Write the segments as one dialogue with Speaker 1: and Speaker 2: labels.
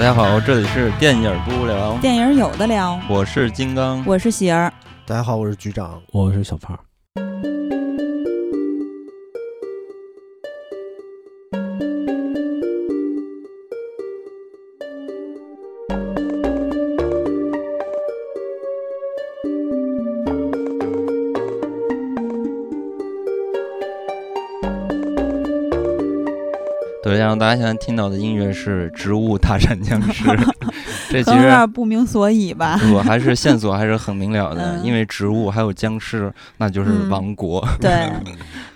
Speaker 1: 家好，这里是电影不无聊，
Speaker 2: 电影有的聊，
Speaker 1: 我是金刚。
Speaker 2: 我是喜儿。
Speaker 3: 大家好，我是局长。
Speaker 4: 我是小胖。
Speaker 1: 对，然后大家现在听到的音乐是《植物大战僵 尸》，这其
Speaker 2: 可能有
Speaker 1: 实
Speaker 2: 点不明所以吧。
Speaker 1: 我还是线索还是很明了的，
Speaker 2: 嗯
Speaker 1: 因为植物还有僵尸，那就是
Speaker 2: 嗯
Speaker 1: 王国。
Speaker 2: 对，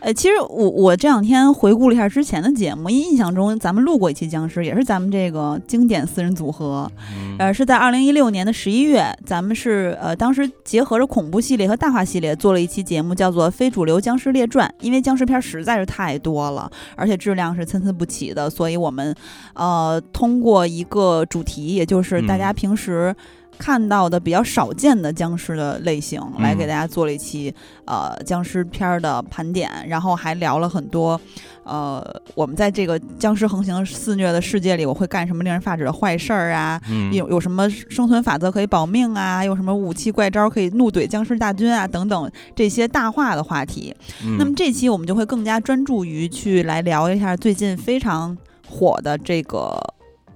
Speaker 2: 呃，其实我我这两天回顾了一下之前的节目，因为印象中咱们录过一期僵尸，也是咱们这个经典四人组合，
Speaker 1: 嗯
Speaker 2: 呃，是在二零一六年的十一月，咱们是呃当时结合着恐怖系列和大话系列做了一期节目，叫做《非主流僵尸列传》，因为僵尸片实在是太多了，而且质量是参差不齐的，所以我们呃通过一个主题，也就是大家
Speaker 1: 嗯
Speaker 2: 平时。看到的比较少见的僵尸的类型，来给
Speaker 1: 嗯
Speaker 2: 大家做了一期、呃僵尸片儿的盘点，然后还聊了很多呃我们在这个僵尸横行肆虐的世界里，我会干什么令人发指的坏事儿啊，
Speaker 1: 嗯，
Speaker 2: 有有什么生存法则可以保命啊？有什么武器怪招可以怒怼僵尸大军啊？等等这些大话的话题。
Speaker 1: 嗯
Speaker 2: 那么这期我们就会更加专注于去来聊一下最近非常火的这个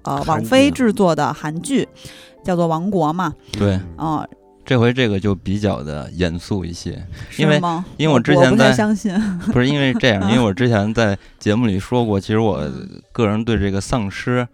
Speaker 2: 呃
Speaker 3: 韩剧
Speaker 2: 网飞制作的韩剧，叫做《王国》嘛。
Speaker 1: 对
Speaker 2: 啊、
Speaker 1: 这回这个就比较的严肃一些，
Speaker 2: 是
Speaker 1: 因为
Speaker 2: 吗？
Speaker 1: 因为我之前
Speaker 2: 不
Speaker 1: 在
Speaker 2: 太相信。
Speaker 1: 不是因为这 样，因为我之前在节目里说过，其实我
Speaker 2: 嗯
Speaker 1: 个人对这个丧尸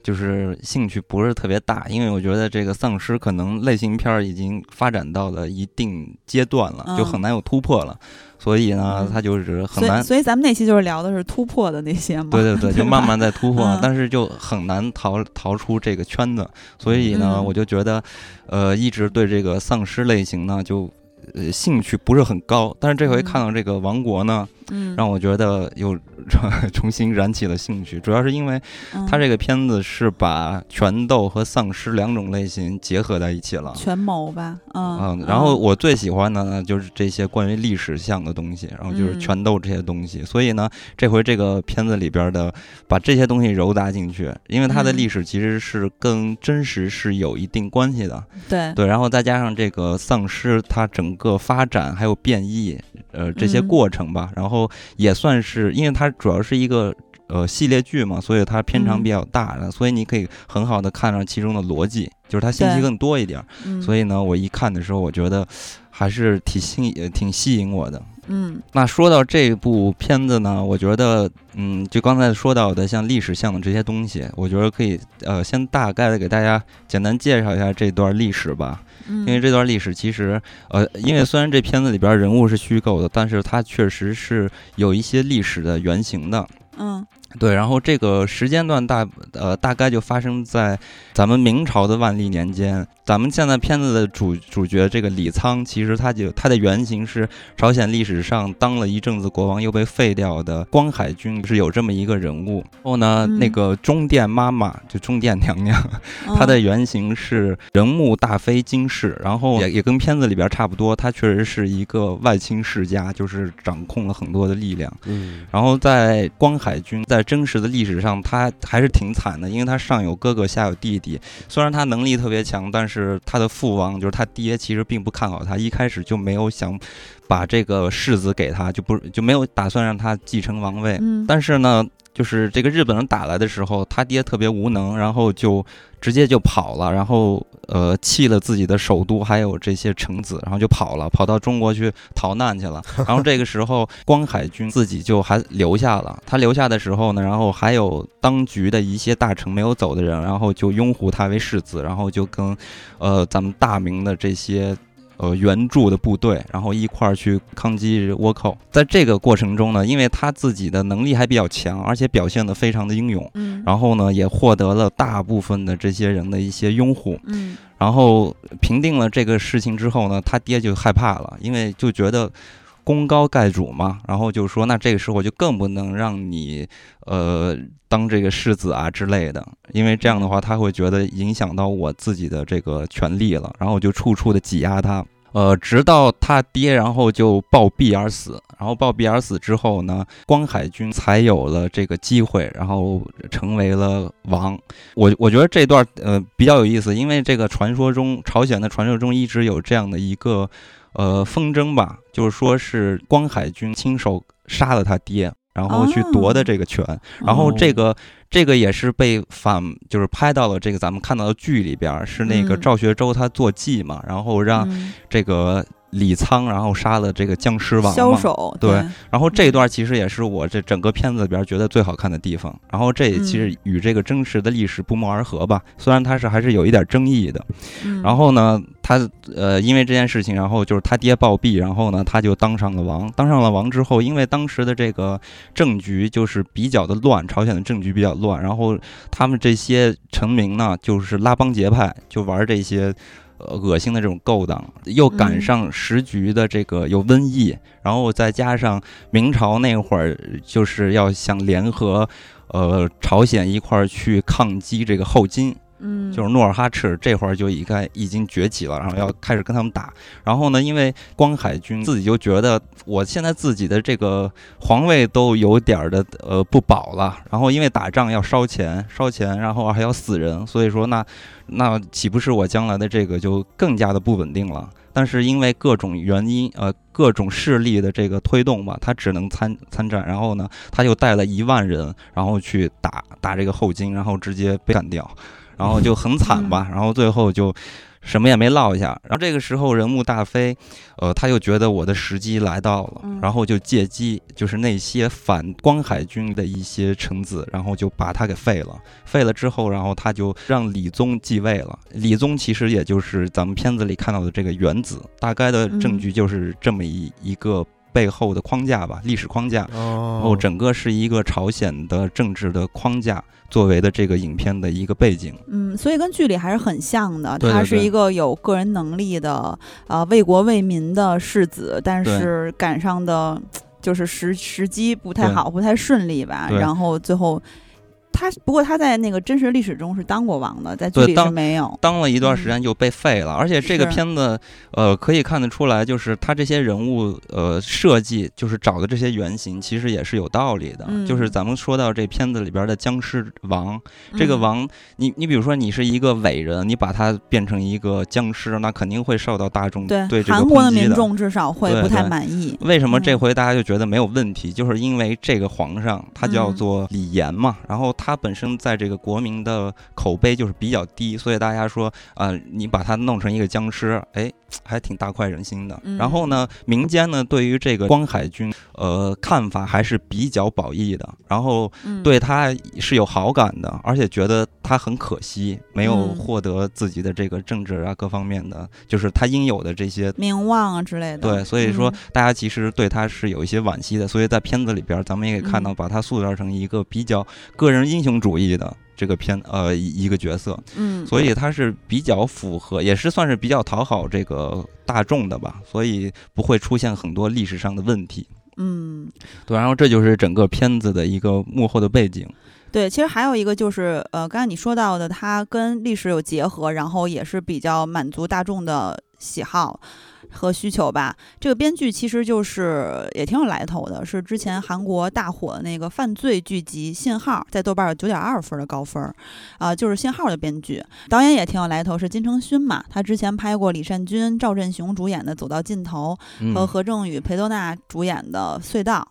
Speaker 1: 就是兴趣不是特别大，因为我觉得这个丧尸可能类型片儿已经发展到了一定阶段了，
Speaker 2: 嗯
Speaker 1: 就很难有突破了，所以呢
Speaker 2: 嗯，
Speaker 1: 它就是很
Speaker 2: 所以
Speaker 1: 难。
Speaker 2: 所以咱们那期就是聊的是突破的那些 嘛。
Speaker 1: 对对对，就
Speaker 2: 吧
Speaker 1: 慢慢在突破
Speaker 2: 嗯，
Speaker 1: 但是就很难逃逃出这个圈子，所以呢，
Speaker 2: 嗯
Speaker 1: 我就觉得，呃，一直对这个丧尸类型呢，就呃兴趣不是很高，但是这回
Speaker 2: 嗯
Speaker 1: 看到这个《王国》呢，
Speaker 2: 嗯，
Speaker 1: 让我觉得又 重新燃起了兴趣，主要是因为
Speaker 2: 嗯
Speaker 1: 它这个片子是把拳斗和丧尸两种类型结合在一起了。
Speaker 2: 权谋吧，嗯
Speaker 1: 嗯，然后我最喜欢的呢就是这些关于历史向的东西，然后就是
Speaker 2: 嗯
Speaker 1: 拳斗这些东西。所以呢，这回这个片子里边的把这些东西揉杂进去，因为它的
Speaker 2: 嗯
Speaker 1: 历史其实是跟真实是有一定关系的。
Speaker 2: 对
Speaker 1: 对，然后再加上这个丧尸它整个发展还有变异，呃，这些
Speaker 2: 嗯
Speaker 1: 过程吧，然后也算是，因为它主要是一个呃系列剧嘛，所以它片
Speaker 2: 嗯
Speaker 1: 长比较大，然后所以你可以很好的看上其中的逻辑，就是它信息
Speaker 2: 对
Speaker 1: 更多一点儿。
Speaker 2: 嗯
Speaker 1: 所以呢，我一看的时候，我觉得还是挺吸引呃挺吸引我的。
Speaker 2: 嗯
Speaker 1: 那说到这部片子呢，我觉得，嗯，就刚才说到的像历史向的这些东西，我觉得可以，呃，先大概的给大家简单介绍一下这段历史吧。
Speaker 2: 嗯，
Speaker 1: 因为这段历史其实，呃，因为虽然这片子里边人物是虚构的，但是它确实是有一些历史的原型的。
Speaker 2: 嗯
Speaker 1: 对，然后这个时间段大呃大概就发生在咱们明朝的万历年间。咱们现在片子的主主角这个李沧，其实他就他的原型是朝鲜历史上当了一阵子国王又被废掉的光海军，是有这么一个人物。然后呢，
Speaker 2: 嗯
Speaker 1: 那个中殿妈妈就中殿娘娘，
Speaker 2: 嗯
Speaker 1: 它的原型是人木大飞金氏，然后也也跟片子里边差不多，他确实是一个外戚世家，就是掌控了很多的力量。
Speaker 3: 嗯，
Speaker 1: 然后在光海军在真实的历史上，他还是挺惨的，因为他上有哥哥，下有弟弟。虽然他能力特别强，但是他的父王就是他爹，其实并不看好他，一开始就没有想把这个世子给他，就不就没有打算让他继承王位。
Speaker 2: 嗯
Speaker 1: 但是呢，就是这个日本人打来的时候，他爹特别无能，然后就直接就跑了，然后呃弃了自己的首都，还有这些城子，然后就跑了，跑到中国去逃难去了。然后这个时候，光海军自己就还留下了。他留下的时候呢，然后还有当局的一些大臣没有走的人，然后就拥护他为世子，然后就跟呃咱们大明的这些呃援助的部队，然后一块儿去抗击倭寇。在这个过程中呢，因为他自己的能力还比较强，而且表现得非常的英勇，
Speaker 2: 嗯，
Speaker 1: 然后呢也获得了大部分的这些人的一些拥护。
Speaker 2: 嗯
Speaker 1: 然后平定了这个事情之后呢，他爹就害怕了，因为就觉得功高盖主嘛，然后就说那这个时候就更不能让你呃当这个世子啊之类的，因为这样的话他会觉得影响到我自己的这个权利了，然后就处处的挤压他。呃，直到他爹然后就暴毙而死，然后暴毙而死之后呢，光海君才有了这个机会，然后成为了王。我我觉得这段呃比较有意思，因为这个传说中朝鲜的传说中一直有这样的一个呃纷争吧，就是说是光海君亲手杀了他爹，然后去夺的这个权，然后
Speaker 2: 哦
Speaker 1: 这个这个也是被反，就是拍到了这个咱们看到的剧里边儿，是那个
Speaker 2: 嗯
Speaker 1: 赵学周他做计嘛，然后让
Speaker 2: 嗯
Speaker 1: 这个李沧，然后杀了这个僵尸王
Speaker 2: 枭
Speaker 1: 嘛。
Speaker 2: 首，
Speaker 1: 对
Speaker 2: 对，
Speaker 1: 然后这一段其实也是我这整个片子里边觉得最好看的地方。然后这也其
Speaker 2: 嗯
Speaker 1: 实与这个真实的历史不谋而合吧，虽然它是还是有一点争议的。
Speaker 2: 嗯
Speaker 1: 然后呢，他呃因为这件事情，然后就是他爹暴毙，然后呢他就当上了王。当上了王之后，因为当时的这个政局就是比较的乱，朝鲜的政局比较乱，然后他们这些臣民呢就是拉帮结派，就玩这些。呃，恶心的这种勾当，又赶
Speaker 2: 嗯
Speaker 1: 上时局的这个有瘟疫，然后再加上明朝那会儿就是要想联合，呃，朝鲜一块儿去抗击这个后金，
Speaker 2: 嗯，
Speaker 1: 就是努尔哈赤这会儿就应该已经崛起了，然后要开始跟他们打。然后呢，因为光海军自己就觉得我现在自己的这个皇位都有点儿的呃不保了，然后因为打仗要烧钱，烧钱，然后还要死人，所以说那那岂不是我将来的这个就更加的不稳定了？但是因为各种原因，呃，各种势力的这个推动吧，他只能参参战。然后呢，他就带了一万人，然后去打打这个后金，然后直接被干掉，然后就很惨吧。然后最后就什么也没落下。然后这个时候，人木大飞，呃，他又觉得我的时机来到了
Speaker 2: 嗯，
Speaker 1: 然后就借机就是那些反光海军的一些臣子，然后就把他给废了。废了之后，然后他就让李宗继位了。李宗其实也就是咱们片子里看到的这个原子，大概的
Speaker 2: 嗯
Speaker 1: 证据就是这么一一个背后的框架吧，历史框架。然后
Speaker 3: 哦，
Speaker 1: 整个是一个朝鲜的政治的框架作为的这个影片的一个背景。
Speaker 2: 嗯，所以跟剧里还是很像的。
Speaker 1: 对对
Speaker 2: 他是
Speaker 1: 对
Speaker 2: 一个有个人能力的，呃，为国为民的世子，但
Speaker 1: 对
Speaker 2: 是赶上的就是时时机不太
Speaker 1: 对
Speaker 2: 好，不太顺利吧。
Speaker 1: 对
Speaker 2: 然后最后他，不过他在那个真实历史中是当过王的，在剧
Speaker 1: 对
Speaker 2: 里是
Speaker 1: 当
Speaker 2: 没有。
Speaker 1: 当了一段时间就被废了，而且这个
Speaker 2: 嗯是
Speaker 1: 片子，呃，可以看得出来，就是他这些人物，呃，设计就是找的这些原型，其实也是有道理的。
Speaker 2: 嗯
Speaker 1: 就是咱们说到这片子里边的僵尸王，这个
Speaker 2: 嗯，
Speaker 1: 王，你你比如说你是一个伟人，你把他变成一个僵尸，那肯定会受到大众
Speaker 2: 对
Speaker 1: 对这个
Speaker 2: 韩国的
Speaker 1: 抨击
Speaker 2: 民
Speaker 1: 的。
Speaker 2: 众至少会
Speaker 1: 对
Speaker 2: 不太
Speaker 1: 对
Speaker 2: 满意。
Speaker 1: 为什么这
Speaker 2: 嗯
Speaker 1: 回大家就觉得没有问题？就是因为这个皇上他叫
Speaker 2: 嗯
Speaker 1: 做李岩嘛，然后他本身在这个国民的口碑就是比较低，所以大家说，呃，你把他弄成一个僵尸，哎，还挺大快人心的。
Speaker 2: 嗯
Speaker 1: 然后呢，民间呢对于这个光海军，呃，看法还是比较褒义的。然后
Speaker 2: 嗯，
Speaker 1: 对他是有好感的，而且觉得他很可惜，没有
Speaker 2: 嗯
Speaker 1: 获得自己的这个政治啊各方面的，就是他应有的这些。
Speaker 2: 名望啊之类的。
Speaker 1: 对，所以说
Speaker 2: 嗯
Speaker 1: 大家其实对他是有一些惋惜的，所以在片子里边，咱们也可以看到，
Speaker 2: 嗯
Speaker 1: 把他塑造成一个比较个人英雄主义的这个片呃一一个角色，
Speaker 2: 嗯，
Speaker 1: 所以他是比较符合，也是算是比较讨好这个大众的吧，所以不会出现很多历史上的问题。
Speaker 2: 嗯，
Speaker 1: 对，然后这就是整个片子的一个幕后的背景。
Speaker 2: 对，其实还有一个就是，呃，刚才你说到的，它跟历史有结合，然后也是比较满足大众的喜好和需求吧。这个编剧其实就是也挺有来头的，是之前韩国大火的那个犯罪剧集《信号》，在豆瓣有九点二分的高分，儿，啊、就是《信号》的编剧，导演也挺有来头，是金承勋嘛，他之前拍过李善均、赵振雄主演的《走到尽头》，
Speaker 1: 嗯
Speaker 2: 和何正宇、裴斗娜主演的《隧道》。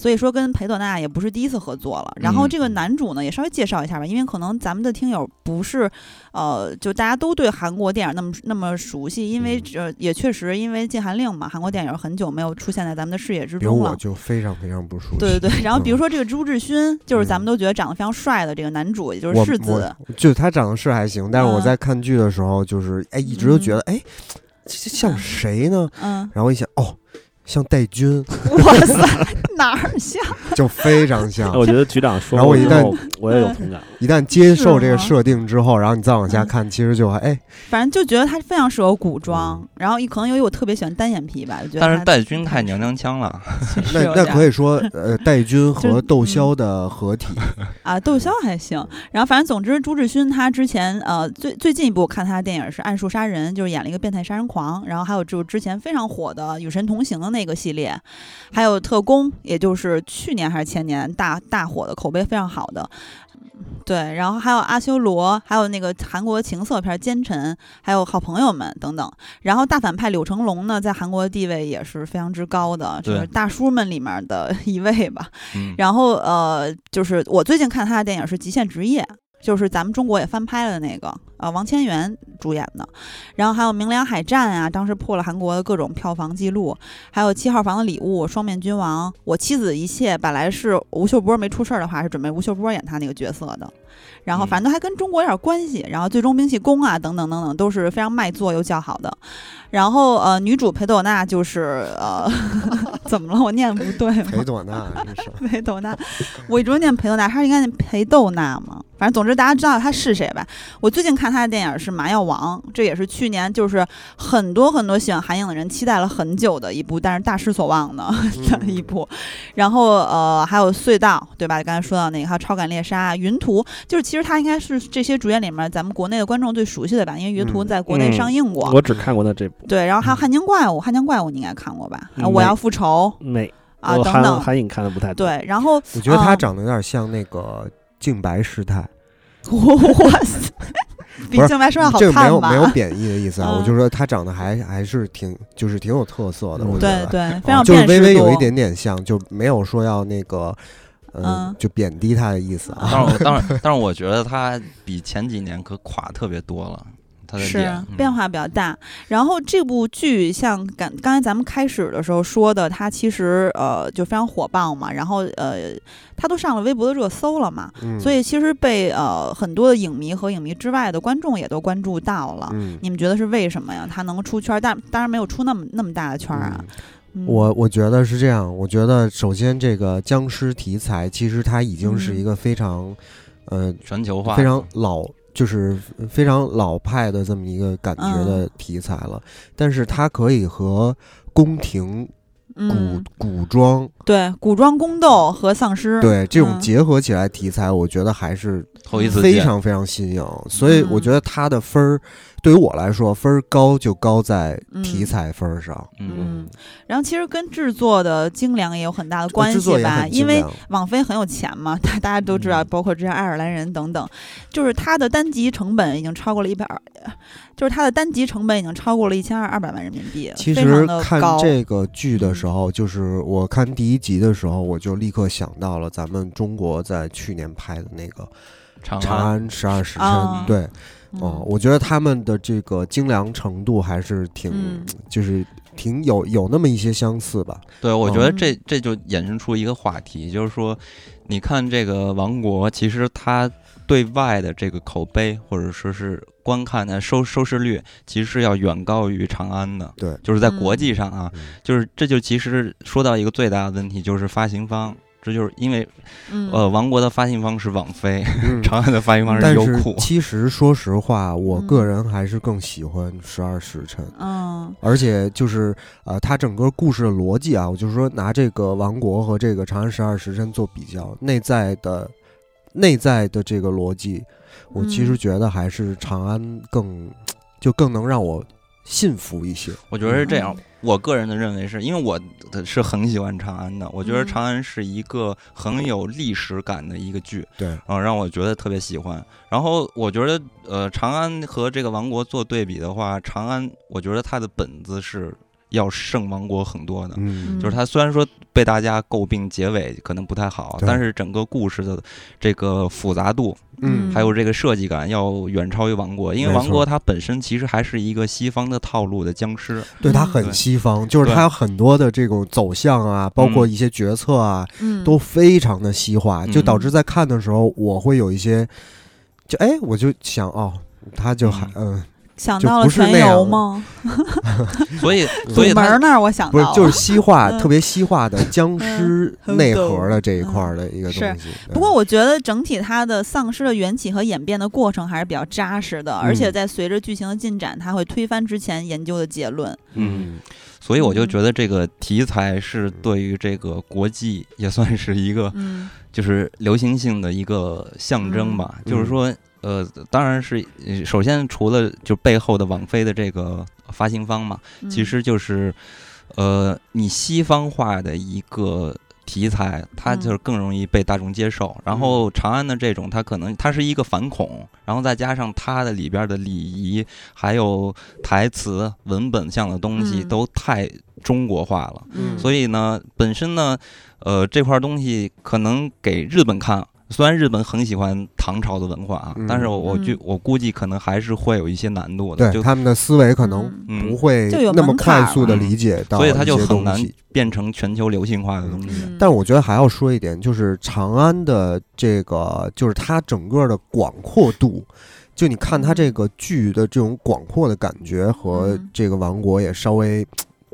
Speaker 2: 所以说，跟裴斗娜也不是第一次合作了。然后
Speaker 1: 嗯
Speaker 2: 这个男主呢，也稍微介绍一下吧，因为可能咱们的听友不是，呃，就大家都对韩国电影那么那么熟悉，因
Speaker 3: 嗯
Speaker 2: 为呃，也确实因为禁韩令嘛，韩国电影很久没有出现在咱们的视野之
Speaker 3: 有
Speaker 2: 中了
Speaker 3: 哦我。就非常非常不熟悉。
Speaker 2: 对对对。然后比如
Speaker 3: 嗯
Speaker 2: 说这个朱智勋，就是咱
Speaker 3: 嗯
Speaker 2: 们都觉得长得非常帅的这个男主，也就是
Speaker 3: 我
Speaker 2: 世子，
Speaker 3: 我就他长得是还行，但是我
Speaker 2: 嗯
Speaker 3: 在看剧的时候，就是哎，一直都觉得哎，这这像
Speaker 2: 嗯
Speaker 3: 谁呢？
Speaker 2: 嗯，
Speaker 3: 然后一想，哦，像戴军，
Speaker 2: 哇塞，哪儿像？
Speaker 3: 就非常
Speaker 2: 啊
Speaker 3: 像。
Speaker 4: 我觉得局长说
Speaker 3: 然后
Speaker 4: 过
Speaker 3: 我
Speaker 4: 之
Speaker 3: 一
Speaker 4: 后，我
Speaker 2: 嗯
Speaker 4: 也有同感。
Speaker 3: 一旦接受这个
Speaker 2: 是吗嗯
Speaker 3: 设定之后，然后你再往下看，其实就还 哎，
Speaker 2: 反正就觉得他非常适合古装，
Speaker 3: 嗯
Speaker 2: 然后也可能由于我特别喜欢单眼皮吧，我觉得他。
Speaker 1: 但是戴军太娘娘腔了，
Speaker 3: 那那可
Speaker 2: 以
Speaker 3: 以说，呃，戴军
Speaker 2: 就嗯
Speaker 3: 和窦骁的合体，
Speaker 2: 啊，窦骁还行。然后反正总之，朱志勋他之前呃最最近一部我看他的电影是《暗数杀人》，就是演了一个变态杀人狂。然后还有就是之前非常火的《与神同行》的那个系列，还有《特工》，也就是去年还是前年大大火的，口碑非常好的。对，然后还有阿修罗，还有那个韩国情色片《奸臣》，还有好朋友们等等。然后大反派柳成龙呢，在韩国的地位也是非常之高的，就是
Speaker 1: 对
Speaker 2: 大叔们里面的一位吧。
Speaker 1: 嗯，
Speaker 2: 然后呃，就是我最近看他的电影是《极限职业》，就是咱们中国也翻拍了那个，呃，王千源主演的。然后还有《明良海战》啊，当时破了韩国的各种票房记录，还有《七号房的礼物》《双面君王》，我妻子一切，本来是吴秀波没出事儿的话，是准备吴秀波演他那个角色的。然后
Speaker 1: 嗯
Speaker 2: 反正还跟中国有点关系，然后最终兵器宫啊等等等等都是非常卖座又较好的。然后呃，女主裴斗娜就是呃， 怎么了？我念不对吗？
Speaker 3: 裴朵娜 这是。
Speaker 2: 裴斗娜，我一直念裴斗娜，她应该念裴斗娜嘛。反正总之大家知道她是谁吧。我最近看她的电影是《麻药王》，这也是去年就是很多很多喜欢韩影的人期待了很久的一部，但是大失所望的 的一部。然后呃，还有《隧道》，对吧？刚才说到那个，还有《超感猎杀》《云图》，就是其实她应该是这些主演里面咱们国内的观众最熟悉的吧，因为《云图》
Speaker 3: 嗯
Speaker 2: 在国内
Speaker 4: 嗯
Speaker 2: 上映过。
Speaker 4: 我只看过他这部，
Speaker 2: 对，然后还有《汉江怪物》，《汉江怪物》你应该看过吧？啊
Speaker 4: 嗯
Speaker 2: 我
Speaker 4: 没
Speaker 2: 要复仇
Speaker 4: 没
Speaker 2: 啊，
Speaker 4: 我
Speaker 2: 等
Speaker 4: 韩
Speaker 2: 等。
Speaker 4: 韩影看的不太多。
Speaker 2: 对，然后
Speaker 3: 我觉得他
Speaker 2: 啊
Speaker 3: 长得有点像那个静白师太，
Speaker 2: 哇 塞，比
Speaker 3: 不是
Speaker 2: 静白说要好
Speaker 3: 这个没
Speaker 2: 看
Speaker 3: 有没有
Speaker 2: 吧？
Speaker 3: 贬义的意 思啊，
Speaker 2: 嗯
Speaker 3: 我就说他长得还还是挺就是挺有特色的，
Speaker 4: 嗯
Speaker 3: 我觉
Speaker 2: 对
Speaker 3: 得
Speaker 2: 对，非
Speaker 3: 啊
Speaker 2: 常
Speaker 3: 就是
Speaker 2: 辨
Speaker 3: 微
Speaker 2: 识
Speaker 3: 微有
Speaker 2: 度
Speaker 3: 一。点点像，就没有说要那个，
Speaker 2: 嗯
Speaker 3: 嗯，就贬低他的意思啊。
Speaker 1: 当然我，当然，但是我觉得他比前几年可垮特别多了，他的
Speaker 2: 是啊
Speaker 1: 脸嗯
Speaker 2: 变化比较大，然后这部剧像刚刚才咱们开始的时候说的，它其实呃就非常火爆嘛，然后呃它都上了微博的热搜了嘛，
Speaker 3: 嗯
Speaker 2: 所以其实被呃很多的影迷和影迷之外的观众也都关注到了。
Speaker 3: 嗯，
Speaker 2: 你们觉得是为什么呀？它能出圈儿，但当然没有出那么那么大的圈儿啊
Speaker 3: 嗯。
Speaker 2: 嗯
Speaker 3: 我我觉得是这样，我觉得首先这个僵尸题材其实它已经
Speaker 2: 嗯
Speaker 3: 是一个非常，呃，
Speaker 1: 嗯全球化
Speaker 3: 非常老，就是非常老派的这么一个感觉
Speaker 2: 嗯
Speaker 3: 的题材了，但是它可以和宫廷古、
Speaker 2: 嗯，
Speaker 3: 古装
Speaker 2: 对古装宫斗和丧尸，
Speaker 3: 对这种
Speaker 2: 嗯
Speaker 3: 结合起来题材，我觉得还是
Speaker 1: 头一次
Speaker 3: 非
Speaker 1: 见
Speaker 3: 常非常新颖，所以我
Speaker 2: 嗯
Speaker 3: 觉得它的分儿对于我来说分儿高就高在
Speaker 2: 嗯
Speaker 3: 题材分儿上，
Speaker 1: 嗯，
Speaker 2: 嗯，然后其实跟制作的精良也有很大的关
Speaker 3: 哦制作
Speaker 2: 系
Speaker 3: 也
Speaker 2: 吧，
Speaker 3: 很
Speaker 2: 因
Speaker 3: 精
Speaker 2: 为
Speaker 3: 良
Speaker 2: 网飞很有钱嘛， 大大家都知道，
Speaker 1: 嗯
Speaker 2: 包括之前爱尔兰人等等，就是它的单集成本已经超过了一百二，就是它的单集成本已经超过了一千二二百万人民币，
Speaker 3: 其
Speaker 2: 非常
Speaker 3: 实
Speaker 2: 的
Speaker 3: 看
Speaker 2: 高。嗯
Speaker 3: 这个剧的时候，就是我看第一集的时候，我就立刻想到了咱们中国在去年拍的那个
Speaker 1: 长
Speaker 3: 《长
Speaker 1: 安
Speaker 3: 安十二时辰》
Speaker 2: 啊
Speaker 3: 对，
Speaker 2: 嗯
Speaker 3: 哦、我觉得他们的这个精良程度还是挺，
Speaker 2: 嗯
Speaker 3: 就是挺有有那么一些相 似吧。
Speaker 1: 对，我觉
Speaker 2: 嗯
Speaker 1: 得这这就衍生出一个话题，就是说，你看这个王国，其实它对外的这个口碑或者说是观看的收收视率，其实要远高于长安的。
Speaker 3: 对
Speaker 1: 就是在
Speaker 2: 嗯
Speaker 1: 国际上啊，
Speaker 3: 嗯
Speaker 1: 就是这就其实说到一个最大的问题，就是发行方。这就是因为
Speaker 2: 嗯
Speaker 1: 呃，王国的发行方是网飞，
Speaker 3: 嗯
Speaker 1: 长安的发行方
Speaker 3: 但
Speaker 1: 优
Speaker 3: 是
Speaker 1: 酷。
Speaker 3: 其实说实话，我
Speaker 2: 嗯
Speaker 3: 个人还是更喜欢《十二时辰》
Speaker 2: 嗯
Speaker 3: 而且就是呃，它整个故事的逻辑啊，我就是说拿这个王国和这个长安十二时辰做比较，内在的内在的这个逻辑，我其实
Speaker 2: 嗯
Speaker 3: 觉得还是长安更就更能让我信服一些。
Speaker 1: 我觉得是这样
Speaker 2: 嗯，
Speaker 1: 我个人的认为是因为我的是很喜欢长安的，我觉得
Speaker 2: 嗯
Speaker 1: 长安是一个很有历史感的一个剧，
Speaker 3: 对，
Speaker 1: 啊、让我觉得特别喜欢。然后我觉得，呃，长安和这个王国做对比的话，长安我觉得它的本子是要胜王国很多的。
Speaker 3: 嗯
Speaker 2: 嗯
Speaker 1: 就是它虽然说被大家诟病结尾可能不太好，
Speaker 3: 对
Speaker 1: 但是整个故事的这个复杂度
Speaker 2: 嗯
Speaker 1: 还有这个设计感要远超于王国，因为
Speaker 3: 没
Speaker 1: 王
Speaker 3: 错
Speaker 1: 国它本身其实还是一个西方的套路的僵尸。
Speaker 3: 对它
Speaker 2: 嗯
Speaker 3: 很
Speaker 1: 对
Speaker 3: 西方，就是它有很多的这种走向啊，包括一些决策啊，
Speaker 2: 嗯
Speaker 3: 都非常的西化，就导致
Speaker 2: 嗯
Speaker 3: 在看的时候，我会有一些，就哎，我就想哦，他就还嗯、
Speaker 2: 想
Speaker 3: 就
Speaker 2: 到了
Speaker 3: 不是
Speaker 2: 全
Speaker 3: 那样
Speaker 2: 游
Speaker 3: 的
Speaker 2: 吗？
Speaker 1: 所以所以
Speaker 2: 堵门
Speaker 1: 他
Speaker 2: 儿那儿我想
Speaker 3: 不
Speaker 2: 到
Speaker 3: 是
Speaker 2: 了，
Speaker 3: 就是西化、
Speaker 2: 嗯
Speaker 3: 特别西化的僵尸
Speaker 2: 嗯
Speaker 3: 内
Speaker 2: 很
Speaker 3: 核
Speaker 2: 陡
Speaker 3: 的这一块儿的一个
Speaker 2: 是
Speaker 3: 东西。对
Speaker 1: 嗯
Speaker 2: 不过我觉得整体它的丧尸的缘起和演变的过程还是比较扎实的，而且
Speaker 3: 嗯
Speaker 2: 在随着剧情的进展，它会推翻之前研究的结论。
Speaker 1: 嗯，所以我就觉得这个题材是对于这个国际也算是一个
Speaker 2: 嗯
Speaker 1: 就是流行性的一个象征吧，
Speaker 4: 嗯
Speaker 1: 就是说，呃，当然是呃首先除了就背后的网飞的这个发行方嘛，
Speaker 2: 嗯
Speaker 1: 其实就是，呃，你西方化的一个。题材它
Speaker 2: 嗯
Speaker 1: 就是更容易被大众接受，然后长安的这种它可能它是一个反恐，然后再加上它的里边的礼仪还有台词文本上的东西
Speaker 2: 嗯
Speaker 1: 都太中国化了，
Speaker 2: 嗯，
Speaker 1: 所以呢，本身呢，呃，这块东西可能给日本看，虽然日本很喜欢唐朝的文化啊，
Speaker 3: 嗯
Speaker 1: 但是我我就
Speaker 2: 嗯
Speaker 1: 我估计可能还是会有一些难度的，
Speaker 3: 对
Speaker 1: 就
Speaker 3: 他们的思维可能
Speaker 1: 嗯
Speaker 2: 嗯
Speaker 3: 不，会
Speaker 2: 就有
Speaker 3: 那么
Speaker 2: 门槛
Speaker 3: 快
Speaker 2: 儿
Speaker 3: 速的
Speaker 1: 了
Speaker 3: 理解到，
Speaker 1: 所以它就很难变成全球流行化的东西。
Speaker 2: 嗯
Speaker 3: 但我觉得还要说一点，就是长安的这个，就是它整个的广阔度，就你看它这个剧的这种广阔的感觉和
Speaker 2: 嗯
Speaker 3: 这个王国也稍微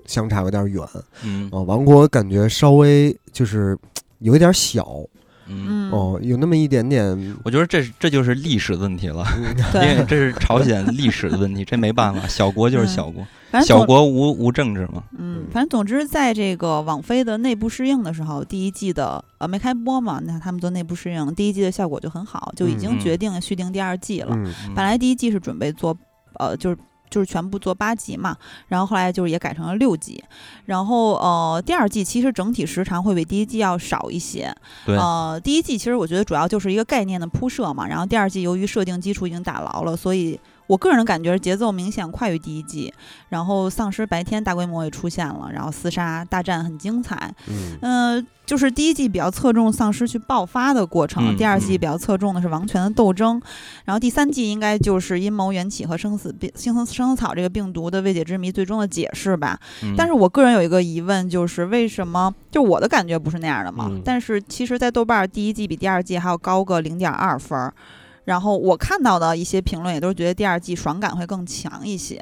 Speaker 3: 相差有点远啊、
Speaker 1: 嗯
Speaker 4: 哦
Speaker 3: 王国感觉稍微就是有一点小
Speaker 1: 嗯，
Speaker 2: 嗯
Speaker 3: 哦、有那么一点嗯点，
Speaker 1: 我觉得这是这就是历史问题了， 因
Speaker 2: 对
Speaker 1: 为，这是朝鲜历史的问题，这没办法，小国就是小国，
Speaker 2: 嗯反正
Speaker 1: 小
Speaker 2: 总
Speaker 1: 国无无政治嘛。
Speaker 2: 嗯
Speaker 3: 嗯，
Speaker 2: 反正总之，在这个网飞的内部试映的时候，第一季的呃没开播嘛，那他们做内部试映，第一季的效果就很好，就已
Speaker 1: 嗯
Speaker 2: 经
Speaker 1: 嗯
Speaker 2: 决定续订第二季了。
Speaker 3: 嗯
Speaker 1: 嗯
Speaker 2: 本来第一季是准备做，呃，就是就是全部做八集嘛，然后后来就是也改成了六集，然后呃，第二季其实整体时长会比第一季要少一些，
Speaker 1: 对
Speaker 2: 呃，第一季其实我觉得主要就是一个概念的铺设嘛，然后第二季由于设定基础已经打牢了，所以。我个人的感觉是节奏明显快于第一季，然后丧尸白天大规模也出现了，然后厮杀大战很精彩，
Speaker 3: 嗯
Speaker 2: 呃，就是第一季比较侧重丧尸去爆发的过程，
Speaker 1: 嗯
Speaker 2: 第二季
Speaker 1: 嗯
Speaker 2: 比较侧重的是王权的斗争，然后第三季应该就是阴谋缘起和生死病、生死生死草这个病毒的未解之谜最终的解释吧。
Speaker 1: 嗯
Speaker 2: 但是我个人有一个疑问，就是为什么？就我的感觉不是那样的嘛。
Speaker 4: 嗯
Speaker 2: 但是其实，在豆瓣儿第一季比第二季还要高个零点二分儿，然后我看到的一些评论也都是觉得第二季爽感会更强一些。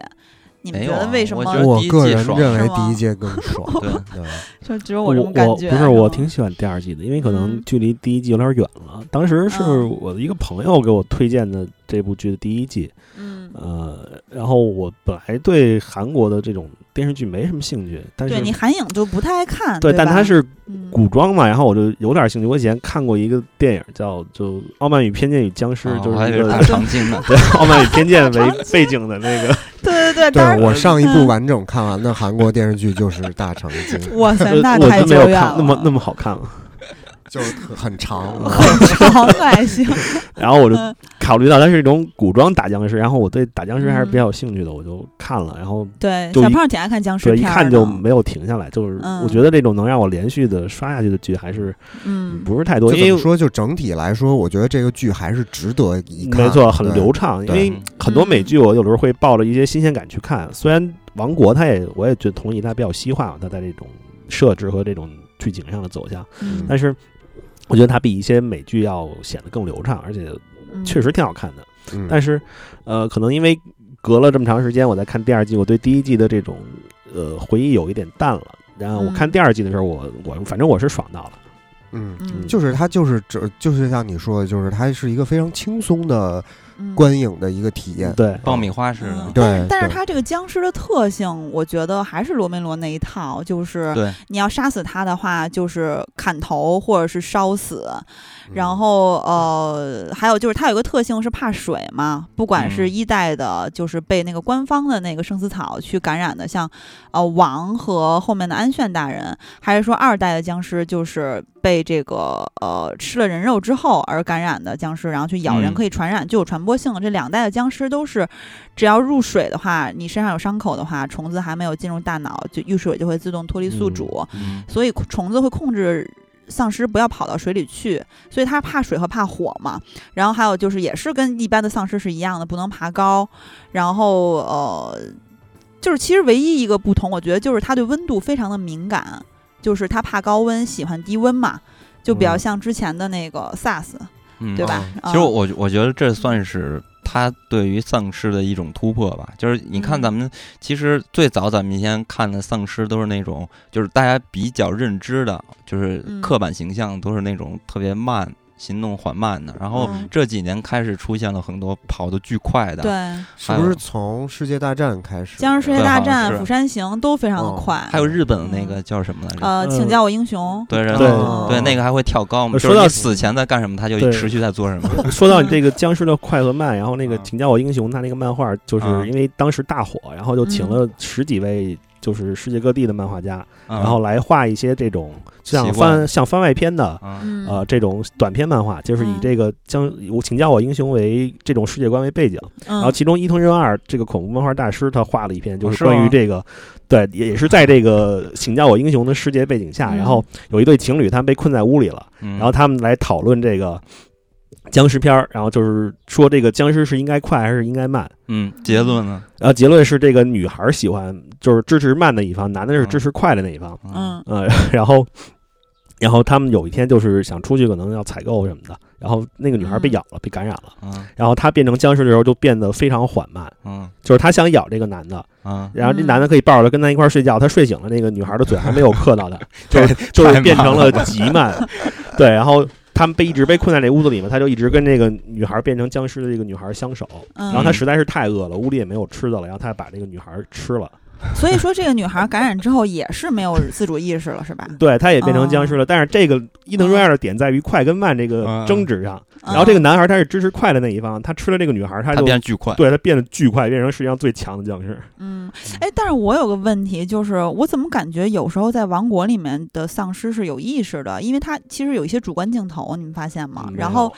Speaker 2: 你们
Speaker 1: 没
Speaker 2: 觉
Speaker 1: 有
Speaker 2: 得
Speaker 1: 啊
Speaker 2: 为什
Speaker 1: 我
Speaker 2: 么？
Speaker 1: 觉得
Speaker 3: 我
Speaker 1: 第一
Speaker 3: 个
Speaker 1: 季
Speaker 3: 人
Speaker 1: 爽
Speaker 3: 认
Speaker 2: 是
Speaker 3: 为
Speaker 2: 吗
Speaker 3: 第一届更爽，
Speaker 1: 对
Speaker 3: 对
Speaker 2: 就只有
Speaker 4: 我
Speaker 2: 我这种感觉。
Speaker 4: 不是，我
Speaker 2: 吗
Speaker 4: 挺喜欢第二季的，因为
Speaker 2: 嗯
Speaker 4: 可能距离第一季有点远了。当时是
Speaker 2: 嗯
Speaker 4: 我的一个朋友给我推荐的这部剧的第一季，
Speaker 2: 嗯，
Speaker 4: 呃，然后我本来对韩国的这种电视剧没什么兴趣，但是
Speaker 2: 对你韩影就不太爱看，
Speaker 4: 对，但
Speaker 2: 吧
Speaker 4: 它是
Speaker 2: 嗯
Speaker 4: 古装嘛，然后我就有点兴趣。我以前看过一个电影叫就《傲慢与偏见与僵尸
Speaker 1: 啊》，
Speaker 4: 就
Speaker 1: 我还以
Speaker 4: 是一
Speaker 1: 为
Speaker 4: 个
Speaker 1: 大长今 呢，
Speaker 4: 对 《傲慢与偏见》为背景的那个，
Speaker 2: 对对对，当然
Speaker 3: 对我上一部
Speaker 2: 嗯，
Speaker 3: 完整看完的韩国电视剧就是《大长今》
Speaker 2: 哇塞，那
Speaker 4: 我
Speaker 2: 太
Speaker 4: 都没有
Speaker 2: 久远
Speaker 4: 看
Speaker 2: 了，
Speaker 4: 那么那么 好看了。
Speaker 3: 就是很长。
Speaker 2: 很 长还行，
Speaker 4: 然后我就
Speaker 2: 嗯
Speaker 4: 考虑到它是一种古装打僵尸，然后我对打僵尸
Speaker 2: 嗯
Speaker 4: 还是比较有兴趣的，我就看了。然后
Speaker 2: 对，
Speaker 4: 就
Speaker 2: 小
Speaker 4: 一
Speaker 2: 胖挺爱看僵尸
Speaker 4: 对一
Speaker 2: 片儿的，
Speaker 4: 看就没有停下来，就是
Speaker 2: 嗯
Speaker 4: 我觉得这种能让我连续的刷下去的剧还是
Speaker 2: 嗯，
Speaker 4: 不是太
Speaker 3: 就
Speaker 4: 多，
Speaker 3: 怎
Speaker 4: 因
Speaker 3: 么
Speaker 4: 为
Speaker 3: 说，就整体来说，我觉得这个剧还是值得一看。
Speaker 4: 没错，很
Speaker 3: 对
Speaker 4: 流畅，因
Speaker 3: 对嗯
Speaker 4: 为很多美剧我有时候会抱着一些新鲜感去看。虽然《王国》它也，我也觉得同意它比较西化，它在这种设置和这种剧情上的走向，
Speaker 2: 嗯
Speaker 4: 但是我觉得它比一些美剧要显得更流畅，而且
Speaker 2: 嗯
Speaker 4: 确实挺好看的。
Speaker 3: 嗯，
Speaker 4: 但是，呃，可能因为隔了这么长时间，我在看第二季，我对第一季的这种呃回忆有一点淡了。然后我
Speaker 2: 嗯
Speaker 4: 看第二季的时候，我我反正我是爽到了。
Speaker 3: 嗯，
Speaker 2: 嗯
Speaker 3: 就是它就是这就是像你说的，就是它是一个非常轻松的
Speaker 2: 嗯
Speaker 3: 观影的一个体验。
Speaker 4: 对，
Speaker 1: 爆米花似
Speaker 2: 嗯
Speaker 1: 的，
Speaker 3: 对，
Speaker 2: 但是
Speaker 3: 对
Speaker 2: 它这个僵尸的特性，我觉得还是罗梅罗那一套，就是
Speaker 1: 对，
Speaker 2: 你要杀死它的话，就是砍头或者是烧死，
Speaker 1: 嗯
Speaker 2: 然后呃，还有就是它有一个特性是怕水嘛，不管是
Speaker 1: 嗯
Speaker 2: 一代的，就是被那个官方的那个生死草去感染的，像呃王和后面的安炫大人，还是说二代的僵尸就是被这个呃吃了人肉之后而感染的僵尸，然后去咬人
Speaker 1: 嗯
Speaker 2: 可以传染，具有传播性。这两代的僵尸都是，只要入水的话，你身上有伤口的话，虫子还没有进入大脑，就遇水就会自动脱离宿
Speaker 4: 嗯
Speaker 2: 主。
Speaker 1: 嗯
Speaker 2: 所以虫子会控制丧尸不要跑到水里去，所以它怕水和怕火嘛。然后还有就是也是跟一般的丧尸是一样的，不能爬高，然后呃，就是其实唯一一个不同，我觉得就是它对温度非常的敏感，就是它怕高温，喜欢低温嘛。就比较
Speaker 4: 嗯
Speaker 2: 像之前的那个 SARS，、
Speaker 1: 嗯
Speaker 2: 对吧？
Speaker 3: 嗯
Speaker 1: 其
Speaker 2: 啊
Speaker 1: 实我我觉得这算是他对于丧尸的一种突破吧。就是你看
Speaker 2: 嗯
Speaker 1: 咱们、其实最早咱们以前看的丧尸都是那种，就是大家比较认知的，就是
Speaker 2: 嗯
Speaker 1: 刻板形象都是那种特别慢、行动缓慢的。然后
Speaker 2: 嗯
Speaker 1: 这几年开始出现了很多跑得巨快的，
Speaker 2: 对，
Speaker 3: 嗯是
Speaker 1: 还
Speaker 3: 不
Speaker 1: 有
Speaker 3: 是从世界大战开始？
Speaker 2: 僵尸世界
Speaker 1: 对
Speaker 2: 大
Speaker 1: 好像
Speaker 2: 战、
Speaker 1: 是
Speaker 2: 釜山行都非常的
Speaker 3: 哦
Speaker 2: 快。
Speaker 1: 还有日本
Speaker 2: 嗯
Speaker 1: 的那个叫什么来着？
Speaker 2: 呃，请
Speaker 4: 嗯
Speaker 2: 叫我英雄。
Speaker 1: 对
Speaker 4: 对呃
Speaker 3: 哦
Speaker 1: 对，那个还会跳高嘛？
Speaker 4: 说
Speaker 1: 就是
Speaker 4: 到
Speaker 1: 你死前在干什么，他就
Speaker 4: 对
Speaker 1: 持续在做什 么。嗯
Speaker 4: 说到这个僵尸的快和慢，然后那个
Speaker 3: 啊
Speaker 4: 《请叫我英雄》，他那个漫画就是
Speaker 1: 啊
Speaker 4: 因为当时大火，然后就请
Speaker 2: 嗯
Speaker 4: 了十几位就是世界各地的漫画家，
Speaker 1: 嗯
Speaker 4: 然后来画一些这种像
Speaker 1: 习惯
Speaker 4: 番像番外篇的。
Speaker 1: 嗯
Speaker 2: 嗯
Speaker 4: 呃，这种短篇漫画就是以
Speaker 2: 嗯
Speaker 4: 这个将《我请叫我英雄》为这种世界观为背景，然后
Speaker 2: 嗯
Speaker 4: 其中伊藤润二这个恐怖漫画大师，他画了一篇，就是是关
Speaker 1: 哦吗
Speaker 4: 于这个，对，也也是在这个《请叫我英雄》的世界背景下，
Speaker 2: 嗯
Speaker 4: 然后有一对情侣，他们被困在屋里了，
Speaker 1: 嗯
Speaker 4: 然后他们来讨论这个僵尸片儿，然后就是说这个僵尸是应该快还是应该慢。
Speaker 1: 嗯，结论呢？
Speaker 4: 然后结论是，这个女孩喜欢就是支持慢的一方，男的是
Speaker 1: 嗯
Speaker 4: 支持快的那一方。
Speaker 2: 嗯
Speaker 4: 呃， 然后，然后他们有一天就是想出去，可能要采购什么的，然后那个女孩被
Speaker 2: 嗯
Speaker 4: 咬了，被感染了，
Speaker 1: 嗯
Speaker 4: 然后她变成僵尸的时候就变得非常缓慢。
Speaker 1: 嗯
Speaker 4: 就是他想咬这个男的，
Speaker 1: 嗯，
Speaker 4: 然后这
Speaker 2: 嗯
Speaker 4: 男的可以抱着他跟他一块儿睡觉，他睡醒了，那个女孩的嘴还没有刻 到他，就是就是变成了极慢，对，然后他们被一直被困在这屋子里面，他就一直跟这个女孩变成僵尸的这个女孩相守，
Speaker 2: 嗯，
Speaker 4: 然后他实在是太饿了，屋里也没有吃的了，然后他把这个女孩吃了，
Speaker 2: 所以说这个女孩感染之后也是没有自主意识了，是吧？
Speaker 4: 对，他也变成僵尸
Speaker 2: 哦
Speaker 4: 了，但是这个伊藤润二的点在于快跟慢这个争执上，
Speaker 2: 哦
Speaker 4: 然后这个
Speaker 2: 嗯
Speaker 4: 男孩他是支持快的那一方，他吃了这个女孩，他
Speaker 1: 他
Speaker 4: 就
Speaker 1: 变得巨快。
Speaker 4: 对他变得巨快，变成世界上最强的僵尸，
Speaker 2: 嗯，哎，但是我有个问题，就是我怎么感觉有时候在王国里面的丧尸是有意识的，因为它其实有一些主观镜头，你们发现吗？
Speaker 4: 嗯
Speaker 2: 然后，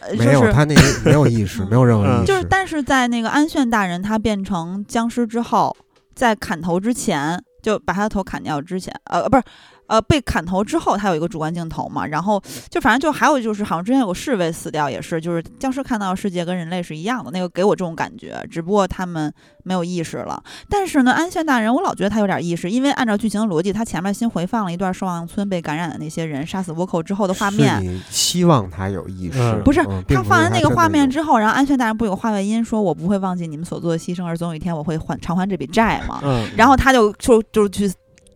Speaker 2: 呃就
Speaker 3: 没有，
Speaker 2: 是
Speaker 3: 他那个没有意识，没有任
Speaker 4: 嗯
Speaker 3: 何意识。
Speaker 2: 就是，但是在那个安炫大人他变成僵尸之后，在砍头之前，就把他的头砍掉之前，呃，不是。呃，被砍头之后，他有一个主观镜头嘛，然后就反正就还有就是，好像之前有个侍卫死掉也是，就是僵尸看到的世界跟人类是一样的，那个给我这种感觉，只不过他们没有意识了。但是呢，安炫大人我老觉得他有点意识，因为按照剧情逻辑，他前面先回放了一段寿望村被感染的那些人杀死倭寇之后的画面，
Speaker 3: 你希望他有意识
Speaker 4: 嗯，
Speaker 2: 不是
Speaker 3: 嗯并
Speaker 2: 他
Speaker 3: 不
Speaker 2: 放完
Speaker 3: 是
Speaker 2: 那个
Speaker 3: 真
Speaker 2: 画
Speaker 3: 的
Speaker 2: 面
Speaker 3: 有
Speaker 2: 之后，然后安全大人不有话外音说：“我不会忘记你们所做的牺牲，而总有一天我会还偿还这笔债嘛。
Speaker 4: 嗯，
Speaker 2: 然后他就就就去，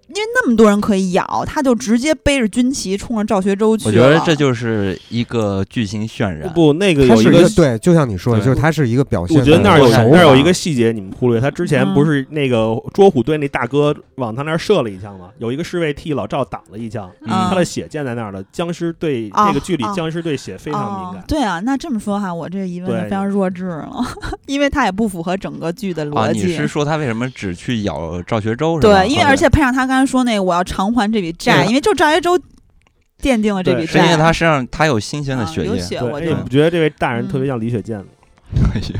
Speaker 2: 因为那么多人可以咬，他就直接背着军旗冲着赵学周去
Speaker 1: 我
Speaker 2: 了。
Speaker 1: 觉得这就是一个剧情渲染。
Speaker 4: 不，那个
Speaker 3: 它
Speaker 4: 有
Speaker 3: 是
Speaker 4: 一
Speaker 3: 一
Speaker 4: 个
Speaker 3: 个对，就像你说的，
Speaker 1: 对
Speaker 3: 就是它是一个表现的
Speaker 4: 我觉
Speaker 3: 手法。
Speaker 4: 得那儿有
Speaker 1: 手
Speaker 4: 那儿有一个细节你们忽略，他之前
Speaker 2: 嗯
Speaker 4: 不是那个捉虎队那大哥往他那儿射了一枪吗？有一个侍卫替老赵挡了一枪，
Speaker 1: 嗯
Speaker 2: 啊
Speaker 4: 他的血溅在那儿了。僵尸对
Speaker 2: 啊
Speaker 4: 这个剧里
Speaker 2: 啊
Speaker 4: 僵尸对血非常敏
Speaker 2: 哦
Speaker 4: 感。
Speaker 2: 对啊，那这么说哈，我这疑问就
Speaker 4: 对
Speaker 2: 非常弱智了， 因为他也不符合整个剧的
Speaker 1: 啊，
Speaker 2: 逻
Speaker 1: 你
Speaker 2: 辑。
Speaker 1: 是说他为什么只去咬赵学周是吧？
Speaker 2: 对，因为而且配上他刚才说那个我要偿还这笔债，
Speaker 4: 对
Speaker 2: 因为就赵学周奠定了这
Speaker 4: 对
Speaker 2: 笔
Speaker 1: 是因
Speaker 2: 债。
Speaker 1: 为他身上他有新鲜
Speaker 2: 啊
Speaker 1: 的血
Speaker 2: 有
Speaker 1: 液。
Speaker 2: 血，
Speaker 4: 对，
Speaker 2: 我
Speaker 4: 哎
Speaker 2: 就嗯
Speaker 4: 你不觉得这位大人特别像李雪健吗？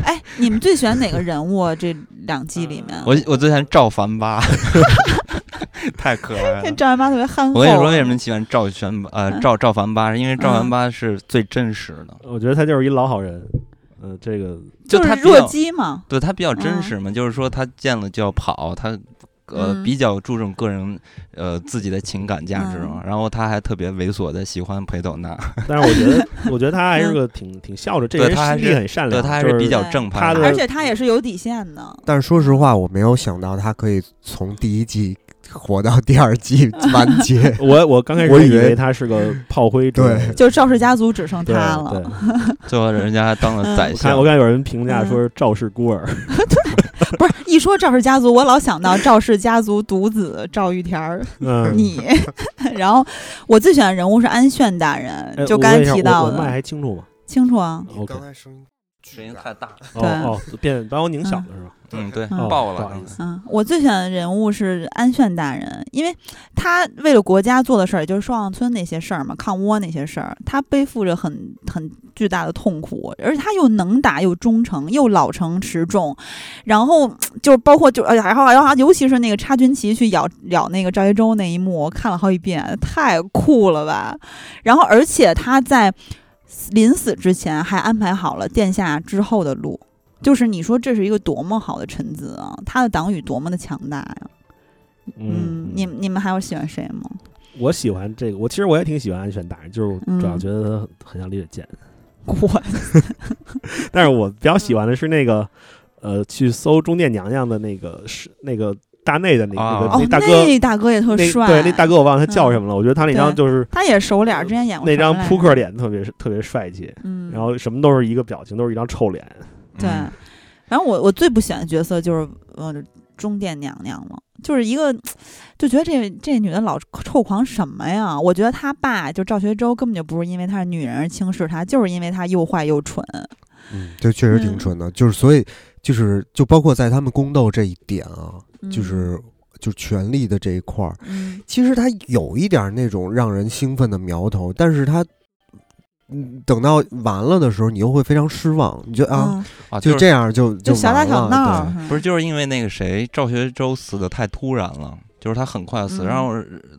Speaker 2: 哎，你们最喜欢哪个人物啊？这两季里面，
Speaker 1: 嗯我我之前赵凡八， 太可 爱了
Speaker 2: 那。赵元八特别憨厚。
Speaker 1: 我跟你说，为什么喜欢赵玄呃赵赵凡八？是因为赵
Speaker 2: 啊嗯
Speaker 1: 凡八是最真实的，
Speaker 4: 我觉得他就是一老好人。嗯，这个
Speaker 2: 就
Speaker 1: 他
Speaker 2: 是
Speaker 1: 比
Speaker 2: 弱
Speaker 1: 较
Speaker 2: 鸡嘛。
Speaker 1: 对他比较真
Speaker 2: 嗯
Speaker 1: 实嘛，就是说他见了就要跑，他呃、
Speaker 2: 嗯
Speaker 1: 比较注重个人呃自己的情感价值
Speaker 2: 嗯
Speaker 1: 嘛，然后他还特别猥琐的喜欢裴斗娜，
Speaker 4: 但是我觉得，我觉得他还
Speaker 2: 嗯
Speaker 4: 是个挺挺孝顺，这
Speaker 1: 对
Speaker 4: 人
Speaker 1: 他还
Speaker 4: 心地
Speaker 1: 是
Speaker 4: 很善
Speaker 1: 对
Speaker 4: 良，
Speaker 1: 他还
Speaker 4: 就是
Speaker 1: 比较
Speaker 2: 对
Speaker 1: 正
Speaker 4: 他
Speaker 1: 派
Speaker 4: 的
Speaker 1: 的
Speaker 2: 而。且他也是有底线的，
Speaker 3: 但是说实话，我没有想到他可以从第一季活到第 二季完结。
Speaker 4: 我我刚开
Speaker 3: 我
Speaker 4: 始
Speaker 3: 以
Speaker 4: 以
Speaker 3: 为
Speaker 4: 为他 是个炮灰之类的，
Speaker 2: 就赵氏家族只剩
Speaker 4: 对
Speaker 2: 他了
Speaker 4: 对。，
Speaker 1: 最后人家还当了宰
Speaker 4: 我看
Speaker 1: 相
Speaker 4: 嗯我。看有人评
Speaker 2: 嗯
Speaker 4: 价说是赵氏孤 儿，
Speaker 2: 不是一说赵氏家族，我老想到赵氏家族独子赵玉田儿，
Speaker 4: 嗯，
Speaker 2: 你。 然后我最喜欢的人物是安炫大
Speaker 4: 哎
Speaker 2: 人，就
Speaker 4: 我
Speaker 2: 刚
Speaker 4: 问
Speaker 2: 才
Speaker 4: 一下
Speaker 2: 提
Speaker 4: 我
Speaker 2: 到
Speaker 4: 我麦
Speaker 2: 的，
Speaker 4: 还清楚吗？
Speaker 2: 清楚啊。
Speaker 4: OK
Speaker 3: 才声音
Speaker 1: 声音太大了，
Speaker 4: 哦
Speaker 2: 对
Speaker 4: 哦，变把我拧小了是吧？
Speaker 1: 嗯，对，
Speaker 2: 嗯
Speaker 1: 爆
Speaker 4: 不好
Speaker 1: 了
Speaker 4: 意，思
Speaker 2: 嗯，我最喜欢的人物是安炫大人，因为他为了国家做的事儿，也就是双望村那些事儿嘛，抗倭那些事儿，他背负着很很巨大的痛苦，而且他又能打又忠诚，又老成持重，然后就包括就哎呀，然后然后尤其是那个插军旗去咬咬那个赵一舟那一幕，我看了好几遍，太酷了吧！然后而且他在临死之前还安排好了殿下之后的路，就是你说这是一个多么好的臣子啊，他的党羽多么的强大呀、嗯，你你们还有喜欢谁吗？
Speaker 4: 我喜欢这个，我其实我也挺喜欢安全大人，就是我主要
Speaker 2: 嗯
Speaker 4: 觉得他很像李雪健，
Speaker 2: 过。
Speaker 4: 但是我比较喜欢的是那个，呃，去搜中殿娘娘的那个是那个大内的那
Speaker 1: 啊
Speaker 4: 那个
Speaker 2: 哦
Speaker 4: 那，大哥，
Speaker 2: 那大哥也特
Speaker 4: 那
Speaker 2: 帅，嗯
Speaker 4: 对那大哥我忘了他叫什么了，我觉得他那张就是
Speaker 2: 他也熟脸儿，之前演过
Speaker 4: 那张
Speaker 2: 啥来着
Speaker 4: 扑克，脸特别特别帅气，
Speaker 2: 嗯，
Speaker 4: 然后什么都是一个表情，都是一张臭脸。
Speaker 2: 对，
Speaker 1: 嗯
Speaker 2: 然后我我最不喜欢的角色就是呃中殿娘娘了，就是一个就觉得这这女的老臭狂什么呀？我觉得她爸就赵学周根本就不是因为她是女人而轻视她，就是因为她又坏又蠢。
Speaker 3: 嗯，这确实挺
Speaker 2: 嗯
Speaker 3: 蠢的，就是所以就是就包括在他们宫斗这一点啊，
Speaker 2: 嗯
Speaker 3: 就是就权力的这一块儿，
Speaker 2: 嗯
Speaker 3: 其实他有一点那种让人兴奋的苗头，但是他。嗯，等到完了的时候，你又会非常失望，你就啊，
Speaker 2: 嗯
Speaker 1: 啊，
Speaker 3: 就是这样就
Speaker 2: 就
Speaker 3: 就
Speaker 2: 小打
Speaker 3: 完
Speaker 2: 小
Speaker 3: 了
Speaker 2: 闹儿
Speaker 3: 对，
Speaker 2: 是
Speaker 1: 不是就是因为那个谁赵学周死的太突然了，就是他很快死，
Speaker 2: 嗯
Speaker 1: 然后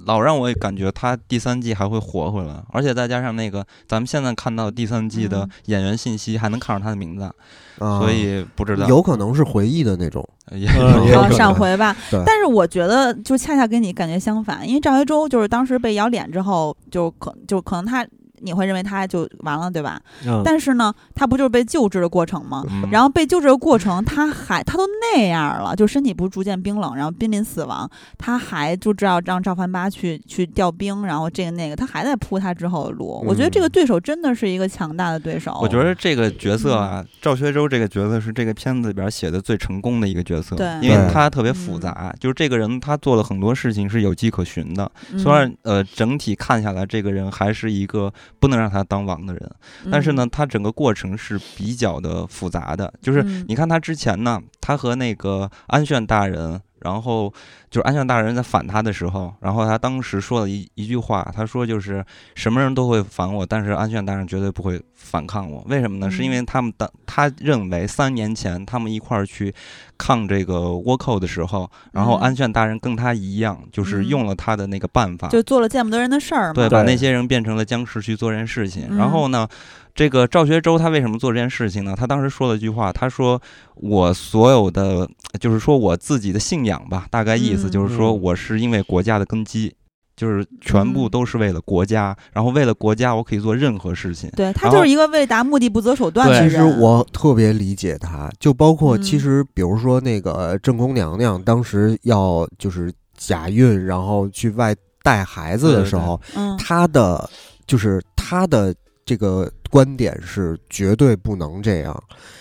Speaker 1: 老让我感觉他第三季还会活回来，而且再加上那个咱们现在看到第三季的
Speaker 2: 嗯
Speaker 1: 演员信息，还能看上他的名字，
Speaker 3: 啊
Speaker 1: 所以不知道
Speaker 3: 有可能是回忆的那种，
Speaker 1: 也
Speaker 4: 嗯也有
Speaker 2: 啊
Speaker 4: 可能
Speaker 2: 上回吧
Speaker 3: 对，
Speaker 2: 但是我觉得就恰恰跟你感觉相反，因为赵学周就是当时被咬脸之后，就可就可能他你会认为他就完了，对吧？
Speaker 4: 嗯，
Speaker 2: 但是呢，他不就是被救治的过程吗？
Speaker 1: 嗯
Speaker 2: 然后被救治的过程，他还他都那样了，就身体不是逐渐冰冷，然后濒临死亡，他还就知道让赵凡八去去调兵，然后这个那个，他还在铺他之后的路。我觉得这个对手真的是一个强大的对手。
Speaker 1: 嗯
Speaker 2: 嗯
Speaker 1: 我觉得这个角色啊，赵学周这个角色是这个片子里边写的最成功的一个角色，
Speaker 2: 对
Speaker 1: 因为
Speaker 3: 对
Speaker 1: 他特别复杂，就是这个人他做了很多事情是有迹可循的。
Speaker 2: 嗯
Speaker 1: 虽然呃整体看下来，这个人还是一个不能让他当王的人，
Speaker 2: 嗯
Speaker 1: 但是，呢，他整个过程是比较的复杂的。就是
Speaker 2: 嗯
Speaker 1: 你看他之前呢，他和那个安炫大人，然后就是安炫大人在反他的时候，然后他当时说了一一句话，他说就是什么人都会反我，但是安炫大人绝对不会反抗我。为什么呢？是因
Speaker 2: 嗯
Speaker 1: 为他们当他认为三年前他们一块儿去抗这个倭寇的时候，然后
Speaker 2: 嗯
Speaker 1: 安炫大人跟他一样，就是
Speaker 2: 嗯
Speaker 1: 用了他的那个办法，
Speaker 2: 就做了见不得人的事儿嘛。
Speaker 1: 对，把
Speaker 4: 对
Speaker 1: 那些人变成了僵尸去做这件事情。
Speaker 2: 嗯
Speaker 1: 然后呢，这个赵学周他为什么做这件事情呢？他当时说了一句话，他说：“我所有的，就是说我自己的信仰吧，大概意思
Speaker 2: 嗯
Speaker 1: 就是说
Speaker 4: 嗯
Speaker 1: 我是因为国家的根基。”就是全部
Speaker 2: 嗯
Speaker 1: 都是为了国家，然后为了国家，我可以做任何事情。
Speaker 2: 对他
Speaker 1: 然
Speaker 2: 就
Speaker 1: 后
Speaker 2: 是一个为达目的不择手段的
Speaker 3: 其
Speaker 2: 人。
Speaker 3: 实我特别理解他，就包括
Speaker 2: 嗯
Speaker 3: 其实比如说那个呃正宫娘娘当时要就是假孕，然后去外带孩子的时候，
Speaker 2: 嗯，
Speaker 3: 她的就是她的这个观点是绝对不能这样，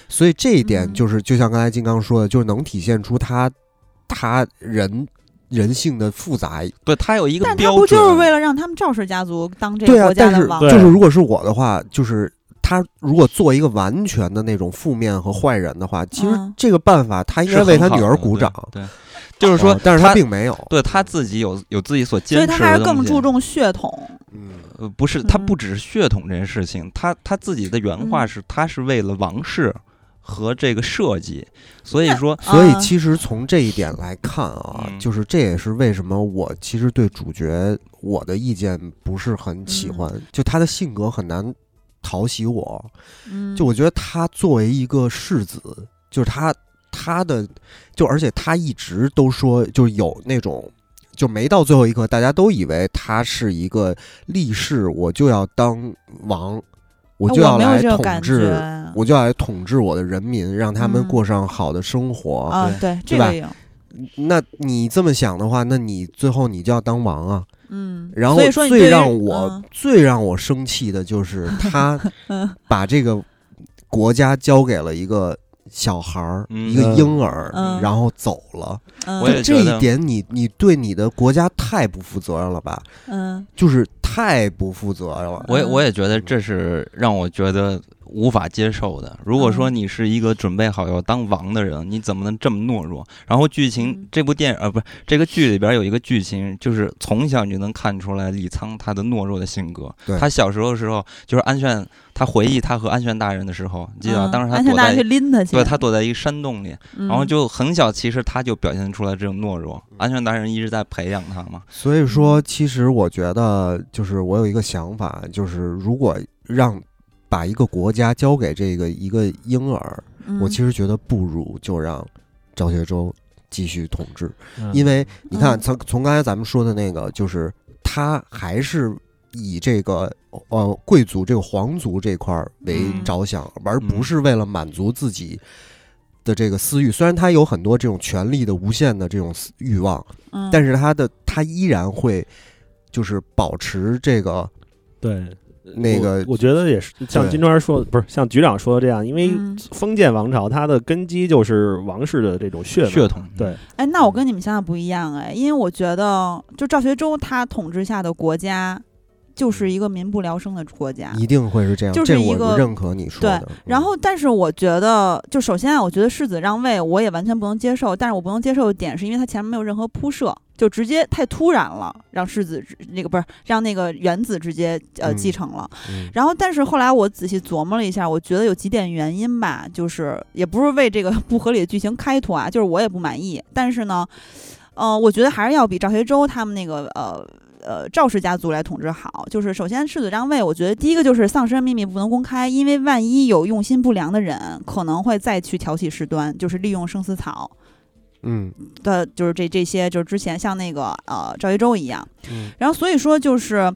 Speaker 3: 所以这一点
Speaker 2: 嗯
Speaker 3: 就是就像刚才金刚说的，就是能体现出他他人人性的复杂
Speaker 1: 对他有一个
Speaker 2: 但他
Speaker 1: 标准，
Speaker 2: 不就是为了让他们赵氏家族当这
Speaker 3: 对
Speaker 2: 个
Speaker 3: 啊
Speaker 2: 国，家
Speaker 3: 但
Speaker 2: 的
Speaker 3: 是
Speaker 2: 王？
Speaker 4: 对
Speaker 3: 就是如果是我的话，就是他如果做一个完全的那种负面和坏人的话，其实
Speaker 2: 嗯
Speaker 3: 这个办法他应该
Speaker 1: 是
Speaker 3: 为
Speaker 1: 很
Speaker 3: 他
Speaker 1: 好
Speaker 3: 女
Speaker 1: 的
Speaker 3: 儿鼓
Speaker 1: 对
Speaker 3: 掌。
Speaker 1: 对， 就是说
Speaker 3: 哦，但是
Speaker 1: 他
Speaker 3: 并没有。
Speaker 1: 对他自己有有自己所坚
Speaker 2: 所以
Speaker 1: 持
Speaker 2: 他
Speaker 1: 的
Speaker 2: 还是更
Speaker 1: 东西
Speaker 2: 注重血统。
Speaker 3: 嗯，
Speaker 1: 呃，不是，他
Speaker 2: 嗯
Speaker 1: 不只是血统这件事情，他他自己的原话
Speaker 2: 嗯
Speaker 1: 是，他是为了王室和这个设计，所以
Speaker 2: 那
Speaker 1: 说，
Speaker 3: 所以
Speaker 2: 啊
Speaker 3: 其实从这一点来看啊，
Speaker 1: 嗯
Speaker 3: 就是这也是为什么我其实对主角我的意见不是很喜欢，就他的性格很难讨喜我。
Speaker 2: 嗯，
Speaker 3: 就我觉得他作为一个世子，就是他他的，就而且他一直都说，就是有那种，就没到最后一刻，大家都以为他是一个立誓，我就要当王，我
Speaker 2: 哎
Speaker 3: 就要
Speaker 2: 没有
Speaker 3: 来
Speaker 2: 这种感
Speaker 3: 统治，我
Speaker 2: 觉
Speaker 3: 就要来统治我的人民，让他们
Speaker 2: 嗯
Speaker 3: 过上好的生活。
Speaker 2: 啊，对，这
Speaker 3: 吧
Speaker 2: 个有，
Speaker 3: 那你这么想的话，那你最后你就要当王啊。
Speaker 2: 嗯，
Speaker 3: 然后
Speaker 2: 所以说你对
Speaker 3: 最
Speaker 2: 于
Speaker 3: 让我、
Speaker 2: 嗯
Speaker 3: 最让我生气的就是他
Speaker 2: 嗯
Speaker 3: 把这个国家交给了一个小孩儿，
Speaker 1: 嗯
Speaker 3: 一个婴儿，
Speaker 2: 嗯
Speaker 3: 然后走了。
Speaker 2: 嗯，
Speaker 1: 我也
Speaker 3: 这
Speaker 1: 觉得
Speaker 3: 一点你，你对你的国家太不负责任了吧？
Speaker 2: 嗯
Speaker 3: 就是太不负责任了。
Speaker 1: 我也我也觉得这是让我觉得无法接受的。如果说
Speaker 2: 嗯
Speaker 1: 你是一个准备好要当王的人，你怎么能这么懦弱？然后剧情
Speaker 2: 嗯，
Speaker 1: 这部电影呃，不是这个剧里边有一个剧情，就是从小你就能看出来李沧他的懦弱的性格
Speaker 3: 对。
Speaker 1: 他小时候的时候，就是安炫，他回忆他和安炫大人的时候，你记得吗？
Speaker 2: 嗯
Speaker 1: 当时他
Speaker 2: 安全
Speaker 1: 躲
Speaker 2: 大
Speaker 1: 在
Speaker 2: 去。拎他去，
Speaker 1: 对他躲在一个山洞里，
Speaker 2: 嗯，
Speaker 1: 然后就很小，其实他就表现出来这种懦弱。
Speaker 4: 嗯
Speaker 1: 安全达人一直在培养他嘛，
Speaker 3: 所以说，其实我觉得，就是我有一个想法，就是如果让把一个国家交给这个一个婴儿，
Speaker 2: 嗯，
Speaker 3: 我其实觉得不如就让赵学周继续统治。
Speaker 4: 嗯
Speaker 3: 因为你看，
Speaker 2: 嗯
Speaker 3: 从从刚才咱们说的那个，就是他还是以这个呃贵族这个皇族这块儿为
Speaker 2: 嗯
Speaker 3: 着想，而
Speaker 1: 嗯
Speaker 3: 不是为了满足自己的这个私欲。虽然他有很多这种权力的无限的这种私欲望，
Speaker 2: 嗯，
Speaker 3: 但是他的他依然会就是保持这个
Speaker 4: 对，
Speaker 3: 那个
Speaker 4: 呃我我觉得也是，像
Speaker 3: 对
Speaker 4: 金川说的，不是像局长说的这样，因为
Speaker 2: 嗯
Speaker 4: 封建王朝它的根基就是王室的这种血
Speaker 1: 血
Speaker 4: 统。
Speaker 1: 统，
Speaker 4: 对
Speaker 2: 哎，那我跟你们想法不一样哎，因为我觉得就赵学周他统治下的国家就是一个民不聊生的国家，
Speaker 3: 一定会是这样。
Speaker 2: 就是
Speaker 3: 这
Speaker 2: 一
Speaker 3: 我
Speaker 2: 个
Speaker 3: 认可你说
Speaker 2: 对
Speaker 3: 的。嗯
Speaker 2: 然后，但是我觉得，就首先啊，我觉得世子让位，我也完全不能接受。但是我不能接受的点是因为他前面没有任何铺设，就直接太突然了，让世子直那个不是让那个原子直接呃
Speaker 3: 嗯
Speaker 2: 继承了。
Speaker 3: 嗯
Speaker 2: 然后，但是后来我仔细琢磨了一下，我觉得有几点原因吧，就是也不是为这个不合理的剧情开脱啊，就是我也不满意。但是呢，呃，我觉得还是要比赵学周他们那个呃。呃，赵氏家族来统治好，就是首先世子让位，我觉得第一个就是丧身秘密不能公开，因为万一有用心不良的人可能会再去挑起事端，就是利用生死草
Speaker 3: 嗯
Speaker 2: 的，就是这这些，就是之前像那个呃赵一舟一样，
Speaker 3: 嗯
Speaker 2: 然后所以说就是，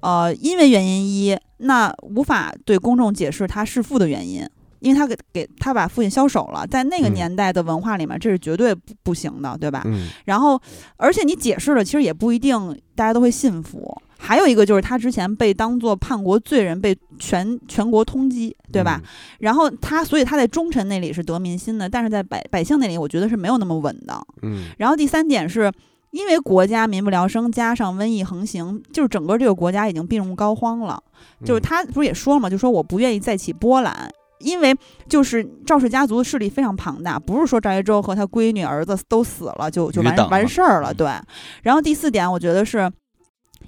Speaker 2: 呃，因为原因一，那无法对公众解释他弑父的原因，因为他给给他把父亲枭首了，在那个
Speaker 3: 嗯
Speaker 2: 年代的文化里面，这是绝对不不行的，对吧？
Speaker 3: 嗯
Speaker 2: 然后，而且你解释了，其实也不一定大家都会信服。还有一个就是他之前被当做叛国罪人，被全全国通缉，对吧？？
Speaker 3: 嗯
Speaker 2: 然后他，所以他在忠臣那里是得民心的，但是在百百姓那里，我觉得是没有那么稳的。
Speaker 3: 嗯
Speaker 2: 然后第三点是，因为国家民不聊生，加上瘟疫横行，就是整个这个国家已经病入膏肓了。
Speaker 3: 嗯，
Speaker 2: 就是他不是也说了嘛，就说我不愿意再起波澜，因为就是赵氏家族的势力非常庞大，不是说赵一舟和他闺女儿子都死了就就
Speaker 1: 余
Speaker 2: 完
Speaker 1: 党
Speaker 2: 完
Speaker 1: 了
Speaker 2: 事儿了，
Speaker 1: 嗯
Speaker 2: 对。然后第四点，我觉得是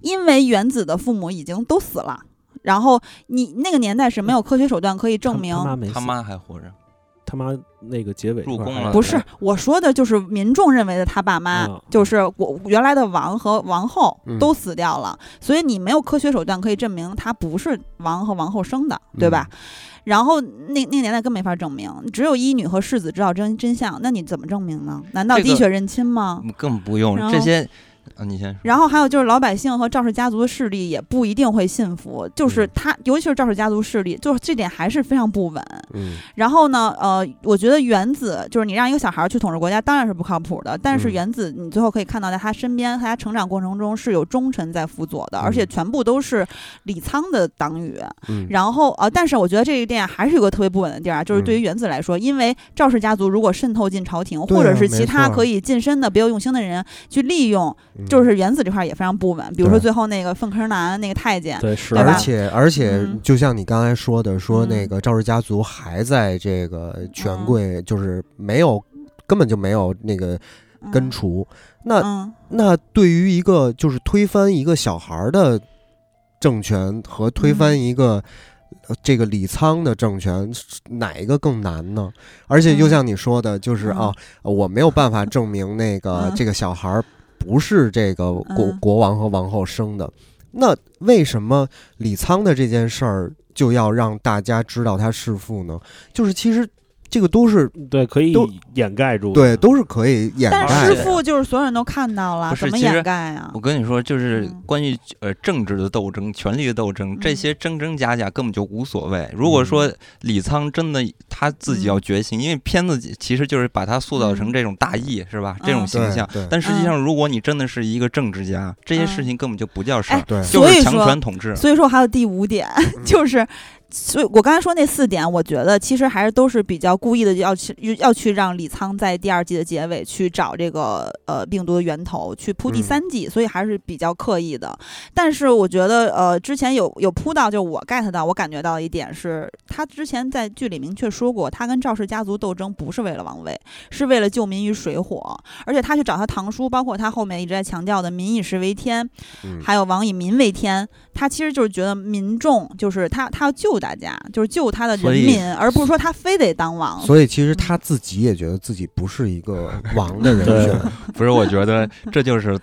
Speaker 2: 因为原子的父母已经都死了。然后你那个年代是没有科学手段可以证明，
Speaker 4: 他妈没死
Speaker 1: 他妈还活着，
Speaker 4: 他妈那个结尾
Speaker 1: 入宫了
Speaker 2: 不是，我说的就是民众认为的他爸妈，
Speaker 4: 嗯
Speaker 2: 就是我原来的王和王后
Speaker 3: 嗯
Speaker 2: 都死掉了，所以你没有科学手段可以证明他不是王和王后生的，对吧？
Speaker 3: 嗯
Speaker 2: 然后那那个年代更没法证明，只有医女和世子知道真真相，那你怎么证明呢？难道
Speaker 1: 这个
Speaker 2: 滴血认亲吗？
Speaker 1: 嗯更不用
Speaker 2: 然后
Speaker 1: 这些。啊，你先说。
Speaker 2: 然后还有就是老百姓和赵氏家族的势力也不一定会信服，就是
Speaker 3: 嗯
Speaker 2: 他，尤其是赵氏家族势力，就是这点还是非常不稳。
Speaker 3: 嗯
Speaker 2: 然后呢，呃，我觉得原子就是你让一个小孩儿去统治国家，当然是不靠谱的。但是
Speaker 3: 嗯
Speaker 2: 原子，你最后可以看到，在他身边，他成长过程中是有忠臣在辅佐的，而且
Speaker 3: 嗯
Speaker 2: 全部都是李沧的党羽。
Speaker 3: 嗯
Speaker 2: 然后呃，但是我觉得这一点还是有个特别不稳的地儿啊，就是
Speaker 3: 嗯
Speaker 2: 对于原子来说，因为赵氏家族如果渗透进朝廷，
Speaker 3: 对
Speaker 2: 或者
Speaker 3: 啊
Speaker 2: 是
Speaker 3: 没
Speaker 2: 其他
Speaker 3: 错
Speaker 2: 可以近身的别有用心的人去利用，
Speaker 3: 嗯
Speaker 2: 就是原子这块儿也非常不稳。比如说
Speaker 3: 对
Speaker 2: 最后那个粪坑男那个太监，
Speaker 4: 对是，
Speaker 2: 对吧
Speaker 3: 而且而且
Speaker 2: 嗯，
Speaker 3: 就像你刚才说的，说那
Speaker 2: 嗯
Speaker 3: 个赵氏家族还在这个权
Speaker 2: 嗯
Speaker 3: 贵，就是没有。根本就没有那个
Speaker 2: 嗯
Speaker 3: 根除，那
Speaker 2: 嗯，
Speaker 3: 那对于一个就是推翻一个小孩儿的政权和推翻一
Speaker 2: 嗯
Speaker 3: 个、呃这个李沧的政权，是哪一个更难呢？而且就
Speaker 2: 嗯
Speaker 3: 像你说的，就是
Speaker 2: 嗯
Speaker 3: 啊，我没有办法证明那个、
Speaker 2: 嗯
Speaker 3: 这个小孩儿不是这个国、
Speaker 2: 嗯
Speaker 3: 国王和王后生的。那为什么李沧的这件事儿就要让大家知道他弑父呢？就是其实这个都是
Speaker 4: 对，可以
Speaker 3: 都
Speaker 4: 掩盖住。
Speaker 3: 对，，都是可以掩盖
Speaker 2: 但
Speaker 3: 的。
Speaker 2: 是师傅就是所有人都看到了，
Speaker 1: 不是
Speaker 2: 怎么
Speaker 1: 其实
Speaker 2: 掩盖啊
Speaker 1: 我？跟你说，就是
Speaker 2: 嗯
Speaker 1: 关于呃政治的斗争、权力的斗争，这
Speaker 2: 嗯
Speaker 1: 些真真假假根本就无所
Speaker 4: 嗯
Speaker 1: 谓。如果说李沧真的他自
Speaker 2: 嗯
Speaker 1: 己要觉醒，因为片子其实就是把他塑造成这种大义，是吧？这种
Speaker 2: 嗯嗯
Speaker 1: 形象。
Speaker 3: 对对
Speaker 1: 但实际上，如果你真的是一个政治家，这些事情根本就不叫事
Speaker 2: 哎
Speaker 1: 儿，
Speaker 3: 对，
Speaker 1: 就
Speaker 2: 所以
Speaker 1: 是强
Speaker 2: 说
Speaker 1: 权，统治。
Speaker 2: 所以说还有第五点，就是，所以我刚才说那四点，我觉得其实还是都是比较故意的，要去要去让李沧在第二季的结尾去找这个呃病毒的源头，去铺第
Speaker 3: 嗯
Speaker 2: 三季，所以还是比较刻意的。但是我觉得呃，之前有有铺到，就我 get 到，我感觉到一点是，他之前在剧里明确说过，他跟赵氏家族斗争不是为了王位，是为了救民于水火，而且他去找他堂叔，包括他后面一直在强调的“民以食为天”，
Speaker 3: 嗯
Speaker 2: 还有王以民为天，他其实就是觉得民众就是他，他要救大家，就是救他的人
Speaker 1: 所以
Speaker 2: 民，而不是说他非得当王。
Speaker 3: 所以其
Speaker 2: 嗯
Speaker 3: 实他自己也觉得自己不是一个王的人
Speaker 4: 对
Speaker 3: 选，
Speaker 1: 不是，我觉得
Speaker 2: 嗯
Speaker 1: 这就是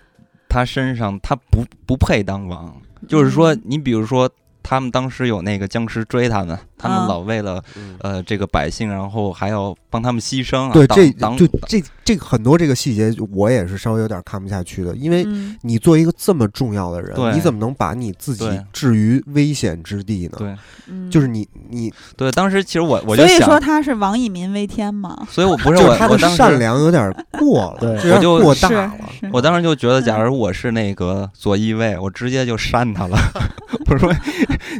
Speaker 1: 他身上他不不配当王。就是说，你比如说他们当时有那个僵尸追他们，他们
Speaker 2: 啊
Speaker 1: 老为了
Speaker 3: 嗯
Speaker 1: 呃这个百姓，然后还要帮他们牺牲啊。
Speaker 3: 对，
Speaker 1: 挡
Speaker 3: 这
Speaker 1: 挡
Speaker 3: 就这这个很多这个细节，我也是稍微有点看不下去的，因为
Speaker 2: 嗯
Speaker 3: 你作为一个这么重要的
Speaker 1: 对
Speaker 3: 人，你怎么能把你自己
Speaker 1: 对
Speaker 3: 置于危险之地呢？
Speaker 1: 对
Speaker 2: 嗯
Speaker 3: 就是你你
Speaker 1: 对，当时其实我我就
Speaker 2: 所以
Speaker 1: 想
Speaker 2: 说，他是王以民为天嘛，
Speaker 1: 所以我不是
Speaker 3: 就
Speaker 1: 我
Speaker 3: 是他
Speaker 1: 我
Speaker 3: 的
Speaker 1: 当时
Speaker 3: 善良有点过了，
Speaker 4: 对
Speaker 3: 这有点
Speaker 1: 我就
Speaker 3: 过
Speaker 2: 是
Speaker 3: 大了。
Speaker 2: 是
Speaker 1: 我当时就觉得，假如我是那个左翼卫，我直接就扇他了。 我说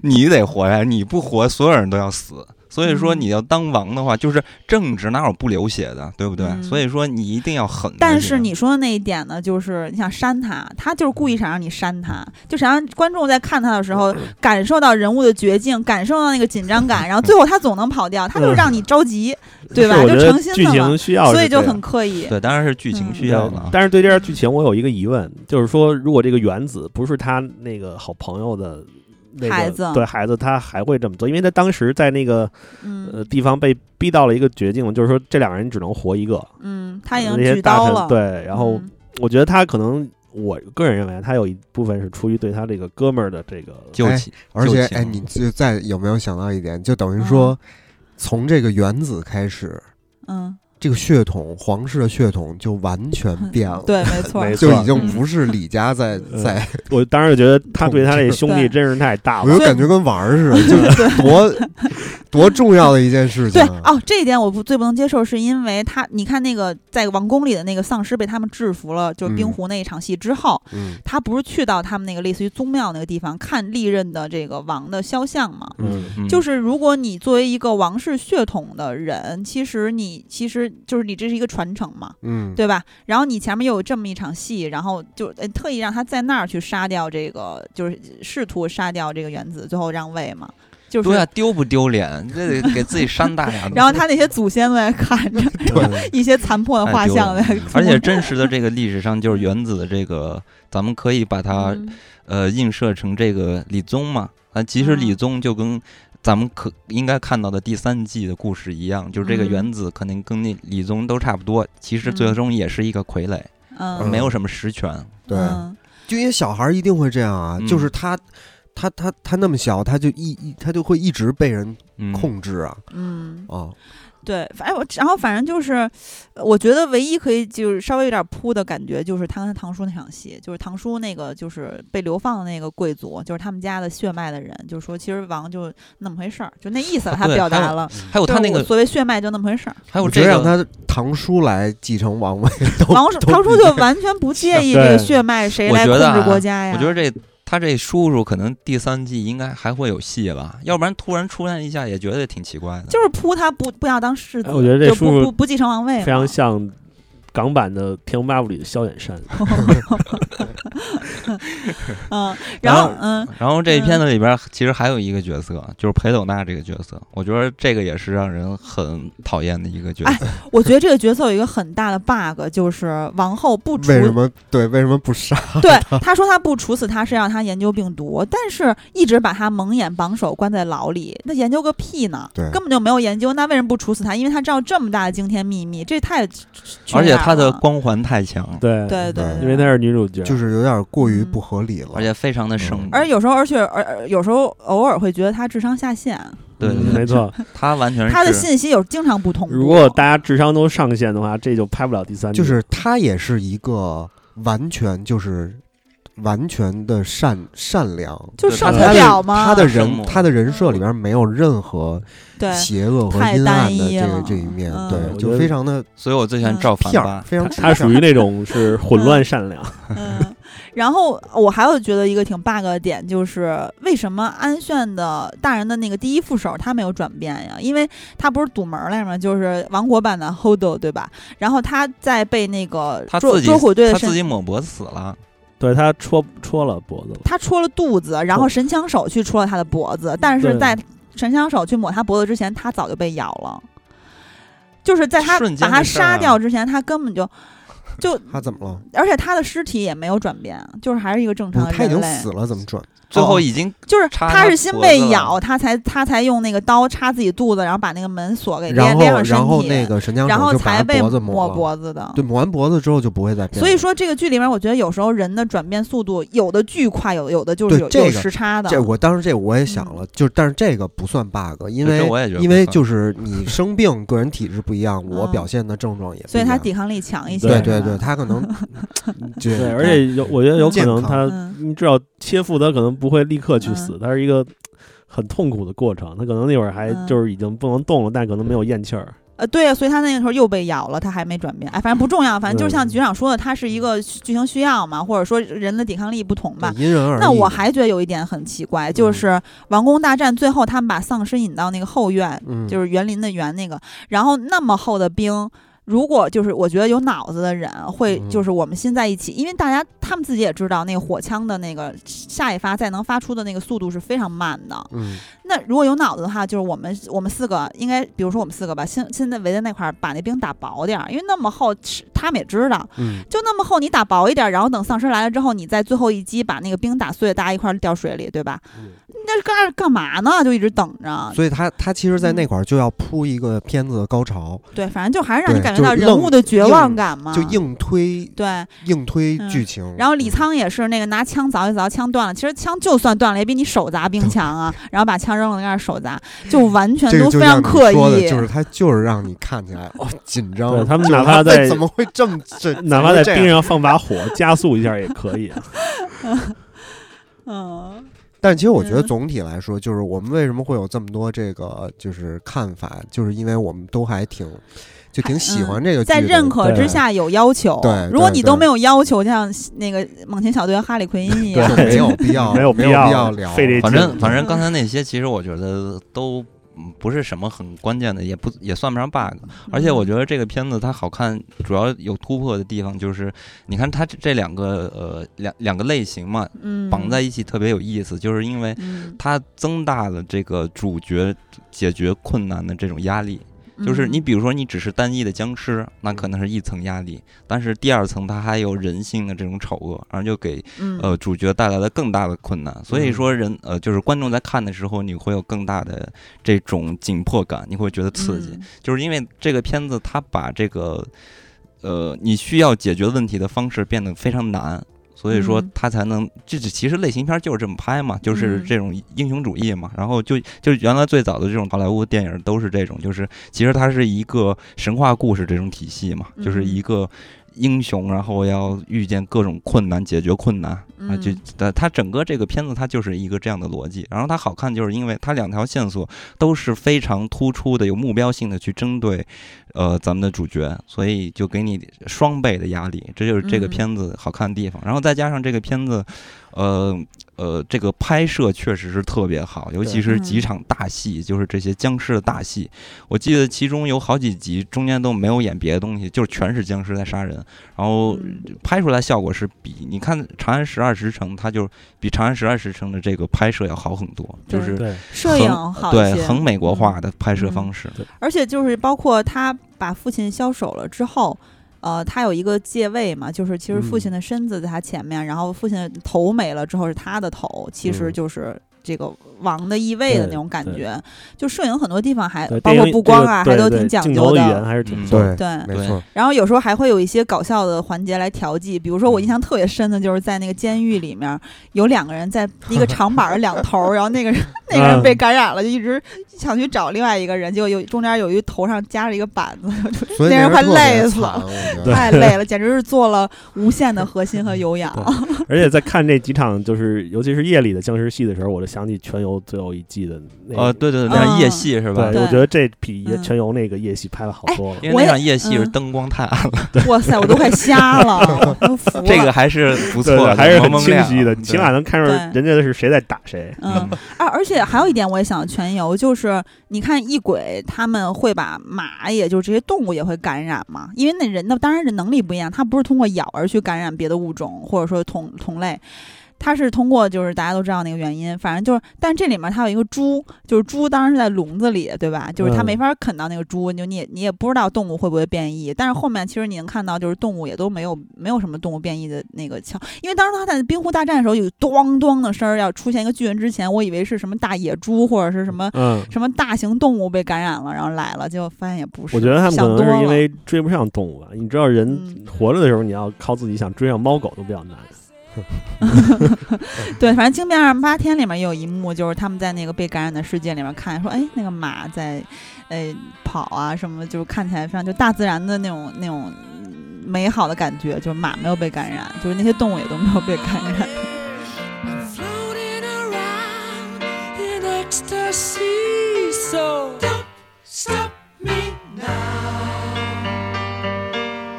Speaker 1: 你得活呀，你不活，所有人都要死。所以说，
Speaker 2: 嗯
Speaker 1: 你要当王的话，就是政治哪有不流血的，对不对？
Speaker 2: 嗯
Speaker 1: 所以说，你一啊定要狠。
Speaker 2: 但是你说的那一点呢，就是你想扇他，他就是故意想让你扇他，就想让观众在看他的时候感受到人物的绝境，感受到那个紧张感，然后最后他总能跑掉，他就是让你着急，对吧？
Speaker 4: 是我
Speaker 2: 就
Speaker 4: 觉
Speaker 2: 诚
Speaker 4: 得
Speaker 2: 心
Speaker 4: 剧
Speaker 2: 的嘛
Speaker 4: 情，需要是这样，
Speaker 2: 所以就很刻意。
Speaker 1: 对，当然是剧情
Speaker 2: 嗯
Speaker 1: 需要了
Speaker 4: 对
Speaker 1: 啊。
Speaker 4: 但是对这段剧情，我有一个疑问，就是说，如果这个原子不是他那个好朋友的、那个、
Speaker 2: 孩子
Speaker 4: 对孩子，他还会这么做，因为他当时在那个呃
Speaker 2: 嗯
Speaker 4: 地方被逼到了一个绝境，就是说这两个人只能活一个。
Speaker 2: 嗯，他已经
Speaker 4: 那些
Speaker 2: 举
Speaker 4: 大
Speaker 2: 刀
Speaker 4: 臣
Speaker 2: 了，
Speaker 4: 对，然后
Speaker 2: 嗯
Speaker 4: 我觉得他可能，我个人认为他有一部分是出于对他这个哥们儿的这个
Speaker 1: 就
Speaker 3: 哎
Speaker 1: 起
Speaker 3: 而
Speaker 1: 就
Speaker 3: 且，
Speaker 1: 行
Speaker 3: 哎，你就再有没有想到一点，就等于说，从这个原子开始，
Speaker 2: 嗯，
Speaker 3: 这个血统，皇室的血统就完全变 了，
Speaker 2: 对，嗯没错，
Speaker 4: 没
Speaker 3: 就
Speaker 4: 错
Speaker 3: 已经不是李家在
Speaker 4: 嗯
Speaker 3: 在，
Speaker 4: 我当时觉得他对他这兄弟
Speaker 2: 对
Speaker 4: 真是太大
Speaker 2: 啊
Speaker 3: 我就
Speaker 4: 了。
Speaker 3: 感觉跟玩儿似的，就 多多重要的一件事情啊
Speaker 2: 对。哦，这一点我不最不能接受，是因为他，你看那个在王宫里的那个丧尸被他们制服了，就是冰
Speaker 3: 嗯
Speaker 2: 湖那一场戏之后，
Speaker 3: 嗯
Speaker 2: 他不是去到他们那个类似于宗庙那个地方看历任的这个王的肖像吗？
Speaker 4: 嗯，
Speaker 1: 嗯
Speaker 2: 就是如果你作为一个王室血统的人，其实你其实就是你这是一个传承嘛，
Speaker 3: 嗯，
Speaker 2: 对吧？然后你前面又有这么一场戏，然后就、呃特意让他在那儿去杀掉这个，就是试图杀掉这个原子，最后让位嘛，就是。。
Speaker 1: 对啊，丢不丢脸？这得给自己扇大牙
Speaker 2: 然后他那些祖先们看着
Speaker 3: 对，
Speaker 2: 一些残破的画像在
Speaker 1: 太，而且真实的这个历史上，就是原子的这个，咱们可以把它
Speaker 2: 嗯
Speaker 1: 呃映射成这个李宗嘛。啊，其实李
Speaker 2: 嗯
Speaker 1: 宗就跟咱们可应该看到的第三季的故事一样，就是这个
Speaker 2: 嗯
Speaker 1: 原子可能跟那李宗都差不多，其实最
Speaker 2: 嗯
Speaker 1: 终也是一个傀儡，
Speaker 2: 嗯，
Speaker 1: 没有什么实权。
Speaker 3: 对
Speaker 2: 嗯
Speaker 3: 就因为小孩儿一定会这样啊，
Speaker 1: 嗯
Speaker 3: 就是他。他他他那么小，他就一一他就会一直被人
Speaker 1: 嗯，
Speaker 3: 控制啊
Speaker 2: 嗯，
Speaker 3: 啊！
Speaker 2: 对，反正我然后反正就是，呃我觉得唯一可以就是稍微有点扑的感觉，就是他跟堂叔那场戏，就是堂叔那个就是被流放的那个贵族，就是他们家的血脉的人，就是说其实王就那么回事儿，就那意思
Speaker 1: 啊
Speaker 2: 他
Speaker 1: 对
Speaker 2: 表
Speaker 1: 还
Speaker 2: 达
Speaker 1: 有
Speaker 2: 了，
Speaker 1: 还有
Speaker 2: 就
Speaker 1: 他
Speaker 2: 是
Speaker 1: 那
Speaker 2: 我
Speaker 1: 个，
Speaker 2: 所谓血脉就那么回事儿，
Speaker 1: 还有
Speaker 3: 我
Speaker 1: 这
Speaker 3: 觉得让
Speaker 1: 个，
Speaker 3: 他堂叔来继承王位，都
Speaker 2: 王叔
Speaker 3: 都
Speaker 2: 堂叔就完全不介意这
Speaker 4: 对
Speaker 2: 个血脉谁
Speaker 1: 我
Speaker 2: 来
Speaker 1: 觉得
Speaker 2: 控制
Speaker 1: 啊
Speaker 2: 国家呀，
Speaker 1: 我觉得这他这叔叔可能第三季应该还会有戏吧，要不然突然出现一下也觉得挺奇怪的。
Speaker 2: 就是扑他不不要当世子，
Speaker 4: 哎我觉得这
Speaker 2: 就
Speaker 4: 叔
Speaker 2: 不
Speaker 4: 叔
Speaker 2: 不不继承王位嘛，
Speaker 4: 非常像港版的《天龙八部》里的萧远山，
Speaker 2: 嗯，
Speaker 1: 然
Speaker 2: 然
Speaker 1: 后
Speaker 2: 后嗯
Speaker 1: 然后这
Speaker 2: 嗯
Speaker 1: 片子里边儿其实还有一个角色，就是裴斗娜这个角色，我觉得这个也是让人很讨厌的一个角色。
Speaker 2: 我觉得这个角色有一个很大的 bug，就是王后不处
Speaker 3: 为什么对为什么不杀？
Speaker 2: 对，他说他不处死他是让他研究病毒，但是一直把他蒙眼绑手关在牢里，那研究个屁呢？
Speaker 3: 对
Speaker 2: 根本就没有研究。那为什么不处死他？因为他知道这么大的惊天秘密，这太
Speaker 1: 而且
Speaker 2: 他
Speaker 1: 她的光环太强，
Speaker 4: 对
Speaker 2: 对对
Speaker 3: 对啊
Speaker 4: 因为她是女主角，
Speaker 3: 就是有点过于
Speaker 2: 嗯
Speaker 3: 不合理了。
Speaker 1: 而且非常的生
Speaker 3: 嗯，
Speaker 2: 而有时候，而且而而有时候偶尔会觉得他智商下线，
Speaker 1: 对
Speaker 4: 嗯
Speaker 1: 对
Speaker 4: 没
Speaker 1: 对，
Speaker 4: 错。
Speaker 1: 她完全是
Speaker 2: 他的信息有经常不同步。
Speaker 4: 如果大家智商都上线的话，这就拍不了第三季。
Speaker 3: 就是他也是一个完全就是完全的善善良，
Speaker 2: 就
Speaker 1: 对
Speaker 2: 上
Speaker 1: 他
Speaker 2: 头
Speaker 3: 他
Speaker 2: 表
Speaker 3: 的
Speaker 2: 嘛，
Speaker 3: 他的
Speaker 1: 圣
Speaker 3: 人
Speaker 1: 母
Speaker 3: 他的人设里边没有任何
Speaker 2: 对
Speaker 3: 邪恶和
Speaker 2: 太
Speaker 3: 阴
Speaker 2: 单
Speaker 3: 暗的
Speaker 2: 一
Speaker 3: 这
Speaker 2: 了
Speaker 3: 个这一面
Speaker 2: 嗯，
Speaker 3: 对，
Speaker 4: 我觉
Speaker 3: 就
Speaker 4: 得
Speaker 3: 非常的
Speaker 1: 所以我最喜欢
Speaker 2: 嗯
Speaker 1: 赵凡
Speaker 3: 片儿，
Speaker 1: 吧。
Speaker 3: 非常
Speaker 4: 她属于那种是混乱善良，
Speaker 2: 嗯，然后我还有觉得一个挺 bug 的点，就是为什么安炫的大人的那个第一副手他没有转变呀？因为他不是堵门儿来嘛，就是王国版的 Hodo 对吧？然后他在被那个
Speaker 1: 他
Speaker 2: 捉
Speaker 1: 自己
Speaker 2: 捉虎队
Speaker 1: 他
Speaker 2: 的
Speaker 1: 自己
Speaker 2: 神，
Speaker 1: 抹脖子死
Speaker 3: 哦
Speaker 1: 了，
Speaker 4: 对她戳戳了脖子了。
Speaker 2: 他戳了肚子，然后神枪手去戳了他的脖子，但是
Speaker 4: 对
Speaker 2: 在神枪手去抹他脖子之前，他早就被咬了。就是在他
Speaker 1: 瞬
Speaker 2: 把
Speaker 1: 间
Speaker 2: 他
Speaker 1: 的事儿啊
Speaker 2: 杀掉之前，他根本就就
Speaker 3: 他怎么了？
Speaker 2: 而且他的尸体也没有转变，就是还是一个正
Speaker 3: 不
Speaker 2: 常
Speaker 3: 是
Speaker 2: 的
Speaker 3: 他已
Speaker 2: 嗯人
Speaker 3: 经
Speaker 2: 类。
Speaker 3: 死了，怎么转？
Speaker 1: 最后
Speaker 3: 哦
Speaker 1: 已经
Speaker 2: 就是
Speaker 1: 插
Speaker 2: 他
Speaker 1: 他
Speaker 2: 是心
Speaker 1: 脖
Speaker 2: 被
Speaker 1: 子了
Speaker 2: 咬，他才他才用那个刀插自己肚子，然后把那个门锁给
Speaker 3: 然
Speaker 2: 连
Speaker 3: 后
Speaker 2: 连上身体，
Speaker 3: 然后那个神枪
Speaker 2: 然
Speaker 3: 手
Speaker 2: 后
Speaker 3: 就把
Speaker 2: 才
Speaker 3: 他
Speaker 2: 被
Speaker 3: 脖子
Speaker 2: 抹
Speaker 3: 了，
Speaker 2: 脖子的。
Speaker 3: 对，抹完脖子之后就不会再变了。
Speaker 2: 所以说这个剧里面，我觉得有时候人的转变速度，有的巨快，有有的就是
Speaker 3: 对
Speaker 2: 有、
Speaker 3: 这个
Speaker 2: 有时差的。
Speaker 3: 这我当时这我也想
Speaker 2: 嗯
Speaker 3: 了，就是但是这个不算 bug，因
Speaker 1: 对
Speaker 3: 为
Speaker 1: 这我也觉得
Speaker 3: 因
Speaker 1: 不
Speaker 3: 为
Speaker 1: 算
Speaker 3: 就是你生病，个人体质不一样，我
Speaker 2: 嗯
Speaker 3: 表现的症状也不
Speaker 2: 所以
Speaker 3: 一
Speaker 2: 他
Speaker 3: 样
Speaker 2: 抵抗力强一些。
Speaker 3: 对
Speaker 4: 对
Speaker 3: 对
Speaker 2: 是吧
Speaker 3: 对，他可能 对
Speaker 4: 对，而且有，我觉得有可能他，
Speaker 2: 嗯
Speaker 4: 你知道切腹，他可能不会立刻去死
Speaker 2: 嗯，
Speaker 4: 他是一个很痛苦的过程，他可能那会儿还
Speaker 2: 嗯
Speaker 4: 就是已经不能动了，但可能没有咽气儿。
Speaker 2: 呃，对啊，所以他那个时候又被咬了，他还没转变。哎，反正不重要，反正就是像
Speaker 4: 嗯
Speaker 2: 局长说的，他是一个剧情需要嘛，或者说人的抵抗力不同吧
Speaker 3: 对。嗯因人而异。
Speaker 2: 那我还觉得有一点很奇怪，就是《王宫大战》最后他们把丧尸引到那个后院，
Speaker 3: 嗯，
Speaker 2: 就是园林的园那个，然后那么厚的冰。如果就是我觉得有脑子的人会，
Speaker 3: 嗯
Speaker 2: 就是我们心在一起，因为大家他们自己也知道，那个火枪的那个下一发再能发出的那个速度是非常慢的。
Speaker 3: 嗯
Speaker 2: 那如果有脑子的话，就是我们我们四个应该，比如说我们四个吧，现现在围在那块儿，把那冰打薄点儿，因为那么厚，是他们也知道，
Speaker 3: 嗯，
Speaker 2: 就那么厚，你打薄一点，然后等丧尸来了之后，你在最后一击把那个冰打碎，大家一块儿掉水里，对吧？
Speaker 3: 嗯
Speaker 2: 那干干嘛呢？就一直等着。
Speaker 3: 所以他他其实，
Speaker 2: 嗯
Speaker 3: 在那块儿就要铺一个片子的高潮，
Speaker 2: 对，反正就还是让你
Speaker 3: 对
Speaker 2: 感觉
Speaker 3: 就
Speaker 2: 到人
Speaker 3: 愣
Speaker 2: 物的绝
Speaker 3: 硬
Speaker 2: 望感嘛。
Speaker 3: 就硬推
Speaker 2: 对，
Speaker 3: 硬
Speaker 2: 啊
Speaker 3: 推
Speaker 2: 嗯
Speaker 3: 剧情。
Speaker 2: 然后李
Speaker 3: 嗯
Speaker 2: 沧也是那个拿枪凿一凿，枪断了。其实枪就算断了，也比你手 砸冰强啊。然后把枪扔了，在那儿手砸，就完全
Speaker 3: 这个
Speaker 2: 都
Speaker 3: 就
Speaker 2: 非
Speaker 3: 像
Speaker 2: 常
Speaker 3: 你
Speaker 2: 刻
Speaker 3: 说的
Speaker 2: 意。
Speaker 3: 就是他就是让你看起来哦紧
Speaker 4: 对
Speaker 3: 张，
Speaker 4: 他们
Speaker 3: 就是
Speaker 4: 哪怕
Speaker 3: 在
Speaker 4: 在
Speaker 3: 怎么会这么这
Speaker 4: 哪怕在冰
Speaker 3: 上，
Speaker 4: 上放把火，加速一下也可以。啊
Speaker 2: 嗯，
Speaker 3: 但其实我觉得
Speaker 2: 嗯
Speaker 3: 总体来说，就是我们为什么会有这么多这个就是看法，就是因为我们都还挺就挺喜欢这个剧
Speaker 2: 在
Speaker 3: 的，
Speaker 2: 认可
Speaker 4: 对
Speaker 2: 之下有要求。
Speaker 3: 对
Speaker 2: 如果
Speaker 3: 对
Speaker 2: 你都
Speaker 3: 对
Speaker 2: 没有要求，就像那个猛禽小队和哈利奎 因一样
Speaker 3: 就，
Speaker 4: 对
Speaker 3: 没有必要，
Speaker 4: 没
Speaker 3: 有
Speaker 4: 有
Speaker 3: 必
Speaker 4: 必要
Speaker 3: 聊，
Speaker 4: 费这
Speaker 1: 反
Speaker 4: 劲
Speaker 1: 正反正刚才那些，其实我觉得都嗯不是什么很关键的，也不也算不上 bug。而
Speaker 2: 嗯
Speaker 1: 且我觉得这个片子它好看，主要有突破的地方就是，你看它这这两个呃两两个类型嘛，
Speaker 2: 嗯
Speaker 1: 绑在一起特别有意思，就是因为
Speaker 2: 嗯，
Speaker 1: 它增大了这个主角解决困难的这种压力。
Speaker 2: 嗯
Speaker 1: 就是你比如说你只是单一的僵尸，那可能是一层压力，但是第二层它还有人性的这种丑恶，然后就给
Speaker 2: 嗯
Speaker 1: 呃主角带来了更大的困难。所以
Speaker 3: 嗯
Speaker 1: 说人呃就是观众在看的时候，你会有更大的这种紧迫感，你会觉得刺激，
Speaker 2: 嗯
Speaker 1: 就是因为这个片子它把这个呃你需要解决问题的方式变得非常难。所以说
Speaker 2: 嗯
Speaker 1: 它才能，这这其实类型片就是这么拍嘛，就是
Speaker 2: 嗯
Speaker 1: 这种英雄主义嘛。然后就就原来最早的这种好莱坞电影都是这种，就是其实它是一个神话故事这种体系嘛，就是
Speaker 2: 嗯
Speaker 1: 一个英雄，然后要遇见各种困难，解决困难啊，就
Speaker 2: 嗯
Speaker 1: 它它整个这个片子它就是一个这样的逻辑。然后它好看，就是因为它两条线索都是非常突出的，有目标性的去针对，呃，咱们的主角，所以就给你双倍的压力，这就是这个
Speaker 2: 嗯
Speaker 1: 片子好看的地方。然后再加上这个片子，呃呃，这个拍摄确实是特别好，尤其
Speaker 4: 对
Speaker 1: 是
Speaker 2: 嗯
Speaker 1: 几场大戏，就是这些僵尸的大戏，我记得其中有好几集中间都没有演别的东西，就是全是僵尸在杀人，然后
Speaker 2: 嗯
Speaker 1: 拍出来效果是比你看《长安十二时辰》，它就比《长安十二时辰》的这个拍摄要好很多，
Speaker 2: 对
Speaker 1: 就是
Speaker 4: 对，
Speaker 2: 摄影好一
Speaker 1: 对
Speaker 2: 些嗯
Speaker 1: 很美国化的拍摄方式。
Speaker 2: 而且就是包括他把父亲枭首了之后。呃，他有一个借位嘛，就是其实父
Speaker 4: 嗯
Speaker 2: 亲的身子在他前面，然后父亲的头没了之后是他的头，其实
Speaker 3: 嗯
Speaker 2: 就是这个王的意味的
Speaker 4: 对
Speaker 2: 那种感
Speaker 4: 对
Speaker 2: 觉。就摄影很多地方还
Speaker 4: 对
Speaker 2: 包
Speaker 4: 电
Speaker 2: 括
Speaker 4: 影
Speaker 2: 布光啊，
Speaker 4: 这
Speaker 2: 还
Speaker 4: 个
Speaker 2: 都
Speaker 4: 对
Speaker 2: 挺
Speaker 4: 对
Speaker 2: 讲
Speaker 4: 镜
Speaker 2: 究
Speaker 4: 头语言
Speaker 2: 的。
Speaker 4: 还是挺
Speaker 1: 嗯
Speaker 4: 不错的
Speaker 2: 对，
Speaker 3: 对，没错，
Speaker 2: 然后有时候还会有一些搞笑的环节来调剂，比如说我印象特别深的就是在那个监狱里面，有两个人在一个长板儿的两头儿，然后那个人那个人被感染了，就一直想去找另外一个人，结果有中间有一头上夹着一个板子，
Speaker 3: 所以
Speaker 2: 那人快
Speaker 3: 特别
Speaker 2: 累死
Speaker 3: 惨
Speaker 2: 了
Speaker 3: 我觉 得
Speaker 2: 太累了，简直是做了无限的核心和有氧。
Speaker 4: 而且在看这几场，就是尤其是夜里的僵尸戏的时候，我就想起《全游》最后一季的那
Speaker 1: 呃，
Speaker 4: 个。
Speaker 1: 对对对，
Speaker 2: 嗯
Speaker 1: 那场夜戏是吧？
Speaker 4: 对，我
Speaker 2: 对
Speaker 4: 觉得这比
Speaker 2: 嗯哎
Speaker 4: 全游那个夜戏拍的好多了。
Speaker 1: 因
Speaker 2: 我
Speaker 1: 为
Speaker 2: 也
Speaker 1: 那场夜戏是
Speaker 2: 嗯
Speaker 1: 灯光 太暗了，
Speaker 2: 哇塞，我都快瞎了，我都服了。
Speaker 1: 这个还是不
Speaker 4: 对
Speaker 1: 错的，
Speaker 4: 还是
Speaker 1: 蒙
Speaker 4: 很
Speaker 1: 蒙
Speaker 4: 清
Speaker 1: 亮嗯
Speaker 4: 晰
Speaker 1: 对
Speaker 4: 的，你起码能看出
Speaker 2: 对
Speaker 4: 人家的是谁在打谁。
Speaker 2: 嗯，啊，而且还有一点我也想全游，就是你看异鬼他们会把马，也就是这些动物也会感染嘛，因为那人的当然是能力不一样，他不是通过咬而去感染别的物种或者说同同类。它是通过就是大家都知道那个原因，反正就是，但是这里面它有一个猪，就是猪当然是在笼子里，对吧？就是它
Speaker 4: 嗯
Speaker 2: 没法啃到那个猪，你就你也你也不知道动物会不会变异。但是后面其实你能看到，就是动物也都没有没有什么动物变异的那个枪，因为当时它在冰湖大战的时候有咣咣的声儿，要出现一个巨人之前，我以为是什么大野猪或者是什么
Speaker 4: 嗯，
Speaker 2: 什么大型动物被感染了，然后来了，结果发现也不是。
Speaker 4: 我觉得他们
Speaker 2: 想
Speaker 4: 可
Speaker 2: 多
Speaker 4: 能
Speaker 2: 了。
Speaker 4: 是因为追不上动物吧。你知道，人
Speaker 2: 嗯
Speaker 4: 活着的时候，你要靠自己想追上猫狗都比较难。
Speaker 2: 对，反正《惊变二十八天》里面也有一幕，就是他们在那个被感染的世界里面看，说哎，那个马在，呃，跑啊什么，就是看起来非常就大自然的那种那种嗯美好的感觉，就是马没有被感染，就是那些动物也都没有被感染。
Speaker 5: I'm floating around in ecstasy, so don't stop me now.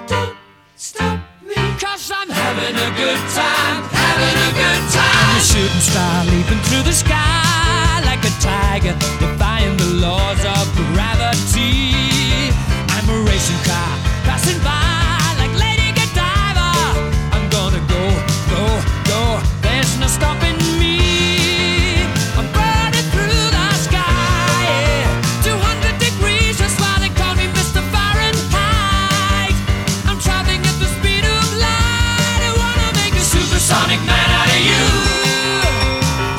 Speaker 5: Don't stop me, cause I'm having a good time, having a good time. I'm a shooting star leaping through the sky like a tiger, defying the laws of gravity. I'm a racing car passing by like Lady Godiva. I'm gonna go, go, go, there's no stopping me. I'm burning through the sky, yeah. 200 degrees, that's why they call me Mr. Fahrenheit. I'm traveling at the speed of light. I wanna make a supersonic man out of you.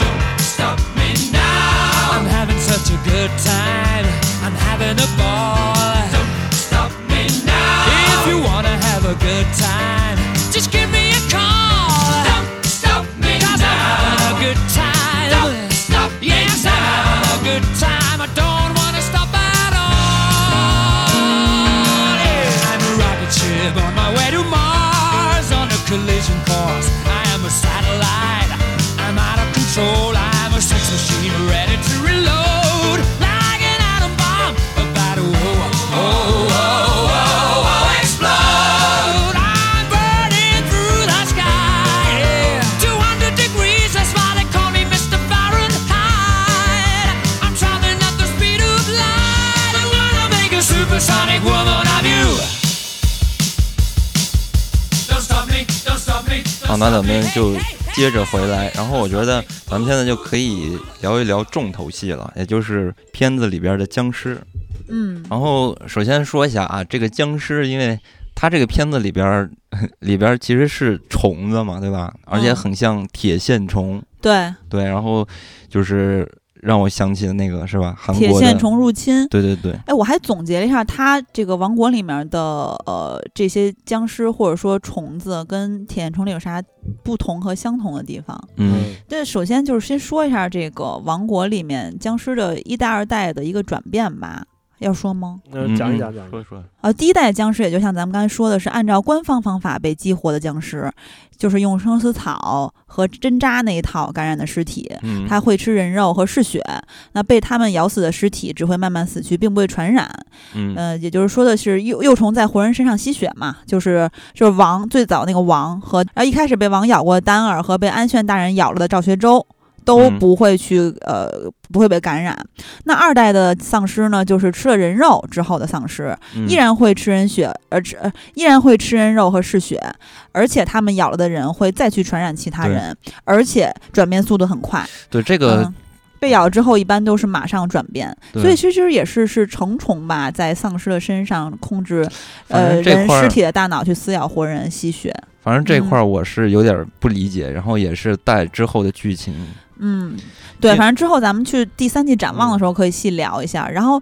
Speaker 5: Don't stop me now. I'm having such a good time. I'm having a ball. Don't stop me now. If you wanna have a good time, just give me a call. Don't stop me Cause now. I'm having a good time. Don't stop me yes, now. I'm having a good time. I don't wanna stop at all. Yeah. I'm a rocket ship on my way to Mars on a collision course. I am a satellite. I'm out of control. I'm a sex machine ready to reload. Like an atom bomb about to oh, oh, oh, oh, oh, explode. I'm burning through the sky. Yeah. 200 degrees, that's why they call me Mr. Fahrenheit. I'm traveling at the speed of light. I wanna make a supersonic woman of you. Don't stop me, don't stop me.
Speaker 1: 好，
Speaker 5: don't
Speaker 1: 那
Speaker 5: stop
Speaker 1: 咱
Speaker 5: me.
Speaker 1: 们
Speaker 5: Hey,
Speaker 1: 就
Speaker 5: hey, hey,
Speaker 1: 接着回
Speaker 5: hey.
Speaker 1: 来，然后我觉得咱们现在就可以聊一聊重头戏了，也就是片子里边的僵尸。
Speaker 2: 嗯，
Speaker 1: 然后首先说一下啊，这个僵尸，因为它这个片子里边儿 里边儿其实是虫子嘛，对吧？而且
Speaker 2: 嗯
Speaker 1: 很像铁线虫，
Speaker 2: 对，
Speaker 1: 对。然后就是让我想起了那个是吧？韩
Speaker 2: 铁
Speaker 1: 国的
Speaker 2: 线，虫入侵。
Speaker 1: 对对对，
Speaker 2: 哎，我还总结了一下，它这个王国里面的呃这些僵尸或者说虫子跟铁线虫里有啥不同和相同的地方？
Speaker 1: 嗯，
Speaker 2: 这首先就是先说一下这个王国里面僵尸的一代、二代的一个转变吧，要说吗？
Speaker 4: 那
Speaker 1: 嗯
Speaker 4: 讲一
Speaker 1: 嗯
Speaker 4: 讲讲一讲。
Speaker 1: 说，
Speaker 2: 呃，第一代僵尸也就像咱们刚才说的，是按照官方方法被激活的僵尸，就是用生死草和针扎那一套感染的尸体。
Speaker 1: 嗯，
Speaker 2: 它会吃人肉和嗜血，那被它们咬死的尸体只会慢慢死去，并不会传染。
Speaker 1: 嗯
Speaker 2: 呃，也就是说的是幼幼虫在活人身上吸血嘛，就是就是王最早那个王和然后一开始被王咬过的丹耳和被安炫大人咬了的赵学周。都
Speaker 1: 嗯
Speaker 2: 不会去、呃，不会被感染。那二代的丧尸呢，就是吃了人肉之后的丧尸，
Speaker 1: 嗯
Speaker 2: 依然会吃人血，呃吃呃依然会吃人肉和嗜血，而且他们咬了的人会再去传染其他
Speaker 1: 对
Speaker 2: 人，而且转变速度很快。
Speaker 1: 对这个
Speaker 2: 嗯，被咬之后一般都是马上转变，
Speaker 1: 对
Speaker 2: 所以其实也是是成虫吧，在丧尸的身上控制
Speaker 1: 反
Speaker 2: 呃
Speaker 1: 正这
Speaker 2: 人
Speaker 1: 块儿
Speaker 2: 尸体的大脑去撕咬活人吸血。
Speaker 1: 反正
Speaker 2: 嗯
Speaker 1: 这块儿我是有点不理解，然后也是带之后的剧情，
Speaker 2: 嗯，对，
Speaker 1: 也嗯
Speaker 2: 反正之后咱们去第三季展望的时候可以细聊一下。然后，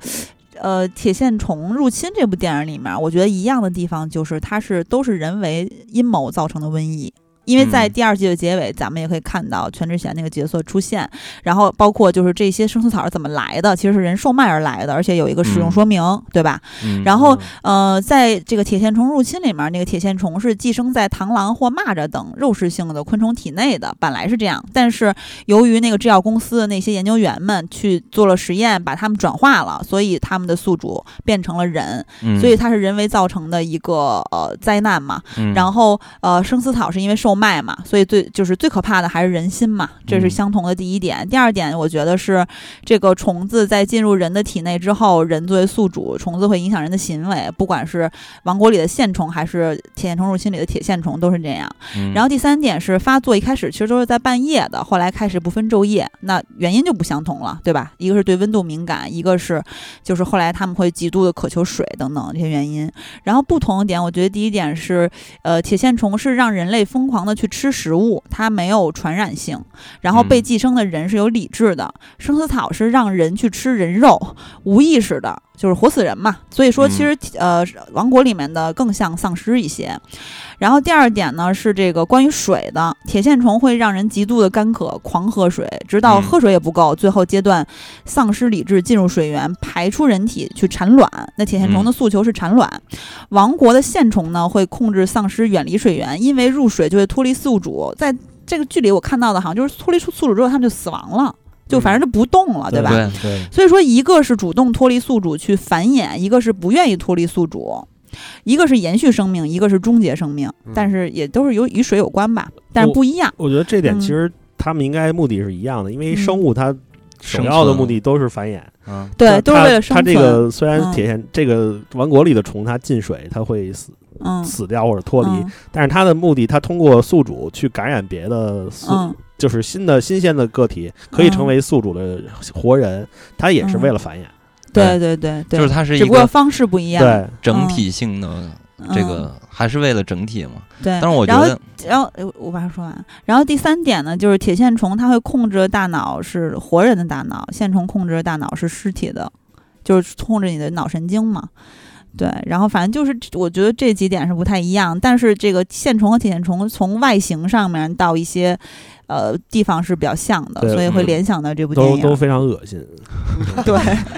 Speaker 2: 呃，《铁线虫入侵》这部电影里面，我觉得一样的地方就是它是都是人为阴谋造成的瘟疫。因为在
Speaker 1: 嗯
Speaker 2: 第二季的结尾，咱们也可以看到全智贤那个角色出现，然后包括就是这些生死草是怎么来的，其实是人售卖而来的，而且有一个使用
Speaker 1: 嗯
Speaker 2: 说明，对吧？
Speaker 1: 嗯，
Speaker 2: 然后呃，在这个铁线虫入侵里面，那个铁线虫是寄生在螳螂或蚂蚱等肉食性的昆虫体内的，本来是这样，但是由于那个制药公司的那些研究员们去做了实验，把它们转化了，所以它们的宿主变成了人，
Speaker 1: 嗯
Speaker 2: 所以它是人为造成的一个呃灾难嘛。
Speaker 1: 嗯
Speaker 2: 然后呃，生死草是因为售有卖嘛，所以最就是最可怕的还是人心嘛，这是
Speaker 1: 嗯
Speaker 2: 相同的第一点。第二点，我觉得是这个虫子在进入人的体内之后，人作为宿主，虫子会影响人的行为，不管是王国里的线虫还是铁线虫入侵里的铁线虫都是这样。
Speaker 1: 嗯
Speaker 2: 然后第三点是发作一开始其实都是在半夜的，后来开始不分昼夜，那原因就不相同了，对吧？一个是对温度敏感，一个是就是后来他们会极度的渴求水等等这些原因。然后不同的点，我觉得第一点是，呃，铁线虫是让人类疯狂的去吃食物，它没有传染性，然后被
Speaker 1: 嗯
Speaker 2: 寄生的人是有理智的。生死草是让人去吃人肉，无意识的，就是活死人嘛。所以说，其实、呃，王国里面的更像丧尸一些。然后第二点呢是这个关于水的，铁线虫会让人极度的干渴，狂喝水，直到
Speaker 1: 嗯
Speaker 2: 喝水也不够，最后阶段丧失理智，进入水源，排出人体去产卵。那铁线虫的诉求是产卵。王国的线虫呢会控制丧尸远离水源，因为入水就会脱离宿主。在这个剧里我看到的好像就是脱离宿宿主之后他们就死亡了，就反正就不动了，
Speaker 4: 对
Speaker 2: 吧？
Speaker 1: 对，
Speaker 4: 对，
Speaker 2: 所以说，一个是主动脱离宿主去繁衍，一个是不愿意脱离宿主，一个是延续生命，一个是终结生命，
Speaker 3: 嗯
Speaker 2: 但是也都是由与水有关吧，但是不一样。
Speaker 1: 哦
Speaker 4: 我觉得这点
Speaker 2: 嗯
Speaker 4: 其实他们应该目的是一样的，因为
Speaker 2: 嗯
Speaker 4: 生物它首
Speaker 1: 生
Speaker 4: 要的
Speaker 1: 存
Speaker 4: 目的啊都是繁衍，
Speaker 1: 嗯
Speaker 2: 对，
Speaker 4: 那
Speaker 2: 都是
Speaker 4: 它
Speaker 2: 为了生
Speaker 4: 它
Speaker 2: 存。
Speaker 4: 这个虽然
Speaker 2: 嗯
Speaker 4: 铁线这个王国里的虫，它进水它会死
Speaker 2: 嗯，
Speaker 4: 死掉或者脱离，
Speaker 2: 嗯
Speaker 4: 但是它的目的，它通过宿主去感染别的宿，
Speaker 2: 嗯
Speaker 4: 就是新的新鲜的个体可以成
Speaker 2: 嗯
Speaker 4: 为宿主的活人，它也是为了繁衍。
Speaker 2: 对对对对，
Speaker 1: 哎就是它是
Speaker 2: 只
Speaker 1: 一
Speaker 2: 不过
Speaker 1: 个
Speaker 2: 方式不一样。
Speaker 4: 对，
Speaker 1: 整体性的，
Speaker 2: 嗯，
Speaker 1: 这个还是为了整体嘛。
Speaker 2: 对。
Speaker 1: 但是我觉
Speaker 2: 然后
Speaker 1: 得，
Speaker 2: 然后呃我把它说完。然后第三点呢，就是铁线虫它会控制大脑是活人的大脑，线虫控制大脑是尸体的，就是控制你的脑神经嘛。对，然后反正就是，我觉得这几点是不太一样，但是这个线虫和铁线虫从外形上面到一些，呃地方是比较像的，
Speaker 4: 对
Speaker 2: 所以会
Speaker 1: 嗯
Speaker 2: 联想到这部电
Speaker 4: 都
Speaker 2: 影。
Speaker 4: 都非常恶心。
Speaker 2: 对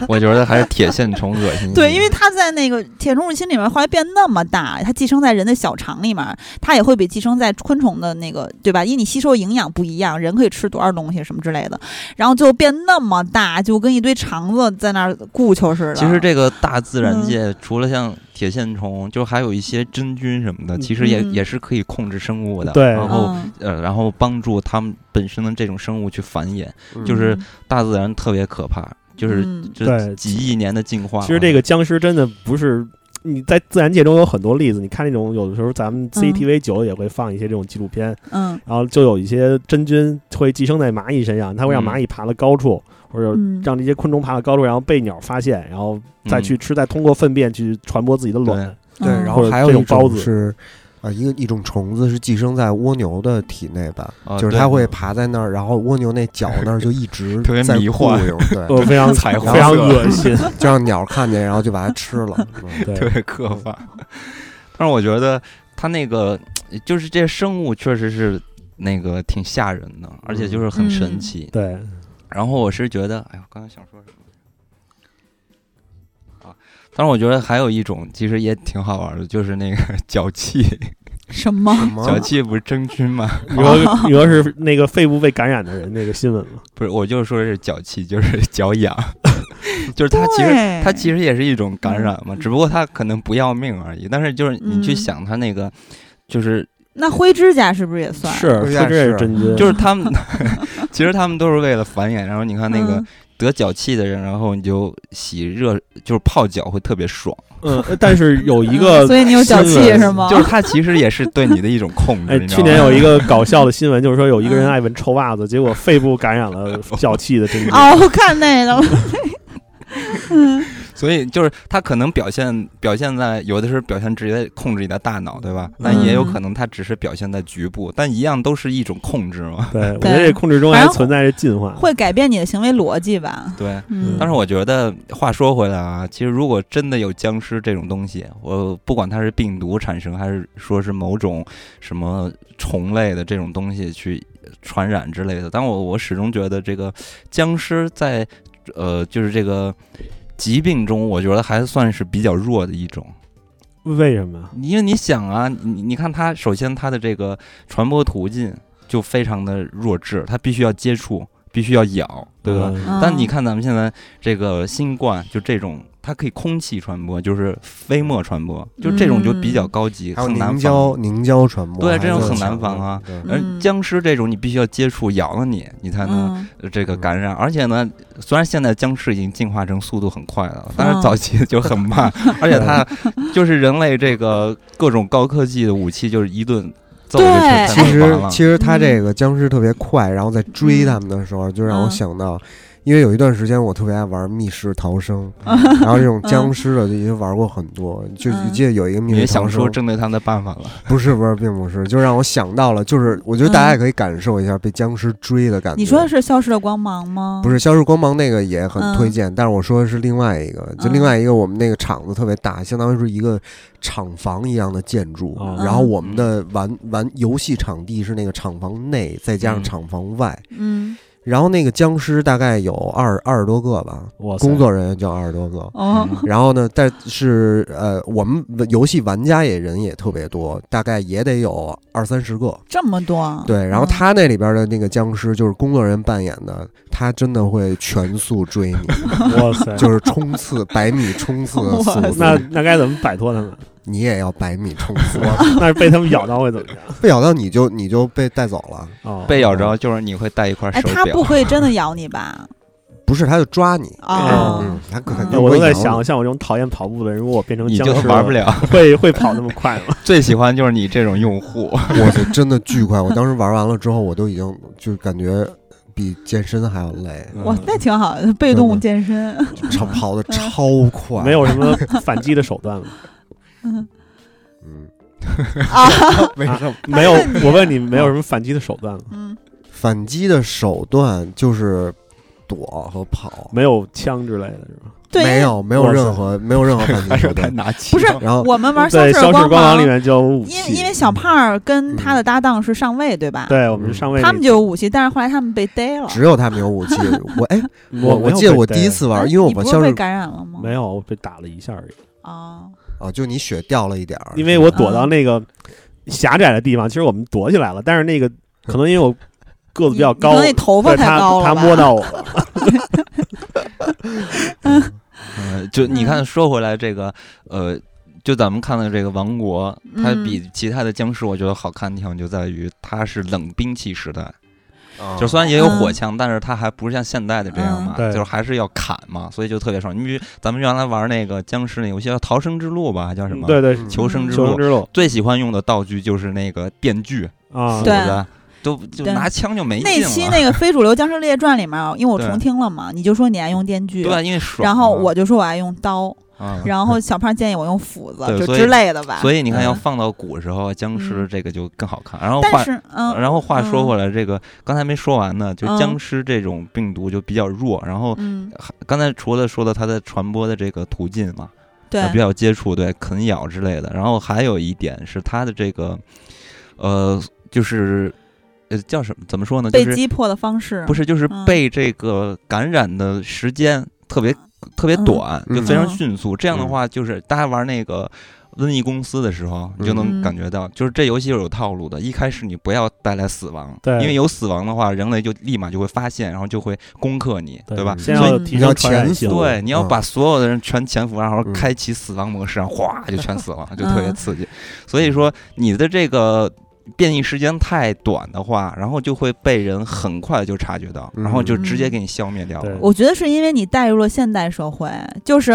Speaker 1: 我觉得还是铁线虫恶心一些。
Speaker 2: 对，因为它在那个铁虫入侵里面后来变那么大，它寄生在人的小肠里面，它也会比寄生在昆虫的那个，对吧？因为你吸收营养不一样，人可以吃多少东西什么之类的，然后就变那么大，就跟一堆肠子在那儿啊嗯固球似的。
Speaker 1: 其实这个大自然界除了像铁线虫，就还有一些真菌什么的，
Speaker 4: 嗯
Speaker 1: 其实也
Speaker 2: 嗯
Speaker 1: 也是可以控制生物的。
Speaker 4: 对
Speaker 1: 啊然后
Speaker 2: 嗯，
Speaker 1: 呃，然后帮助它们本身的这种生物去繁衍，
Speaker 3: 嗯
Speaker 1: 就是大自然特别可怕，就是
Speaker 2: 嗯
Speaker 1: 这
Speaker 4: 对
Speaker 1: 几亿年的进化嘛。
Speaker 4: 其实这个僵尸真的不是。你在自然界中有很多例子，你看那种有的时候咱们 CCTV 九也会放一些这种纪录片，
Speaker 2: 嗯
Speaker 4: 然后就有一些真菌会寄生在蚂蚁身上，它会让
Speaker 1: 嗯
Speaker 4: 蚂蚁爬到高处，或者
Speaker 2: 嗯
Speaker 4: 让这些昆虫爬到高处，然后被鸟发现，然后再
Speaker 1: 嗯
Speaker 4: 去吃，再通过粪便去传播自己的卵。
Speaker 3: 对，
Speaker 2: 嗯
Speaker 3: 然
Speaker 4: 或
Speaker 3: 后
Speaker 4: 者
Speaker 3: 还有
Speaker 4: 这
Speaker 3: 一
Speaker 4: 种包
Speaker 3: 种
Speaker 4: 子
Speaker 3: 是啊，一个一种虫子是寄生在蜗牛的体内吧，
Speaker 1: 啊
Speaker 3: 就是
Speaker 1: 对
Speaker 3: 它会爬在那儿，然后蜗牛那脚那儿就一直
Speaker 1: 特别
Speaker 3: 在
Speaker 1: 迷幻
Speaker 3: 固有，对，
Speaker 4: 呃，非常
Speaker 1: 彩虹
Speaker 4: 非常
Speaker 1: 色
Speaker 4: 恶心。
Speaker 3: 就让鸟看见，然后就把它 吃了。嗯
Speaker 4: 对
Speaker 1: 特别可怕。但是我觉得它那个就是这生物确实是那个挺吓人的，而且就是很神
Speaker 2: 嗯
Speaker 1: 奇。
Speaker 4: 对，
Speaker 1: 然后我是觉得，哎呀，刚才想说什么？啊，但是我觉得还有一种其实也挺好玩的，就是那个 脚气，
Speaker 2: 什么？
Speaker 3: 什么
Speaker 1: 脚气不是真菌吗？
Speaker 4: 你说你说是那个肺部被感染的人那个新闻吗？
Speaker 1: 不是，我就说是脚气，就是脚痒， 就是它其实
Speaker 2: 对
Speaker 1: 它其实也是一种感染嘛，只不过它可能不要命而已。但是就是你去
Speaker 2: 嗯
Speaker 1: 想它那个，就是
Speaker 2: 那灰指甲是不是也算？
Speaker 4: 是，
Speaker 3: 对
Speaker 4: 说
Speaker 3: 呀
Speaker 4: 这是
Speaker 3: 是
Speaker 4: 真菌，
Speaker 1: 就是他们， 其实他们都是为了繁衍。然后你看啊那个
Speaker 2: 嗯
Speaker 1: 得脚气的人，然后你就洗热，就是泡脚会特别爽。
Speaker 4: 嗯，但是有
Speaker 2: 嗯
Speaker 4: 一 个
Speaker 2: 所以你有脚气
Speaker 4: 新闻
Speaker 2: 是 吗？
Speaker 1: 就是它其实也是对你的一种控
Speaker 4: 哎
Speaker 1: 制。，你知
Speaker 4: 去
Speaker 1: 道
Speaker 4: 年
Speaker 1: 吗
Speaker 4: 有一个搞笑的新闻，就是说有一个人
Speaker 2: 嗯
Speaker 4: 爱闻臭袜子，结果肺部感染 了脚气的真菌。
Speaker 2: 哦，我看那个了。
Speaker 1: 所以就是它可能表现表现在有的时候表现直接控制你的大脑，对吧？但也有可能它只是表现在局部，但一样都是一种控制嘛。
Speaker 4: 对，我觉
Speaker 2: 对
Speaker 4: 得这控制中
Speaker 2: 反
Speaker 4: 还
Speaker 2: 正
Speaker 4: 存在着进化。
Speaker 2: 会改变你的行为逻辑吧？
Speaker 1: 对。
Speaker 2: 嗯，
Speaker 1: 但是我觉得，话说回来啊，其实如果真的有僵尸这种东西，我不管它是病毒产生，还是说是某种什么虫类的这种东西去传染之类的，但我我始终觉得这个僵尸在呃，就是这个疾病中，我觉得还算是比较弱的一种。
Speaker 4: 为什么？
Speaker 1: 因为你想啊，你你看它，首先它的这个传播途径就非常的弱智，它必须要接触，必须要咬，对吧？
Speaker 4: 嗯
Speaker 2: 嗯
Speaker 1: 但你看咱们现在这个新冠，就这种它可以空气传播，就是飞沫传播，
Speaker 2: 嗯
Speaker 1: 就这种就比较高级，
Speaker 3: 还有
Speaker 1: 很难
Speaker 3: 凝
Speaker 1: 防。
Speaker 3: 胶凝胶传播，
Speaker 1: 对
Speaker 3: 还
Speaker 1: 这种
Speaker 3: 是
Speaker 1: 很难
Speaker 3: 强
Speaker 1: 防
Speaker 3: 的
Speaker 1: 啊。
Speaker 3: 对
Speaker 1: 而
Speaker 2: 嗯
Speaker 1: 僵尸这种你必须要接触咬了你，你才能
Speaker 2: 嗯
Speaker 1: 呃这个
Speaker 3: 嗯
Speaker 1: 感染。而且呢，虽然现在僵尸已经进化成速度很快了，但
Speaker 2: 嗯
Speaker 1: 是早期就很 慢，而且它就是人类这个各种高科技的武器，就是一顿揍就
Speaker 2: 对
Speaker 1: 全
Speaker 3: 其
Speaker 1: 全完
Speaker 3: 实
Speaker 1: 了。
Speaker 3: 其实
Speaker 2: 嗯
Speaker 3: 他这个僵尸特别快，然后在追他们的时候，就
Speaker 2: 嗯
Speaker 3: 让我想到，因为有一段时间我特别爱玩密室 逃生，然后这种僵尸的也玩过很多，就
Speaker 2: 嗯
Speaker 3: 记得有一个密
Speaker 1: 你也
Speaker 3: 室
Speaker 1: 想
Speaker 3: 逃
Speaker 1: 说
Speaker 3: 生，
Speaker 1: 针对他们的办法了？
Speaker 3: 不是不是，并不是，就让我想到了，就是我觉得大家也可以感受一下被僵尸追的感觉。
Speaker 2: 嗯你说的是《消失的光芒》吗？
Speaker 3: 啊不是《消失光芒》那个也很
Speaker 2: 哦嗯
Speaker 3: 推荐，但是我说的是另外一个，就
Speaker 2: 嗯
Speaker 3: 另外一个我们那个厂子特别大，相当于是一个厂房一样的建筑，
Speaker 4: 哦
Speaker 3: 然后我们的玩玩游戏场地是那个厂房内，再加上
Speaker 1: 嗯
Speaker 3: 厂房外，
Speaker 2: 嗯，
Speaker 3: 然后那个僵尸大概有二二十多个吧，
Speaker 4: 我
Speaker 3: 工作人员就二十多个。
Speaker 2: 哦，
Speaker 1: 嗯
Speaker 3: 然后呢，但是呃，我们游戏玩家也人也特别多，大概也得有二三十个。
Speaker 2: 这么多啊，
Speaker 3: 对，然后
Speaker 2: 嗯
Speaker 3: 他那里边的那个僵尸就是工作人员扮演的，他真的会全速追你，
Speaker 4: 哇塞，
Speaker 3: 就是冲刺百米冲刺的速
Speaker 2: 哇
Speaker 3: 度，
Speaker 4: 那那该怎么摆脱他们？
Speaker 3: 你也要百米冲刺，
Speaker 4: 那是被他们咬到会怎么样？
Speaker 3: 被咬到你就你就被带走了，
Speaker 4: 哦，
Speaker 1: 被咬着就是你会带一块
Speaker 2: 嗯哎，
Speaker 1: 手
Speaker 2: 他不
Speaker 1: 表，
Speaker 3: 啊
Speaker 2: 会真的咬你吧？
Speaker 3: 不是他就抓你，
Speaker 2: 哦
Speaker 3: 嗯，他肯
Speaker 4: 那
Speaker 3: 定
Speaker 4: 哎我
Speaker 3: 会
Speaker 4: 都在
Speaker 3: 咬
Speaker 4: 想，
Speaker 3: 你，
Speaker 4: 像我这种讨厌跑步的人，如果我变成
Speaker 1: 你
Speaker 4: 僵
Speaker 1: 就
Speaker 4: 尸，
Speaker 1: 玩不。 了。
Speaker 4: 会会跑那么快 吗？
Speaker 1: 最喜欢就是你这种用 户，
Speaker 3: 我是真的巨快，我当时玩完了之后，我都已经就感觉比健身还要累，
Speaker 4: 嗯
Speaker 2: 哇，那挺好的，被动健身。
Speaker 3: 超跑的超快，
Speaker 4: 没有什么反击的手段吗？
Speaker 2: 嗯
Speaker 3: 嗯，
Speaker 2: 啊，
Speaker 3: 为什么
Speaker 4: 没有，我问你，没有什么反击的手段吗？
Speaker 2: 嗯，
Speaker 3: 反击的手段就是躲和跑，
Speaker 4: 没有枪之类的，是吧？
Speaker 2: 对，
Speaker 3: 没有没有
Speaker 4: 哇塞
Speaker 3: 任何没有任何反击
Speaker 1: 还
Speaker 3: 手
Speaker 1: 是他
Speaker 3: 段，
Speaker 1: 拿起
Speaker 2: 不是
Speaker 3: 然后
Speaker 2: 我们玩《
Speaker 4: 对，《消
Speaker 2: 失
Speaker 4: 失光
Speaker 2: 芒》
Speaker 4: 里面就有武
Speaker 2: 因
Speaker 4: 器，
Speaker 2: 为因为小胖儿
Speaker 3: 嗯
Speaker 2: 跟他的搭档是上尉，对吧？，
Speaker 4: 对我们是上位，
Speaker 2: 他们就有武器，但是后来他们被逮了。
Speaker 3: 只有他们有武器，我 哎，我
Speaker 4: 我没有
Speaker 3: 记得
Speaker 4: 被
Speaker 3: 我
Speaker 4: 逮
Speaker 3: 第一次
Speaker 2: 哎
Speaker 3: 玩，因为我
Speaker 2: 你不
Speaker 3: 玩
Speaker 2: 是
Speaker 3: 消
Speaker 2: 被
Speaker 3: 失
Speaker 2: 感染了吗？
Speaker 4: 没有，我被打了一下而已，
Speaker 2: 啊，
Speaker 3: 哦，就你血掉了一点儿，
Speaker 4: 因为我躲到那个狭窄的地方，其实我们躲起来了，但是那个可能因为我个子比较
Speaker 2: 你
Speaker 4: 高
Speaker 2: 可，能你头发
Speaker 4: 对
Speaker 2: 太
Speaker 4: 他
Speaker 2: 高了
Speaker 4: 他
Speaker 2: 吧
Speaker 4: 摸到我了，
Speaker 1: 呃，就你
Speaker 2: 嗯
Speaker 1: 看，说回来这个，呃，就咱们看的这个《王国》，它
Speaker 2: 嗯
Speaker 1: 比其他的僵尸，我觉得好看的地方就在于它是冷兵器时代，
Speaker 3: 啊
Speaker 1: 就虽然也有火
Speaker 2: 嗯
Speaker 1: 枪，但是它还不是像现代的这样嘛，
Speaker 4: 嗯对
Speaker 1: 就是还是要砍嘛，所以就特别爽。你比如咱们原来玩那个僵尸那游戏叫《逃生之路》吧，还叫什么？
Speaker 4: 对对，
Speaker 3: 嗯
Speaker 1: 求生之
Speaker 4: 求生
Speaker 1: 路。
Speaker 4: 之路
Speaker 1: 最喜欢用的道具就是那个电锯、
Speaker 4: 啊，
Speaker 1: 斧
Speaker 2: 对
Speaker 1: 子，都就
Speaker 2: 对
Speaker 1: 拿枪就没
Speaker 2: 那
Speaker 1: 劲
Speaker 2: 期
Speaker 1: 了。
Speaker 2: 那个《非主流僵尸列传》里面，因为我
Speaker 1: 对
Speaker 2: 重听了嘛，你就说你爱用电锯，
Speaker 1: 对，因为爽啊。
Speaker 2: 然后我就说我爱用刀，
Speaker 1: 啊，
Speaker 2: 然后小胖建议我用斧子，
Speaker 1: 对
Speaker 2: 就
Speaker 1: 所以
Speaker 2: 之类的吧。
Speaker 1: 所以你看，要
Speaker 2: 嗯
Speaker 1: 放到古时候，僵尸
Speaker 2: 嗯
Speaker 1: 这个就更好看。然后话
Speaker 2: 但是嗯，
Speaker 1: 然后话说
Speaker 2: 嗯
Speaker 1: 回来，这个刚才没说完呢，就
Speaker 2: 嗯
Speaker 1: 僵尸这种病毒就比较弱，然后
Speaker 2: 嗯，
Speaker 1: 刚才除了说的它的传播的这个途径嘛，
Speaker 2: 对
Speaker 1: 呃，比较接触对啃咬之类的，然后还有一点是它的这个，呃，就是呃叫什么怎么说呢？就
Speaker 2: 被
Speaker 1: 是
Speaker 2: 击破的方式
Speaker 1: 不是就是
Speaker 2: 嗯
Speaker 1: 被这个感染的时间特别特别
Speaker 2: 嗯
Speaker 1: 短，就
Speaker 3: 嗯
Speaker 1: 非常
Speaker 2: 嗯
Speaker 1: 迅速。这样的
Speaker 3: 嗯
Speaker 1: 话，就是大家玩那个瘟疫公司的时候，你就
Speaker 2: 嗯
Speaker 1: 能感觉到，就是这游戏是有套路的。一开始你不要带来死亡，
Speaker 4: 对
Speaker 1: 因为有死亡的话，人类就立马就会发现，然后就会攻克你，对吧？
Speaker 4: 先
Speaker 1: 所以
Speaker 4: 要提升传染性，
Speaker 3: 你要潜伏
Speaker 1: 对，
Speaker 2: 嗯
Speaker 1: 你要把所有的人全潜伏，然后
Speaker 3: 嗯
Speaker 1: 开启死亡模式，然后哗就全死了，就特别
Speaker 2: 嗯
Speaker 1: 刺激。所以说，你的这个变异时间太短的话，然后就会被人很快就察觉到，
Speaker 2: 嗯
Speaker 1: 然后就直接给你消灭掉了
Speaker 4: 嗯。
Speaker 2: 我觉得是因为你带入了现代社会，就是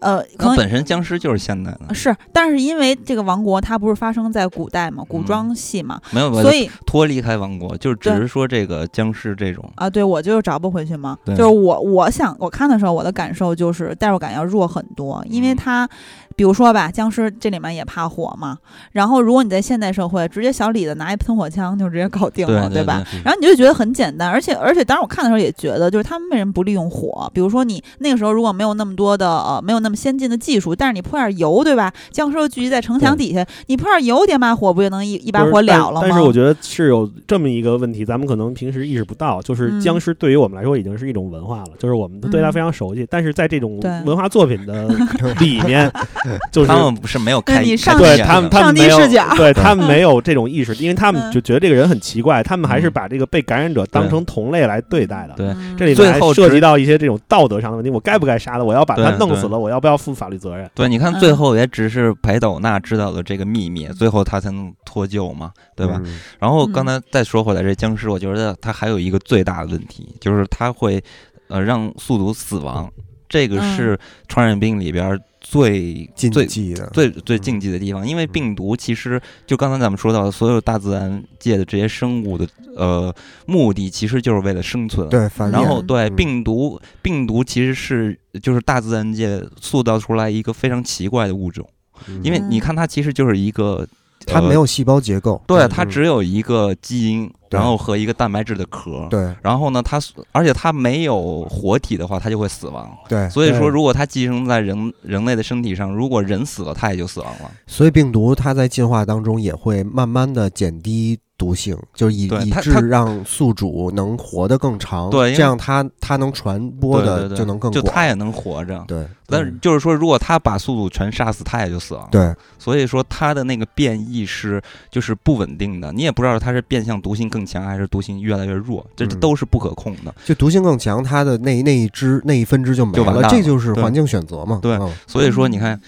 Speaker 2: 呃，可
Speaker 1: 那
Speaker 2: 能
Speaker 1: 本身僵尸就是现代的，
Speaker 2: 是，但是因为这个王国它不是发生在古代嘛，
Speaker 1: 嗯
Speaker 2: 古装戏嘛，
Speaker 1: 没有没有
Speaker 2: 所以
Speaker 1: 脱离开王国，就是只
Speaker 2: 对
Speaker 1: 是说这个僵尸这种，
Speaker 2: 啊，对我就是找不回去嘛。就
Speaker 1: 对
Speaker 2: 是我我想我看的时候，我的感受就是代入感要弱很多，因为
Speaker 1: 嗯
Speaker 2: 它，比如说吧，僵尸这里面也怕火嘛，然后如果你在现代社会，直接小李子拿一喷火枪就直接搞定了，
Speaker 1: 对对
Speaker 2: 吧？
Speaker 1: 对
Speaker 2: 然后你就觉得很简单，而且而且当时我看的时候也觉得，就是他们为什么不利用火？比如说你那个时候如果没有那么多的呃没有那么先进的技术，但是你泼点油，对吧？僵尸就聚集在城墙
Speaker 4: 对
Speaker 2: 底下，你泼点油点把火不就能一一把
Speaker 4: 不是
Speaker 2: 火
Speaker 4: 但
Speaker 2: 了了吗？
Speaker 4: 但是我觉得是有这么一个问题，咱们可能平时意识不到，就是僵尸对于我们来说已经是一种文化了，就是我们对它
Speaker 2: 嗯嗯
Speaker 4: 非常熟悉。但是在这 种
Speaker 2: 对
Speaker 4: 文化作品的里面，就是
Speaker 1: 他们不是没有
Speaker 2: 那
Speaker 1: 开
Speaker 2: 你上
Speaker 1: 开
Speaker 4: 对
Speaker 1: 眼
Speaker 4: 他
Speaker 1: 的
Speaker 4: 们，他们没有
Speaker 2: 上帝视角
Speaker 4: 对他们没有这种意识，因为他们
Speaker 2: 嗯
Speaker 4: 就觉得这个人很奇怪，他们还是把这个被感染者
Speaker 1: 嗯
Speaker 4: 当
Speaker 1: 对
Speaker 4: 成同类来对待的。
Speaker 1: 对
Speaker 2: 嗯
Speaker 4: 这里
Speaker 1: 最
Speaker 4: 面还
Speaker 1: 后
Speaker 4: 涉
Speaker 1: 只
Speaker 4: 及到一些这种道德上的问题，我该不该杀他？我要把他
Speaker 1: 对
Speaker 4: 弄
Speaker 1: 对
Speaker 4: 死了，我要不要负法律责任？
Speaker 1: 对，你看最
Speaker 2: 嗯
Speaker 1: 后也只是裴斗娜知道了这个秘密，最后他才能脱臼嘛，对吧？？然后刚才再说回来，这僵尸，我觉得他还有一个最大的问题，就是他会呃让宿主死亡，这个
Speaker 2: 嗯
Speaker 1: 是传染病里边儿最
Speaker 3: 禁
Speaker 1: 最
Speaker 3: 忌嗯的，
Speaker 1: 最最禁忌的地方，因为病毒其实就刚才咱们说到的，所有大自然界的这些生物的呃目的，其实就是为了生存。
Speaker 3: 对，繁衍
Speaker 1: 然后对
Speaker 3: 嗯
Speaker 1: 病毒，病毒其实是就是大自然界塑造出来一个非常奇怪的物种，
Speaker 3: 嗯
Speaker 1: 因为你看它其实就是一个
Speaker 3: 它
Speaker 1: 呃
Speaker 3: 没有细胞结构，
Speaker 1: 对，
Speaker 3: 嗯
Speaker 1: 它只有一个基因，
Speaker 3: 对
Speaker 1: 然后和一个蛋白质的壳。
Speaker 3: 对
Speaker 1: 然后呢，它而且它没有活体的话，它就会死亡。
Speaker 3: 哎对，
Speaker 1: 所以
Speaker 4: 对
Speaker 1: 说，如果它寄生在人人类的身体上，如果人死了，它也就死亡了。
Speaker 3: 所以病毒它在进化当中也会慢慢的减低毒性，就是以
Speaker 1: 对
Speaker 3: 以
Speaker 1: 它
Speaker 3: 致
Speaker 1: 它
Speaker 3: 让宿主能活得更长，
Speaker 1: 对因为
Speaker 3: 这样它它能传播
Speaker 1: 对对
Speaker 3: 的
Speaker 1: 对
Speaker 3: 就能更
Speaker 1: 就
Speaker 3: 广，
Speaker 1: 它也能活着。
Speaker 3: 对嗯
Speaker 1: 但是就是说，如果他把宿主全杀死，他也就死亡。，
Speaker 3: 对
Speaker 1: 所以说他的那个变异是就是不稳定的，你也不知道他是变相毒性更强，还是毒性越来越弱，这
Speaker 3: 嗯
Speaker 1: 都是不可控的。
Speaker 3: 就毒性更强，它的那那一只那一分支就没
Speaker 1: 就完蛋了
Speaker 3: 这就是
Speaker 1: 对
Speaker 3: 环境选择嘛，
Speaker 1: 对
Speaker 3: 嗯
Speaker 1: 所以说，你看
Speaker 2: 嗯，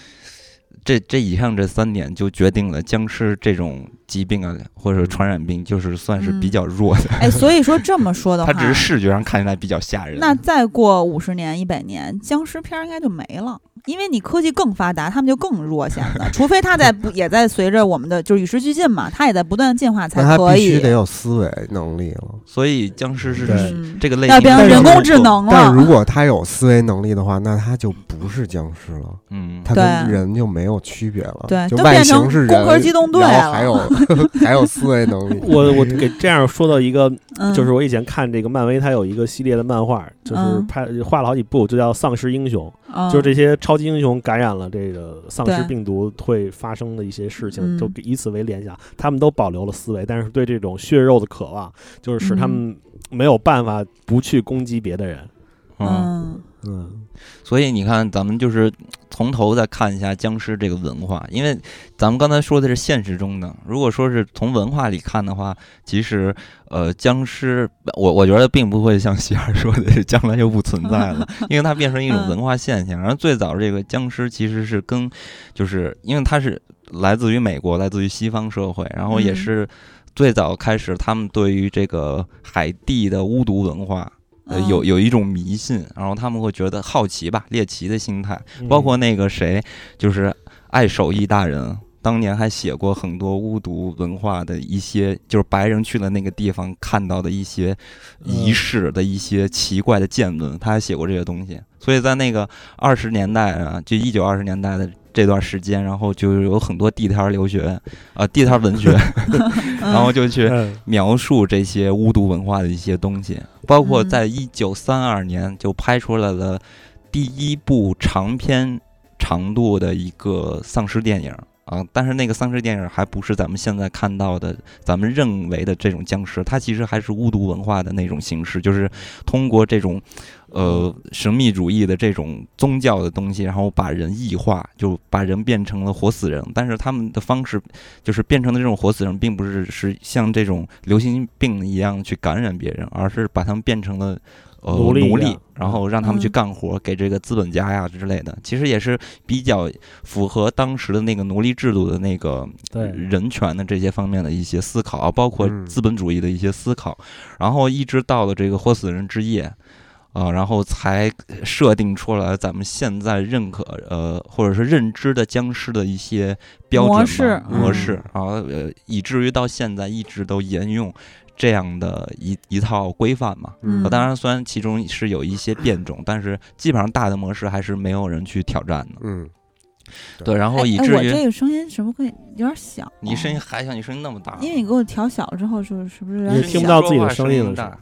Speaker 1: 这这以上这三点就决定了僵尸这种疾病啊，或者传染病，就是算是比较弱的，
Speaker 2: 哎，所以说这么 说的
Speaker 1: 它
Speaker 2: 话，
Speaker 1: 只是视觉上看起来比较吓人。
Speaker 2: 那再过五十年、一百年，僵尸片儿应该就没了，因为你科技更发达，他们就更弱显得，除非它在不也在随着我们的就是与时俱进嘛，它也在不断地进化才
Speaker 3: 那它
Speaker 2: 可
Speaker 3: 必须
Speaker 2: 以
Speaker 3: 得。有思维能力了。
Speaker 1: 所以僵尸是
Speaker 4: 对
Speaker 2: 嗯，
Speaker 1: 这个类
Speaker 2: 要
Speaker 1: 型
Speaker 2: 变成
Speaker 1: 的
Speaker 2: 人工
Speaker 1: 制
Speaker 2: 智
Speaker 1: 作，
Speaker 2: 能
Speaker 3: 但如
Speaker 2: 了。
Speaker 3: 果它有思维能力的话，那它就不是僵尸了，
Speaker 1: 嗯，
Speaker 3: 它
Speaker 2: 对
Speaker 3: 跟人就没有区别了，
Speaker 2: 对
Speaker 3: 就
Speaker 2: 都
Speaker 3: 外
Speaker 2: 变成
Speaker 3: 形是人，
Speaker 2: 攻壳机动队
Speaker 3: 然
Speaker 2: 了
Speaker 3: 后还有 还有思维能力，
Speaker 4: 我我给这样说到一个，
Speaker 2: 嗯，
Speaker 4: 就是我以前看这个漫威，它有一个系列的漫画，就是
Speaker 2: 嗯
Speaker 4: 拍画了好几部，就叫《丧尸英雄》，
Speaker 2: 嗯
Speaker 4: 就是这些超级英雄感染了这个丧尸
Speaker 2: 对
Speaker 4: 病毒会发生的一些事情，
Speaker 2: 嗯
Speaker 4: 就以此为联想，他们都保留了思维，但是对这种血肉的渴望，就是使他
Speaker 2: 嗯
Speaker 4: 们没有办法不去攻击别的人。
Speaker 1: 嗯，
Speaker 2: 嗯
Speaker 4: 嗯，
Speaker 1: 所以你看，咱们就是从头再看一下僵尸这个文化，因为咱们刚才说的是现实中的，如果说是从文化里看的话，其实呃，僵尸，我我觉得并不会像希尔说的将来就不存在了，因为它变成一种文化现象。然后最早这个僵尸其实是跟，就是因为它是来自于美国，来自于西方社会，然后也
Speaker 2: 嗯
Speaker 1: 是最早开始他们对于这个海地的巫毒文化。呃，
Speaker 2: 嗯
Speaker 1: 有有一种迷信，然后他们会觉得好奇吧，猎奇的心态，
Speaker 4: 嗯
Speaker 1: 包括那个谁，就是爱手艺大人，当年还写过很多巫毒文化的一些，就是白人去了那个地方看到的一些仪式的一些奇怪的见闻，他还写过这些东西。所以在那个二十年代啊，就一九二十年代的这段时间，然后就有很多地摊留学啊、地摊文学，然后就去
Speaker 4: 嗯
Speaker 1: 描述这些巫毒文化的一些东西，包括
Speaker 2: 嗯
Speaker 1: 在一九三二年就拍出来了第一部长篇长度的一个丧尸电影啊，但是那个丧尸电影还不是咱们现在看到的，咱们认为的这种僵尸，它其实还是巫毒文化的那种形式，就是通过这种。呃，神秘主义的这种宗教的东西，然后把人异化，就把人变成了活死人。但是他们的方式就是变成的这种活死人，并不是是像这种流行病一样去感染别人，而是把他们变成了呃
Speaker 4: 奴隶一样
Speaker 1: 然后让他们去
Speaker 2: 嗯
Speaker 1: 干活，给这个资本家呀之类的。其实也是比较符合当时的那个奴隶制度的那个
Speaker 4: 对
Speaker 1: 人权的这些方面的一些思考，啊包括
Speaker 3: 嗯
Speaker 1: 资本主义的一些思考，然后一直到了这个活死人之夜。啊、然后才设定出来咱们现在认可呃，或者是认知的僵尸的一些标准吧
Speaker 2: 模式
Speaker 1: 模
Speaker 3: 嗯
Speaker 1: 式，然后呃，以至于到现在一直都沿用这样的一一套规范嘛。
Speaker 2: 嗯
Speaker 1: 呃当然，虽然其中是有一些变种，但是基本上大的模式还是没有人去挑战的。
Speaker 3: 嗯，对
Speaker 1: 对，然后
Speaker 2: 哎
Speaker 1: 以
Speaker 2: 哎
Speaker 1: 至
Speaker 2: 我这
Speaker 1: 于
Speaker 2: 个声音什么会有点小，啊
Speaker 1: 你声音，还小，你声音那么大，
Speaker 2: 因为你给我调小了之后，是是不是有
Speaker 4: 你
Speaker 2: 点
Speaker 1: 是
Speaker 4: 听不
Speaker 2: 小
Speaker 4: 到
Speaker 1: 说
Speaker 4: 自己的
Speaker 1: 话
Speaker 4: 声
Speaker 1: 声
Speaker 4: 音了
Speaker 1: 大，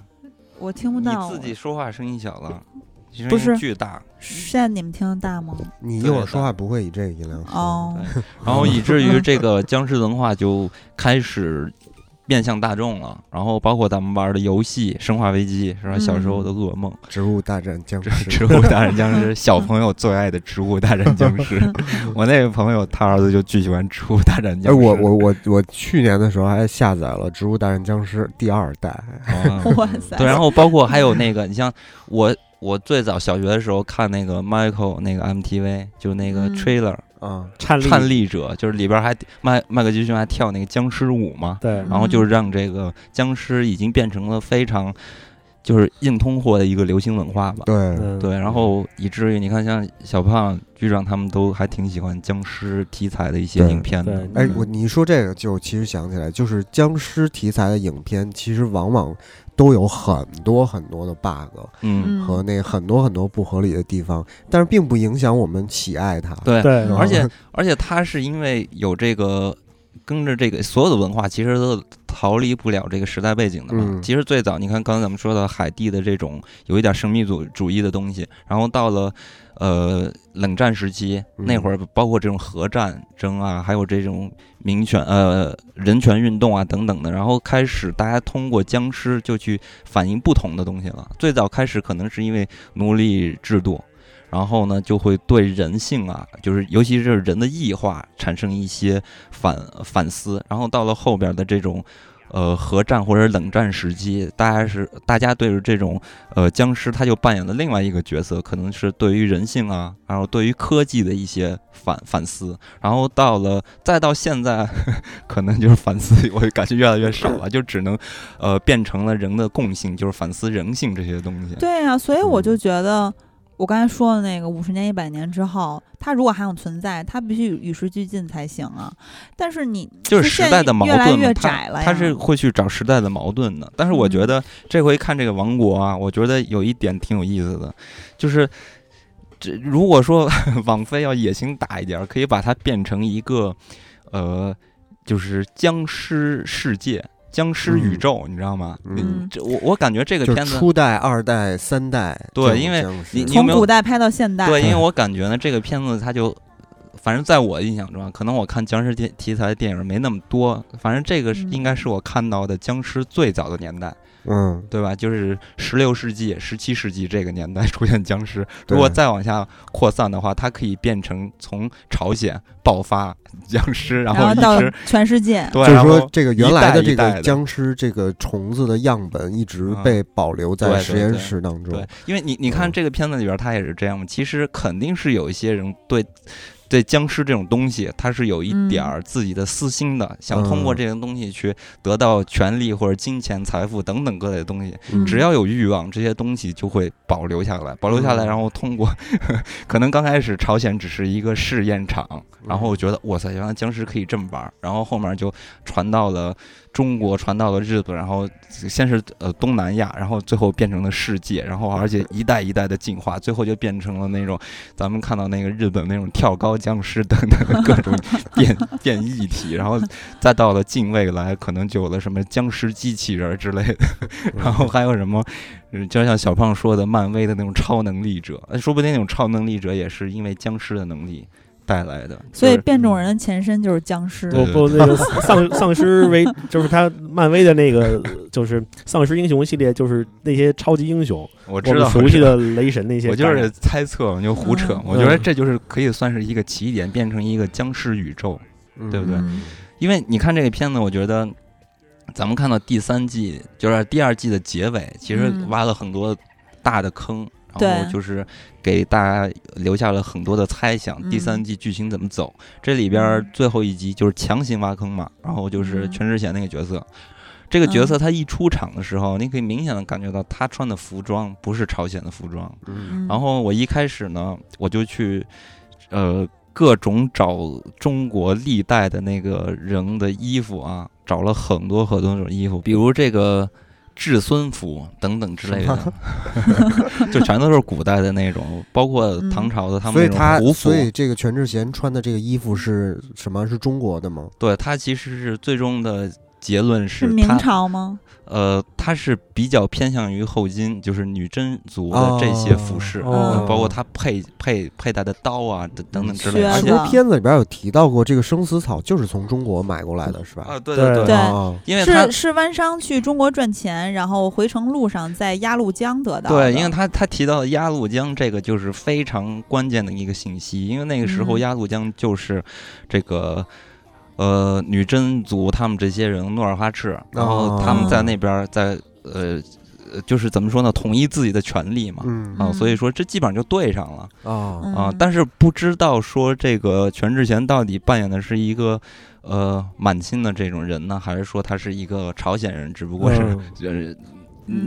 Speaker 2: 我听不
Speaker 1: 你
Speaker 2: 到，
Speaker 1: 自己说话声音小了，你声
Speaker 2: 不
Speaker 1: 音
Speaker 2: 是
Speaker 1: 巨大。
Speaker 2: 现在你们听得大吗？
Speaker 3: 你一
Speaker 1: 对
Speaker 3: 会儿
Speaker 1: 的
Speaker 3: 说话不会以这个音量说，
Speaker 2: 哦，
Speaker 1: 然后以至于这个僵尸文化就开始面向大众了。然后包括咱们玩的游戏《生化危机》，是吧？小时
Speaker 2: 嗯
Speaker 1: 候的噩梦，
Speaker 3: 植物大战僵
Speaker 1: 这
Speaker 3: 尸，
Speaker 1: 植物大战僵尸，小朋友最爱的《植物大战僵 尸》。我那个朋友他儿子就巨喜欢《植物大战僵尸》
Speaker 3: 哎，我我我我去年的时候还下载了《植物大战僵尸》第二代，
Speaker 1: 啊
Speaker 2: 哇塞，
Speaker 1: 对，然后包括还有那个，你像我，我最早小学的时候看那个 Michael 那个 MTV，就是那个
Speaker 2: 嗯
Speaker 1: trailer、
Speaker 3: 啊，
Speaker 4: 颤栗，
Speaker 1: 颤栗者，就是里边还迈迈克杰克逊还跳那个僵尸舞嘛，
Speaker 4: 对，
Speaker 1: 然后
Speaker 3: 嗯
Speaker 1: 就让这个僵尸已经变成了非常就是硬通货的一个流行文化吧。
Speaker 3: 对，
Speaker 4: 嗯
Speaker 1: 对，然后以至于你看，像小胖局长他们都还挺喜欢僵尸题材的一些
Speaker 3: 对
Speaker 1: 影片的。
Speaker 4: 对
Speaker 3: 哎，我你一说这个，就其实想起来，就是僵尸题材的影片，其实往往都有很多很多的 bug
Speaker 1: 嗯，
Speaker 2: 嗯
Speaker 3: 和那很多很多不合理的地方，但是并不影响我们喜爱它。
Speaker 1: 对，
Speaker 4: 对，
Speaker 3: 嗯
Speaker 1: 而且而且他是因为有这个跟着这个所有的文化，其实都逃离不了这个时代背景的嘛。
Speaker 3: 嗯
Speaker 1: 其实最早你看刚才咱们说到海地的这种有一点神秘主主义的东西，然后到了呃冷战时期、
Speaker 3: 嗯
Speaker 1: 那会儿，包括这种核战争啊，还有这种民权呃人权运动啊等等的，然后开始大家通过僵尸就去反映不同的东西了。最早开始可能是因为奴隶制度，然后呢，就会对人性啊，就是尤其是人的异化产生一些反反思。然后到了后边的这种，呃，核战或者冷战时期，大家是大家对于这种呃僵尸，他就扮演了另外一个角色，可能是对于人性啊，然后对于科技的一些反反思。然后到了再到现在， 可能就是反思，我感觉越来越少了，就只能呃变成了人的共性，就是反思人性这些东西。
Speaker 2: 对呀、所以
Speaker 1: 嗯
Speaker 2: 我就觉得，我刚才说的那个五十年、一百年之后，它如果还想存在，它必须与与时俱进才行啊。但是你
Speaker 1: 就是时
Speaker 2: 现
Speaker 1: 代
Speaker 2: 在
Speaker 1: 的矛
Speaker 2: 越
Speaker 1: 盾嘛，
Speaker 2: 来越
Speaker 1: 他
Speaker 2: 窄了呀，嗯
Speaker 1: 他是会去找时代的矛盾的。但是我觉得这回看这个《王国》啊，我觉得有一点挺有意思的，就是这如果说 网飞要野心大一点儿，可以把它变成一个呃，就是僵尸世界、僵尸宇
Speaker 3: 嗯
Speaker 1: 宙，你知道吗？
Speaker 2: 嗯，
Speaker 1: 这我我感觉这个
Speaker 3: 就是
Speaker 1: 片子。
Speaker 3: 初代、二代、三代这
Speaker 1: 对
Speaker 3: 种
Speaker 1: 因为
Speaker 3: 僵尸，
Speaker 1: 你你有
Speaker 2: 从
Speaker 1: 没有
Speaker 2: 古代拍到现代，
Speaker 1: 对，因为
Speaker 3: 嗯
Speaker 1: 我感觉呢，这个片子它就，反正在我印象中啊，可能我看僵尸题题材的电影没那么多，反正这个是
Speaker 2: 嗯
Speaker 1: 应该是我看到的僵尸最早的年代，
Speaker 3: 嗯，
Speaker 1: 对吧？就是十六世纪、十七世纪这个年代出现僵尸，
Speaker 3: 对
Speaker 1: 如果再往下扩散的话，它可以变成从朝鲜爆发僵尸，然
Speaker 2: 然后
Speaker 1: 后
Speaker 2: 到
Speaker 1: 一直
Speaker 2: 全世界，
Speaker 1: 对，
Speaker 3: 就是
Speaker 1: 然后
Speaker 3: 说这个原来
Speaker 1: 一代
Speaker 3: 这
Speaker 1: 一代
Speaker 3: 个
Speaker 1: 的
Speaker 3: 僵尸这个虫子的样本一直被保留
Speaker 1: 嗯
Speaker 3: 在
Speaker 1: 对
Speaker 3: 实
Speaker 1: 对
Speaker 3: 验
Speaker 1: 对
Speaker 3: 室当中。
Speaker 1: 对，因为你你看
Speaker 3: 嗯
Speaker 1: 这个片子里边，他也是这样嘛。其实肯定是有一些人对对僵尸这种东西，他是有一点儿自己的私心的，想通过
Speaker 3: 嗯
Speaker 1: 这些东西去得到权利或者金钱、财富等等各类的东西。
Speaker 3: 嗯
Speaker 1: 只要有欲望，这些东西就会保留下来，保留下来，
Speaker 3: 嗯
Speaker 1: 然后通过 可能刚开始朝鲜只是一个试验场，然
Speaker 3: 嗯
Speaker 1: 后我觉得哇塞，原来僵尸可以这么玩儿，然后后面就传到了中国，传到了日本，然后先是呃东南亚，然后最后变成了世界，然后而且一代一代的进化，最后就变成了那种咱们看到那个日本那种跳高僵尸等等的各 种变变异体，然后再到了近未来，可能就有了什么僵尸机器人儿之类的。然后还有什么，嗯就像小胖说的，漫威的那种超能力者，呃说不定那种超能力者也是因为僵尸的能力带来的。
Speaker 2: 所以
Speaker 1: 就是嗯
Speaker 2: 变种人的前身就是僵尸。
Speaker 1: 对
Speaker 4: 不不，那个丧丧尸为就是他漫威的那个就是丧尸英雄系列，就是那些超级英雄，
Speaker 1: 我
Speaker 4: 我
Speaker 1: 知道
Speaker 4: 们熟悉，的雷神那些
Speaker 1: 我
Speaker 4: 感觉，
Speaker 1: 就是猜测，就胡扯
Speaker 2: 嗯。
Speaker 1: 我觉得这就是可以算是一个起点，变成一个僵尸宇宙。
Speaker 3: 嗯
Speaker 1: 对不对
Speaker 2: 嗯
Speaker 1: 因为你看这个片子，我觉得咱们看到第三季，就是第二季的结尾，其实
Speaker 2: 嗯
Speaker 1: 挖了很多大的坑，然后
Speaker 2: 对
Speaker 1: 就是给大家留下了很多的猜想，
Speaker 2: 嗯
Speaker 1: 第三季剧情怎么走？这里边最后一集就是强行挖坑嘛，然后就是
Speaker 2: 嗯
Speaker 1: 全智贤那个角色。这个角色他一出场的时候，你可以明显的感觉到他穿的服装不是朝鲜的服装，
Speaker 3: 嗯
Speaker 2: 嗯
Speaker 1: 然后我一开始呢，我就去，呃，各种找中国历代的那个人的衣服啊，找了很多很多种衣服，比如这个至孙服等等之类的， 就全都是古代的那种，包括唐朝的他
Speaker 3: 嗯所
Speaker 1: 们
Speaker 3: 以
Speaker 1: 那
Speaker 3: 他
Speaker 1: 种胡服
Speaker 3: 所。以这个全智贤穿的这个衣服是什么？是中国的吗？
Speaker 1: 对，它其实是最终的结论是
Speaker 2: 是明
Speaker 1: 他
Speaker 2: 朝吗？
Speaker 1: 呃，他是比较偏向于后金，就是女真族的这些服饰，
Speaker 2: 哦
Speaker 1: 包括他配配佩戴的刀啊等等等之类的。
Speaker 2: 靴
Speaker 1: 而
Speaker 3: 其
Speaker 1: 且
Speaker 3: 实
Speaker 2: 子
Speaker 3: 片子里边有提到过，这个生死草就是从中国买过来的，是吧？
Speaker 1: 啊，对
Speaker 4: 对
Speaker 1: 对，
Speaker 2: 对
Speaker 3: 啊
Speaker 1: 因为他
Speaker 2: 是是湾商去中国赚钱，然后回程路上在鸭绿江得到的。
Speaker 1: 对，因为他他提到鸭绿江这个就是非常关键的一个信息，因为那个时候
Speaker 2: 嗯
Speaker 1: 鸭绿江就是这个。呃，女真族他们这些人，努尔哈赤，然后他们在那边儿在呃，呃就是怎么说呢，统一自己的权利嘛，
Speaker 3: 嗯
Speaker 1: 啊，所以
Speaker 2: 嗯
Speaker 1: 说这基本上就对上了。
Speaker 3: 啊
Speaker 2: 嗯
Speaker 1: 啊、但是不知道说这个全智贤到底扮演的是一个呃满清的这种人呢，还是说他是一个朝鲜人，只不过是、
Speaker 4: 嗯
Speaker 1: 呃
Speaker 2: 嗯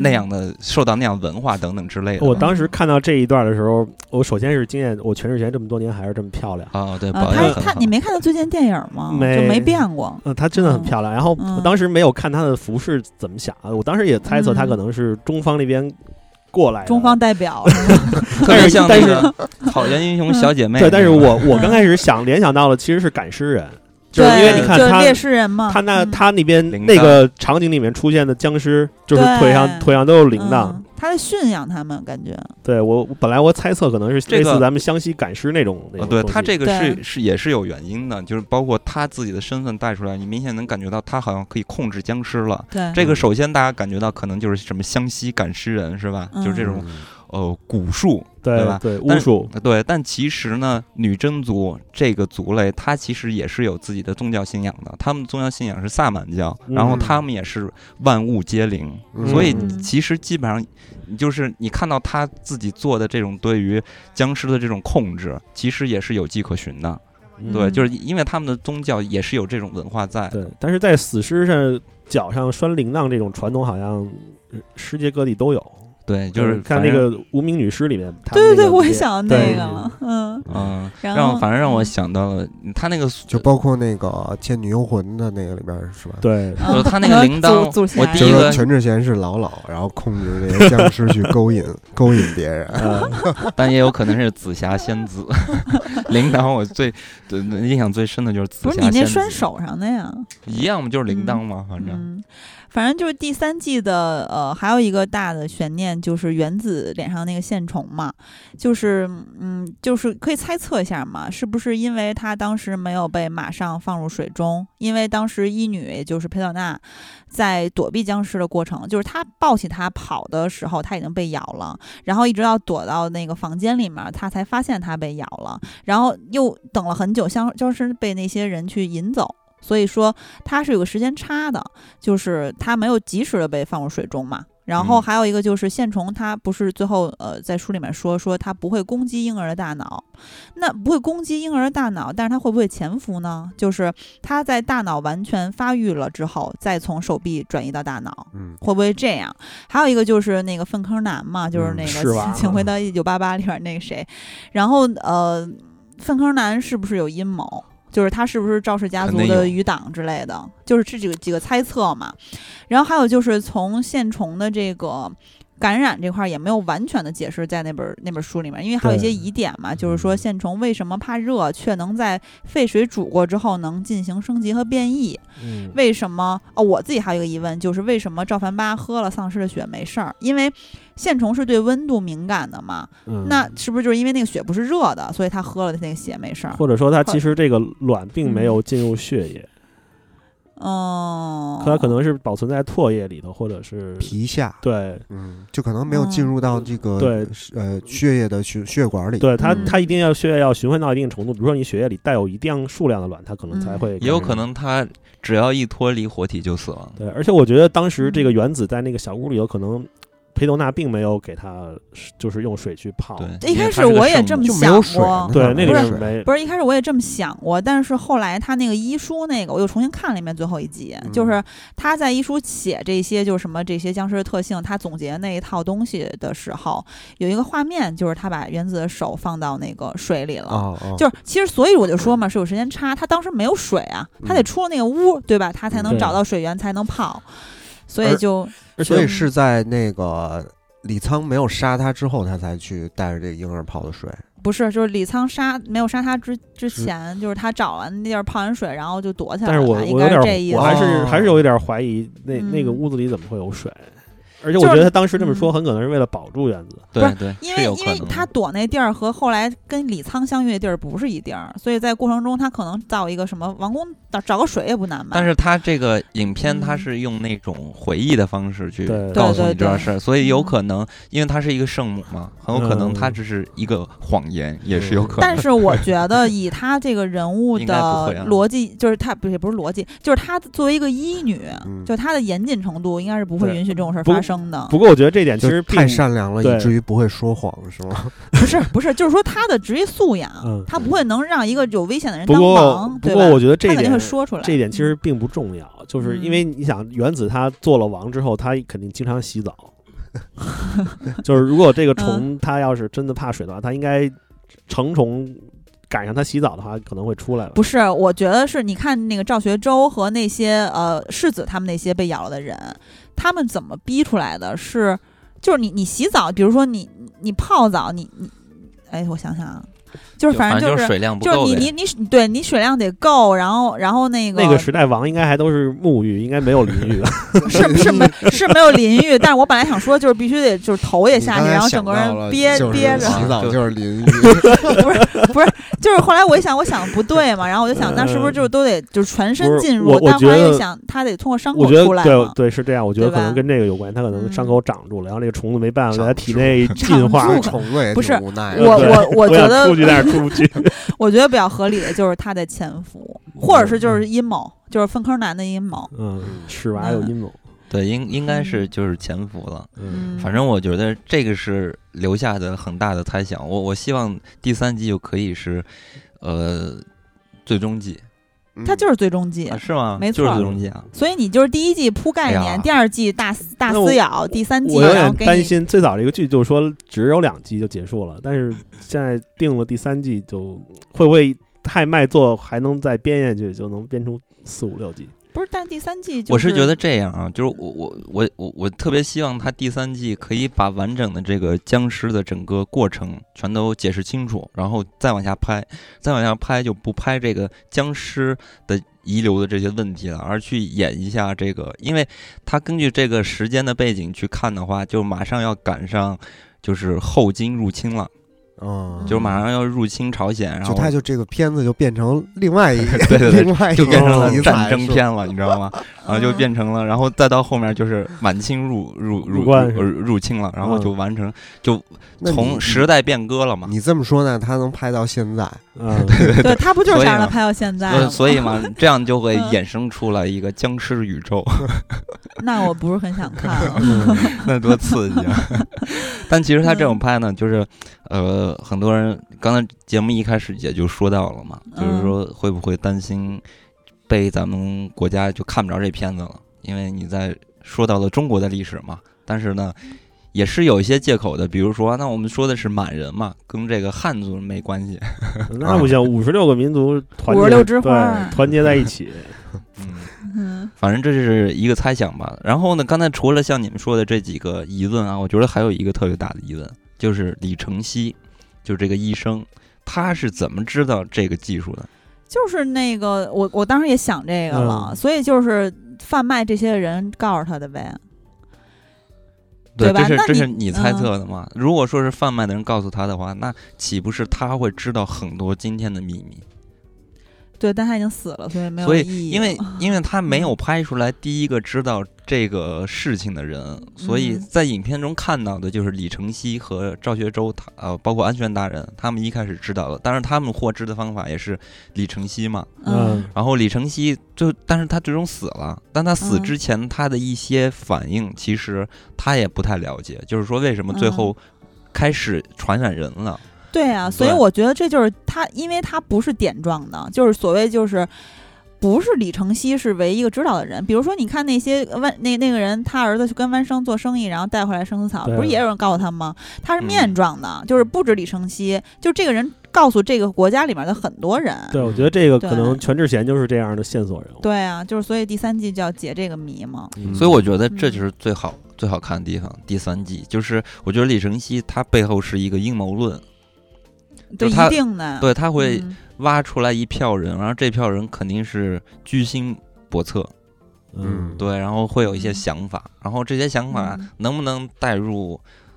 Speaker 1: 那样的受到那样文化等等之类的。
Speaker 4: 我当时看到这一段的时候，我首先是惊艳，我全智贤这么多年还是这么漂亮，
Speaker 1: 啊、对，
Speaker 2: 啊，
Speaker 1: 保养
Speaker 2: 他
Speaker 1: 很
Speaker 2: 他
Speaker 1: 好
Speaker 2: 你没看到最近电影吗？
Speaker 4: 没
Speaker 2: 就没变过。
Speaker 4: 呃，她真的很漂亮。然后
Speaker 2: 嗯
Speaker 4: 我当时没有看她的服饰怎么想啊，我当时也猜测她可能是中方那边过来的，
Speaker 2: 嗯中方代表是吗
Speaker 1: 特别像那
Speaker 4: 但是
Speaker 1: 个 草原
Speaker 2: 嗯
Speaker 1: 英雄小姐妹。
Speaker 4: 对，但是
Speaker 1: 吧
Speaker 4: 我我刚开始想联想到了其实是赶尸人，就是因为你看
Speaker 2: 对就
Speaker 4: 她
Speaker 2: 猎食人嘛，
Speaker 4: 他那
Speaker 2: 嗯
Speaker 4: 他那边
Speaker 1: 铃铛
Speaker 4: 那个场景里面出现的僵尸，就是
Speaker 2: 对
Speaker 4: 腿上腿上都有铃铛。
Speaker 2: 嗯他在驯养他们，感觉
Speaker 4: 对我我本来我猜测可能是
Speaker 1: 这
Speaker 4: 类似
Speaker 1: 个
Speaker 4: 咱们湘西赶尸那种那
Speaker 1: 啊
Speaker 4: 种
Speaker 1: 对
Speaker 4: 东西
Speaker 1: 他这个
Speaker 2: 对
Speaker 1: 是是也是有原因的，就是包括他自己的身份带出来，你明显能感觉到他好像可以控制僵尸了。
Speaker 2: 对
Speaker 1: 这个首先大家感觉到可能就是什么湘西赶尸人是吧？就是这种
Speaker 2: 嗯
Speaker 1: 呃蛊术对吧
Speaker 4: 对对巫
Speaker 1: 但是
Speaker 4: 术，
Speaker 1: 对，但其实呢，女真族这个族类，它其实也是有自己的宗教信仰的。他们宗教信仰是萨满教，然后
Speaker 3: 嗯
Speaker 1: 他们也是万物皆灵，
Speaker 3: 嗯
Speaker 1: 所以
Speaker 2: 嗯
Speaker 1: 其实基本上，就是你看到他自己做的这种对于僵尸的这种控制，其实也是有迹可循的。对，
Speaker 2: 嗯
Speaker 1: 就是因为他们的宗教也是有这种文化在。
Speaker 4: 对，但是在死尸上脚上拴铃铛这种传统，好像呃世界各地都有。
Speaker 1: 对，就是
Speaker 4: 看
Speaker 1: 反
Speaker 4: 那
Speaker 1: 正
Speaker 4: 个无名女尸里面，他
Speaker 2: 对
Speaker 4: 们
Speaker 2: 对
Speaker 4: 那
Speaker 2: 对，
Speaker 4: 个
Speaker 2: 我也
Speaker 4: 也
Speaker 2: 想到那
Speaker 4: 对
Speaker 2: 个了，嗯，
Speaker 1: 嗯，
Speaker 2: 然
Speaker 1: 让
Speaker 2: 后
Speaker 1: 反正让我想到了嗯他那个
Speaker 3: 就包括那个《倩女幽魂》的那个里边是吧？
Speaker 4: 对
Speaker 1: 呃他那个铃铛
Speaker 2: 组组起
Speaker 1: 我
Speaker 2: 来
Speaker 1: 第
Speaker 3: 就
Speaker 1: 一
Speaker 3: 是
Speaker 1: 个
Speaker 3: 说全智贤是老鸨，然后控制这些僵尸去勾引勾引别人。
Speaker 4: 呃
Speaker 1: 但也有可能是紫霞仙 子。铃铛我最对印象最深的就是紫
Speaker 2: 不
Speaker 1: 霞
Speaker 2: 是
Speaker 1: 仙
Speaker 2: 你
Speaker 1: 子。
Speaker 2: 那拴手上的呀，
Speaker 1: 一样嘛，就是铃铛嘛，反正
Speaker 2: 嗯，反正就是第三季的呃，还有一个大的悬念就是原子脸上那个线虫嘛，就是嗯，就是可以猜测一下嘛，是不是因为他当时没有被马上放入水中，因为当时一女也就是裴小娜在躲避僵尸的过程，就是她抱起他跑的时候，他已经被咬了，然后一直到躲到那个房间里面，他才发现他被咬了，然后又等了很久，像就是被那些人去引走。所以说它是有个时间差的，就是它没有及时的被放入水中嘛。然后
Speaker 1: 嗯
Speaker 2: 还有一个就是线虫，它不是最后呃在书里面说说它不会攻击婴儿的大脑，那不会攻击婴儿的大脑，但是它会不会潜伏呢？就是它在大脑完全发育了之后，再从手臂转移到大脑，
Speaker 3: 嗯，
Speaker 2: 会不会这样？还有一个就是那个粪坑男嘛，就是
Speaker 3: 嗯
Speaker 2: 那
Speaker 4: 是
Speaker 2: 个
Speaker 4: 吧
Speaker 2: 请《请回到一九八八》里边那个谁，然后呃，粪坑男是不是有阴谋？就是他是不是赵氏家族
Speaker 1: 肯定有
Speaker 2: 的余党之类的？就是这几个几个猜测嘛。然后还有就是从线虫的这个。感染这块儿也没有完全的解释在那本那本书里面，因为还有一些
Speaker 4: 对
Speaker 2: 疑点嘛，就是说线虫为什么怕热，却能在沸水煮过之后能进行升级和变异？
Speaker 4: 嗯
Speaker 2: 为什么？哦，我自己还有一个疑问，就是为什么赵凡八喝了丧尸的血没事儿？因为线虫是对温度敏感的嘛，
Speaker 4: 嗯
Speaker 2: 那是不是就是因为那个血不是热的，所以他喝了那个血没事儿？
Speaker 4: 或者说他其实这个卵并没
Speaker 2: 嗯
Speaker 4: 有进入血液，
Speaker 2: 嗯，
Speaker 4: 它可能是保存在唾液里头，或者是
Speaker 3: 皮下，
Speaker 4: 对
Speaker 3: 嗯，就可能没有进入到这个
Speaker 4: 对
Speaker 3: 呃血液的血血管里。
Speaker 4: 对它，
Speaker 2: 嗯
Speaker 4: 它一定要血液要循环到一定程度，比如说你血液里带有一定数量的卵，它可能才
Speaker 2: 嗯
Speaker 4: 会感
Speaker 1: 也有
Speaker 4: 染
Speaker 1: 可。能他只要一脱离活体就死亡。
Speaker 4: 对，而且我觉得当时这个
Speaker 2: 嗯
Speaker 4: 原子在那个小屋里头，可能裴斗娜并没有给它就是用水去泡，
Speaker 1: 对，
Speaker 2: 哦一
Speaker 1: 因为
Speaker 2: 开
Speaker 1: 他
Speaker 2: 始
Speaker 1: 是个
Speaker 2: 我也
Speaker 1: 圣
Speaker 2: 这么
Speaker 1: 母
Speaker 3: 就没有水
Speaker 2: 想过，
Speaker 4: 对，
Speaker 3: 那
Speaker 4: 那里
Speaker 2: 不
Speaker 4: 面
Speaker 2: 是
Speaker 4: 没
Speaker 2: 不是一开始我也这么想过，但是后来他那个医书那个，我又重新看了一遍最后一集，
Speaker 3: 嗯
Speaker 2: 就是他在医书写这些就是什么这些僵尸的特性，他总结那一套东西的时候，有一个画面就是他把原子的手放到那个水里了。
Speaker 3: 啊啊，
Speaker 2: 就是，其实所以我就说嘛，是有时间差。他当时没有水啊，他得
Speaker 3: 嗯
Speaker 2: 出了那个屋，对吧？他才能
Speaker 4: 对
Speaker 2: 找到水源，才能泡。所以
Speaker 3: 而
Speaker 2: 就
Speaker 4: 而
Speaker 3: 所以
Speaker 4: 且
Speaker 3: 是在那个李沧没有杀他之后，他才去带着这个婴儿泡的水。
Speaker 2: 不是，就是李沧杀没有杀他之之前，就是他找完那地儿泡完水，然后就躲起来
Speaker 4: 但
Speaker 2: 了。
Speaker 4: 是我
Speaker 2: 应
Speaker 4: 我有
Speaker 2: 该是这
Speaker 4: 点
Speaker 2: 意思
Speaker 4: 儿，我。还是
Speaker 3: 哦
Speaker 4: 还是有一点怀疑那那个
Speaker 2: 嗯
Speaker 4: 屋子里怎么会有水？而且
Speaker 2: 就
Speaker 4: 我觉
Speaker 2: 是
Speaker 4: 得他当时这么说，
Speaker 2: 嗯
Speaker 4: 很可能是为了保住园子。
Speaker 2: 不
Speaker 1: 对
Speaker 2: 是
Speaker 1: 对，
Speaker 2: 因
Speaker 1: 是
Speaker 2: 为
Speaker 1: 有
Speaker 2: 因
Speaker 1: 可
Speaker 2: 为
Speaker 1: 能
Speaker 2: 他躲那地儿和后来跟李沧相遇的地儿不是一地儿，所以在过程中他可能造一个什么王宫找找个水也不难吧。
Speaker 1: 但是他这个影片，他
Speaker 2: 嗯
Speaker 1: 是用那种回忆的方式去
Speaker 4: 对
Speaker 1: 告诉
Speaker 2: 对
Speaker 1: 你
Speaker 2: 对
Speaker 1: 这件
Speaker 2: 对
Speaker 1: 事儿，所以有
Speaker 2: 嗯
Speaker 1: 可能，因为他是一个圣母嘛，很有可能他只是一个谎言，也是有可能。
Speaker 2: 但是我觉得以她这个人物
Speaker 1: 应
Speaker 2: 的
Speaker 1: 该不会啊
Speaker 2: 逻辑，就是她不是也不是逻辑，就是她作为一个医女，
Speaker 3: 嗯
Speaker 2: 就她的严谨程度，应该是不会
Speaker 4: 对
Speaker 2: 允许这种事儿
Speaker 4: 不
Speaker 2: 发生的。
Speaker 4: 不过我觉得这点其
Speaker 3: 就
Speaker 4: 实
Speaker 3: 是
Speaker 4: 并
Speaker 3: 太善良了，
Speaker 4: 对
Speaker 3: 以至于不会说谎，是吗？
Speaker 2: 不是不是，就是说她的职业素养
Speaker 4: 嗯，
Speaker 2: 她不会能让一个有危险的人
Speaker 4: 不
Speaker 2: 当
Speaker 4: 过
Speaker 2: 王，
Speaker 4: 不
Speaker 2: 对
Speaker 4: 过我
Speaker 2: 吧？
Speaker 4: 觉得这
Speaker 2: 她肯定
Speaker 4: 点
Speaker 2: 会说出来。嗯
Speaker 4: 这一点其实并不重要，就是因为你想，原子他做了王之后，他肯定经常洗澡。 就是如果这个
Speaker 2: 嗯
Speaker 4: 虫它要是真的怕水的话，它应该成虫赶上它洗澡的话，可能会出来吧。
Speaker 2: 不是，我觉得是你看那个赵学周和那些呃世子他们那些被咬了的人，他们怎么逼出来的是？就是你你洗澡，比如说你你泡澡，你你，哎，我想想啊，就是反正
Speaker 1: 就
Speaker 2: 就是
Speaker 1: 水量不
Speaker 2: 就是
Speaker 1: 够
Speaker 2: 你
Speaker 1: 呗。
Speaker 2: 你你对你水量得够，然后然后那个
Speaker 4: 那个时代王应该还都是沐浴，应该没有淋浴的。
Speaker 2: 是是没是没有淋浴，但是我本来想说就是必须得就是头也下去，
Speaker 3: 你刚才
Speaker 2: 然后整个
Speaker 3: 想到
Speaker 2: 人
Speaker 3: 了
Speaker 2: 憋
Speaker 3: 就是
Speaker 2: 憋着，
Speaker 3: 洗澡
Speaker 1: 就
Speaker 3: 就是淋浴，
Speaker 2: 不是不是，就是后来我一想，我想不对嘛，然后我就想，那是不是就是都得就是全
Speaker 4: 嗯不
Speaker 2: 身
Speaker 4: 是
Speaker 2: 进
Speaker 4: 我
Speaker 2: 入？
Speaker 4: 我
Speaker 2: 但后来
Speaker 4: 觉
Speaker 2: 又
Speaker 4: 得
Speaker 2: 想，他得通过伤口
Speaker 4: 我觉得
Speaker 2: 出来
Speaker 4: 对
Speaker 2: 嘛。
Speaker 4: 对是这样，我觉得
Speaker 2: 对吧
Speaker 4: 可能跟这个有关，它可能
Speaker 2: 嗯
Speaker 4: 伤口长住了，然后那个虫子没办法
Speaker 3: 长
Speaker 4: 在它体
Speaker 3: 住
Speaker 4: 内进化
Speaker 2: 长。住
Speaker 3: 虫子也
Speaker 2: 不是
Speaker 3: 挺无奈的。
Speaker 2: 我
Speaker 4: 对
Speaker 2: 我我
Speaker 4: 我
Speaker 2: 觉
Speaker 4: 想
Speaker 2: 得
Speaker 4: 出去，但是出不去。
Speaker 2: 我觉得比较合理的就是他在潜伏，或者是就是阴谋，就是粪坑男的阴谋。
Speaker 4: 嗯，尺娃有阴谋。
Speaker 1: 对，应应该
Speaker 2: 嗯
Speaker 1: 是就是潜伏了。
Speaker 4: 嗯，
Speaker 1: 反正我觉得这个是留下的很大的猜想。我我希望第三季就可以是，呃，最终季
Speaker 3: 嗯
Speaker 2: 他就是最终季
Speaker 1: 啊，，是吗？
Speaker 2: 没
Speaker 1: 就是
Speaker 2: 错
Speaker 1: 最终季啊。
Speaker 2: 所以你就是第一季铺概
Speaker 1: 哎呀
Speaker 2: 念，第二季大撕大
Speaker 4: 那我
Speaker 2: 撕咬，第三季
Speaker 4: 我有
Speaker 2: 然后
Speaker 4: 点
Speaker 2: 给
Speaker 4: 担
Speaker 2: 你
Speaker 4: 心，最早这个剧就是说只有两季就结束了，但是现在定了第三季，就会不会太卖座，还能再编下去，就能编出四五六季？
Speaker 2: 不是，但第三季就
Speaker 1: 我是觉得这样啊，就是我我我我我特别希望他第三季可以把完整的这个僵尸的整个过程全都解释清楚，然后再往下拍，再往下拍就不拍这个僵尸的遗留的这些问题了，而去演一下这个，因为他根据这个时间的背景去看的话，就马上要赶上就是后金入侵了，
Speaker 3: 嗯，
Speaker 1: 就是马上要入侵朝鲜，然
Speaker 3: 就
Speaker 1: 后
Speaker 3: 他就这个片子就变成另 外一
Speaker 1: 对对对
Speaker 3: 另外一
Speaker 1: 就变成
Speaker 3: 个
Speaker 1: 了
Speaker 3: 题
Speaker 1: 战
Speaker 3: 材
Speaker 1: 争
Speaker 3: 是吧
Speaker 1: 片了，你知道吗？然啊后就
Speaker 3: 嗯
Speaker 2: 嗯
Speaker 1: 变成了，然后再到后面就是满清入入入
Speaker 4: 入关嗯
Speaker 1: 入入侵了，然后就完成就
Speaker 3: 那你
Speaker 1: 从时代变革了嘛。
Speaker 3: 你这么说呢，他能拍到现在，
Speaker 4: 嗯，
Speaker 2: 对他不就是
Speaker 1: 所以
Speaker 2: 想让
Speaker 1: 嘛
Speaker 2: 他拍到现在
Speaker 1: 呃
Speaker 2: 吗？
Speaker 1: 所以 嘛，这样就会
Speaker 2: 嗯
Speaker 1: 衍生出来一个僵尸宇宙，
Speaker 2: 那我不是很想看了。
Speaker 1: 那多刺激啊！但其实他这种拍呢，就是呃，很多人刚才节目一开始也就说到了嘛，就是
Speaker 2: 嗯
Speaker 1: 说会不会担心被咱们国家就看不着这片子了？因为你在说到了中国的历史嘛，但是呢，也是有一些借口的，比如说，那我们说的是满人嘛，跟这个汉族没关系。
Speaker 4: 那不行，五十六个民族团结，
Speaker 2: 56枝花
Speaker 4: 对团结在一起。
Speaker 1: 嗯，
Speaker 2: 嗯
Speaker 1: 反正这是一个猜想吧。然后呢，刚才除了像你们说的这几个疑问啊，我觉得还有一个特别大的疑问，就是李承熙，就是这个医生，他是怎么知道这个技术的？
Speaker 2: 就是那个，我我当时也想这个了，
Speaker 4: 嗯
Speaker 2: 所以就是贩卖这些人告诉他的呗。对吧
Speaker 1: 这是
Speaker 2: 那
Speaker 1: 这是
Speaker 2: 你嗯
Speaker 1: 你猜测的嘛？如果说是贩卖的人告诉他的话，那岂不是他会知道很多今天的秘密？
Speaker 2: 对，但他已经死了，所以没有
Speaker 1: 所
Speaker 2: 意
Speaker 1: 以，
Speaker 2: 义。
Speaker 1: 因为因为他没有拍出来第一个知道这个事情的人，所以
Speaker 2: 嗯
Speaker 1: 在影片中看到的就是李承熙和赵学周，他呃，包括安全大人，他们一开始知道的，但是他们获知的方法也是李承熙嘛。
Speaker 2: 嗯，
Speaker 1: 然后李承熙就，但是他最终死了，但他死
Speaker 2: 嗯
Speaker 1: 之前他的一些反应，其实他也不太了解，就是说为什么最
Speaker 2: 嗯
Speaker 1: 后开始传染人了。
Speaker 2: 对啊，所以
Speaker 1: 嗯对
Speaker 2: 我觉得这就是他，因为他不是点状的，就是所谓就是。不是李承熙是唯一一个知道的人，比如说，你看那些万那那个人，他儿子去跟弯生做生意，然后带回来生死草，
Speaker 4: 对啊
Speaker 2: 不是也有人告诉他吗？他是面
Speaker 1: 嗯
Speaker 2: 状的，就是不止李承熙，就这个人告诉这个国家里面的很多人。
Speaker 4: 对，我觉得这个
Speaker 2: 对
Speaker 4: 可能全智贤就是这样的线索人物。
Speaker 2: 对啊，就是所以第三季就要解这个谜嘛。
Speaker 4: 嗯
Speaker 1: 所以我觉得这
Speaker 2: 嗯
Speaker 1: 就是最好、最好看的地方。第三季就是，我觉得李承熙他背后是一个阴谋论，
Speaker 2: 对，
Speaker 1: 就他
Speaker 2: 一定的，
Speaker 1: 对，他会
Speaker 2: 嗯
Speaker 1: 挖出来一票人，然后这票人肯定是居心叵测，
Speaker 4: 嗯，
Speaker 1: 对，然后会有一些
Speaker 2: 嗯
Speaker 1: 想法，然后这些想法
Speaker 2: 嗯
Speaker 1: 能不能带入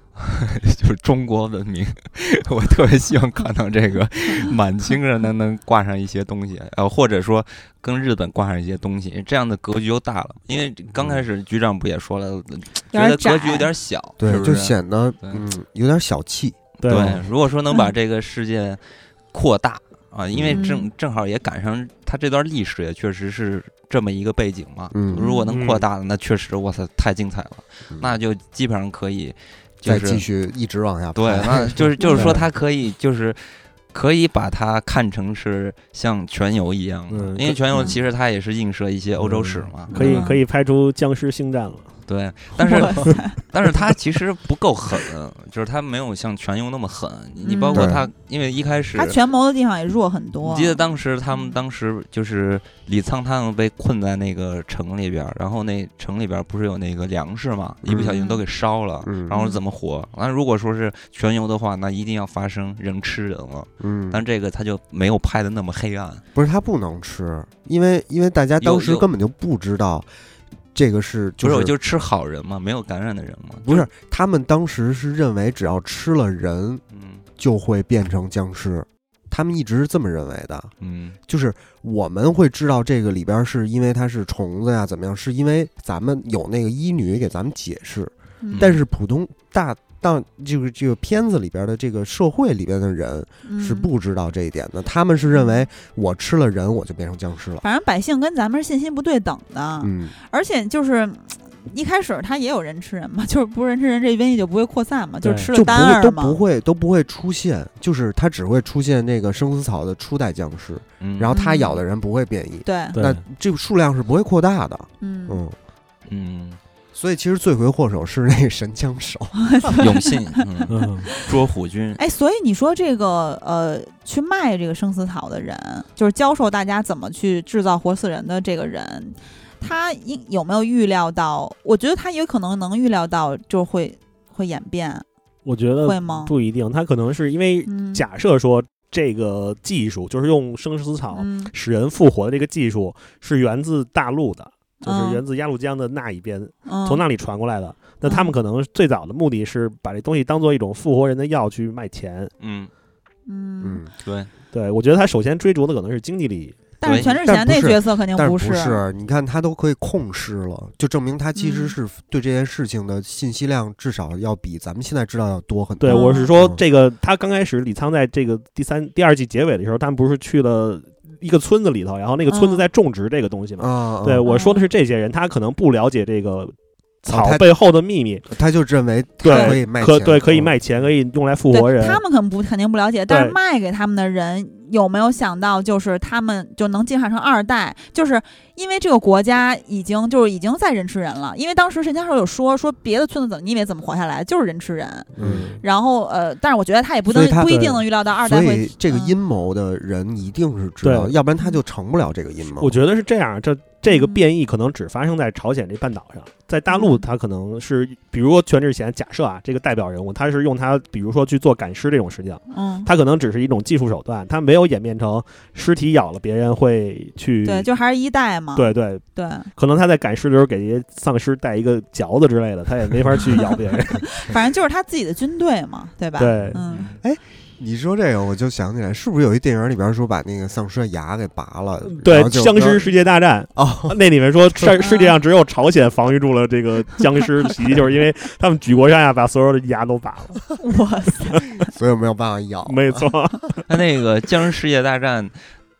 Speaker 1: 就是中国文明？ 我特别希望看到这个 满清人能能挂上一些东西，呃，或者说跟日本挂上一些东西，这样的格局就大了。因为刚开始局长不也说了，觉
Speaker 2: 有
Speaker 1: 得
Speaker 2: 点窄
Speaker 1: 格局有点小，
Speaker 3: 对，
Speaker 1: 是不
Speaker 3: 就是显得
Speaker 1: 对
Speaker 3: 嗯有点小气。
Speaker 4: 对
Speaker 1: 对，如果说能把
Speaker 2: 嗯
Speaker 1: 这个世界扩大啊，因为正
Speaker 2: 嗯
Speaker 1: 正好也赶上他这段历史也确实是这么一个背景嘛。
Speaker 3: 嗯
Speaker 1: 如果能扩
Speaker 4: 嗯
Speaker 1: 大了，那确实哇塞太精彩了，那就基本上可以就
Speaker 3: 再
Speaker 1: 是
Speaker 3: 继续一直往下
Speaker 1: 对，
Speaker 3: 拍
Speaker 1: 那就是就是说
Speaker 4: 对
Speaker 1: 他可以就是。可以把它看成是像全游一样的，
Speaker 4: 嗯
Speaker 1: 因为全游
Speaker 2: 嗯
Speaker 1: 其实它也是映射一些欧洲史嘛。
Speaker 4: 可以
Speaker 2: 嗯
Speaker 4: 可以拍出僵尸星战了。
Speaker 1: 对，但是
Speaker 2: 哇塞
Speaker 1: 但是它其实不够狠，就是它没有像全游那么狠。你你包括
Speaker 3: 嗯
Speaker 1: 它，因为一开始
Speaker 2: 他权谋的地方也弱很多。
Speaker 1: 你记得当时他们当时就是李苍他们被困在那个城里边儿，然后那城里边儿不是有那个粮食嘛，一不小心都给烧了，
Speaker 3: 嗯
Speaker 1: 然后怎么活？那如果说是全游的话，那一定要发生人吃人了，
Speaker 3: 嗯，
Speaker 1: 但这个他就没有拍的那么黑暗。
Speaker 3: 不是他不能吃，因为因为大家当时
Speaker 1: 有
Speaker 3: 根本就不知道这个是
Speaker 1: 不
Speaker 3: 是
Speaker 1: 是，我就吃好人嘛，没有感染的人嘛，
Speaker 3: 不是他们当时是认为只要吃了人
Speaker 1: 嗯
Speaker 3: 就会变成僵尸，他们一直是这么认为的。
Speaker 1: 嗯
Speaker 3: 就是我们会知道这个里边是因为它是虫子呀，怎么样？是因为咱们有那个医女给咱们解释，
Speaker 2: 嗯，
Speaker 3: 但是普通大当就是这个片子里边的这个社会里边的人是
Speaker 2: 嗯
Speaker 3: 不知道这一点的，他们是认为我吃了人我就变成僵尸了。
Speaker 2: 反正百姓跟咱们是信心不对等的，
Speaker 3: 嗯，
Speaker 2: 而且就是。嗯一开始他也有人吃人嘛，就是不是人吃人，这瘟疫就不会扩散嘛，就是
Speaker 4: 对
Speaker 2: 吃
Speaker 3: 就
Speaker 2: 了
Speaker 3: 不
Speaker 2: 单
Speaker 3: 会
Speaker 2: 二
Speaker 3: 都
Speaker 2: 嘛，
Speaker 3: 不会都不会出现，就是它只会出现那个生死草的初代僵尸，
Speaker 1: 嗯，
Speaker 3: 然后它
Speaker 2: 嗯
Speaker 3: 咬的人不会变异，
Speaker 2: 对，
Speaker 4: 对
Speaker 3: 那这个数量是不会扩大的。
Speaker 2: 嗯，
Speaker 3: 嗯，
Speaker 1: 嗯
Speaker 3: 所以其实罪魁祸首是那个神枪手。
Speaker 1: 永信、嗯、
Speaker 4: 嗯，
Speaker 1: 捉虎 军，
Speaker 2: 哎，所以你说这个呃，去卖这个生死草的人，就是教授大家怎么去制造活死人的这个人，他应有没有预料到？我觉得他有可能能预料到，就会会演变，
Speaker 4: 我觉得
Speaker 2: 会吗？
Speaker 4: 不一定，他可能是因为
Speaker 2: 嗯，
Speaker 4: 假设说这个技术就是用生死草
Speaker 2: 嗯
Speaker 4: 使人复活的这个技术是源自大陆的，就是
Speaker 2: 嗯
Speaker 4: 源自鸭绿江的那一边，
Speaker 2: 嗯，
Speaker 4: 从那里传过来的。那他们可能最早的目的是把这东西当做一种复活人的药去卖钱。
Speaker 1: 嗯，
Speaker 2: 嗯，
Speaker 3: 嗯，
Speaker 1: 对，
Speaker 4: 对我觉得他首先追逐的可能是经济利益。
Speaker 2: 但是
Speaker 1: 对
Speaker 2: 全智
Speaker 3: 但
Speaker 2: 贤
Speaker 3: 不
Speaker 2: 那
Speaker 3: 是
Speaker 2: 角色肯定
Speaker 3: 但
Speaker 2: 是，
Speaker 3: 是是，你看他都可以控尸了，就证明他其实
Speaker 2: 嗯
Speaker 3: 是对这件事情的信息量至少要比咱们现在知道要多很多。
Speaker 2: 嗯
Speaker 4: 对，我是说
Speaker 3: 嗯
Speaker 4: 这个，他刚开始李沧在这个第三、第二季结尾的时候，他们不是去了一个村子里头，然后那个村子
Speaker 2: 嗯
Speaker 4: 在种植这个东西嘛。
Speaker 3: 啊，
Speaker 4: 对，
Speaker 3: 啊
Speaker 4: 我说的是这些人，他可能不了解这个
Speaker 2: 哦
Speaker 4: 草
Speaker 3: 他
Speaker 4: 背后的秘密，
Speaker 3: 他就认为他
Speaker 4: 对
Speaker 3: 可以卖
Speaker 4: 可
Speaker 3: 钱
Speaker 4: 对可以
Speaker 3: 嗯
Speaker 4: 卖钱，可以用来复
Speaker 2: 对
Speaker 4: 活人。
Speaker 2: 他们可能不肯定不了解，但是
Speaker 4: 对
Speaker 2: 卖给他们的人有没有想到，就是他们就能进化成二代？就是因为这个国家已经就是已经在人吃人了，因为当时神枪手有说说别的村子怎么你以为怎么活下来，就是人吃人。
Speaker 3: 嗯
Speaker 2: 然后呃，但是我觉得他也不
Speaker 3: 所以
Speaker 2: 能
Speaker 3: 他
Speaker 2: 不一定
Speaker 4: 的
Speaker 2: 能预料到二代
Speaker 3: 所
Speaker 2: 会
Speaker 3: 以这个
Speaker 2: 嗯
Speaker 3: 阴谋的人一定是知道，
Speaker 4: 对
Speaker 3: 要不然他就成不了这个阴谋。
Speaker 4: 我觉得是这样，这这个
Speaker 2: 嗯
Speaker 4: 变异可能只发生在朝鲜这半岛上，在大陆
Speaker 2: 嗯
Speaker 4: 它可能是，比如说全智贤，假设啊，这个代表人物，他是用他，比如说去做赶尸这种事情，
Speaker 2: 嗯。
Speaker 4: 他可能只是一种技术手段，他没有演变成尸体咬了别人会去，
Speaker 2: 对，就还是一代嘛。
Speaker 4: 对对，
Speaker 2: 对，
Speaker 4: 可能他在赶尸的时候给这些丧尸带一个嚼子之类的，他也没法去咬 别人。
Speaker 2: 反正就是他自己的军队嘛，对吧？
Speaker 4: 对
Speaker 2: 嗯，
Speaker 3: 你说这个，我就想起来，是不是有一电影里边说把那个丧尸的牙给拔了？然
Speaker 4: 对，
Speaker 3: 后就
Speaker 4: 僵尸世界大战
Speaker 3: 哦，
Speaker 4: 那里面说世世界上只有朝鲜防御住了这个僵尸袭击，就是因为他们举国上下把所有的牙都拔了。
Speaker 2: 哇塞，
Speaker 3: 所以没有办法咬。
Speaker 2: 哦
Speaker 4: 没错，
Speaker 1: 他那个《僵尸世界大战》，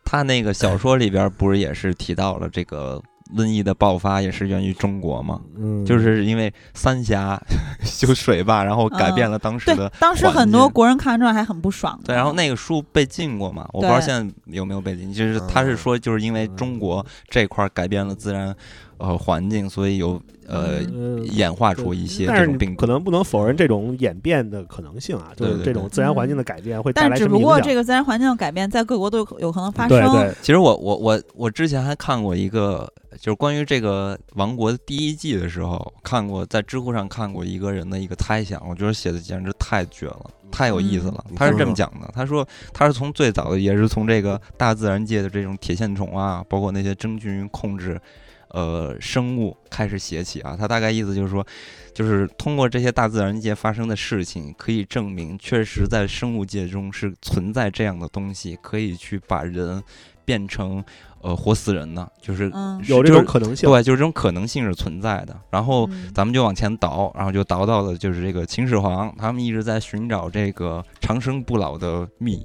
Speaker 1: 他那个小说里边不是也是提到了这个瘟疫的爆发也是源于中国吗？
Speaker 4: 嗯
Speaker 1: 就是因为三峡 修水坝，然后改变了当时的、
Speaker 2: 嗯对，当时
Speaker 1: 环
Speaker 2: 很多
Speaker 1: 境
Speaker 2: 国人看完之后还很不爽的。
Speaker 1: 对，然后那个书被禁过嘛？我不知道
Speaker 2: 对
Speaker 1: 现在有没有被禁，就是他是说就是因为中国这块儿改变了自然呃环境，所以有呃
Speaker 2: 嗯
Speaker 4: 嗯
Speaker 1: 演化出一些
Speaker 4: 但
Speaker 1: 这
Speaker 4: 是
Speaker 1: 种
Speaker 4: 你
Speaker 1: 病
Speaker 4: 可
Speaker 1: 毒。
Speaker 4: 能不能否认这种演变的可能性啊，就
Speaker 1: 对
Speaker 4: 是
Speaker 1: 对
Speaker 4: 这
Speaker 1: 对
Speaker 4: 种自然环境的改变会带
Speaker 2: 但
Speaker 4: 来
Speaker 2: 只
Speaker 4: 什么
Speaker 2: 不
Speaker 4: 影
Speaker 2: 过
Speaker 4: 响
Speaker 2: 这个自然环境的改变在各国都有有可能发生
Speaker 4: 对。对，
Speaker 1: 其实我我我我之前还看过一个，就是关于这个《王国》第一季的时候看过，在知乎上看过一个人的一个猜想，我觉得写的简直太绝了，太有意思了。
Speaker 3: 嗯
Speaker 1: 他是这么讲的，他说他是从最早的也是从这个大自然界的这种铁线虫啊，包括那些真菌控制。呃，生物开始写起啊，他大概意思就是说，就是通过这些大自然界发生的事情，可以证明确实在生物界中是存在这样的东西，可以去把人变成呃活死人的，就是、
Speaker 2: 嗯，
Speaker 4: 有这
Speaker 1: 就
Speaker 4: 种
Speaker 1: 是
Speaker 4: 可能性。
Speaker 1: 对，就是这种可能性是存在的。然后
Speaker 2: 嗯
Speaker 1: 咱们就往前倒，然后就倒到了就是这个秦始皇，他们一直在寻找这个长生不老的秘，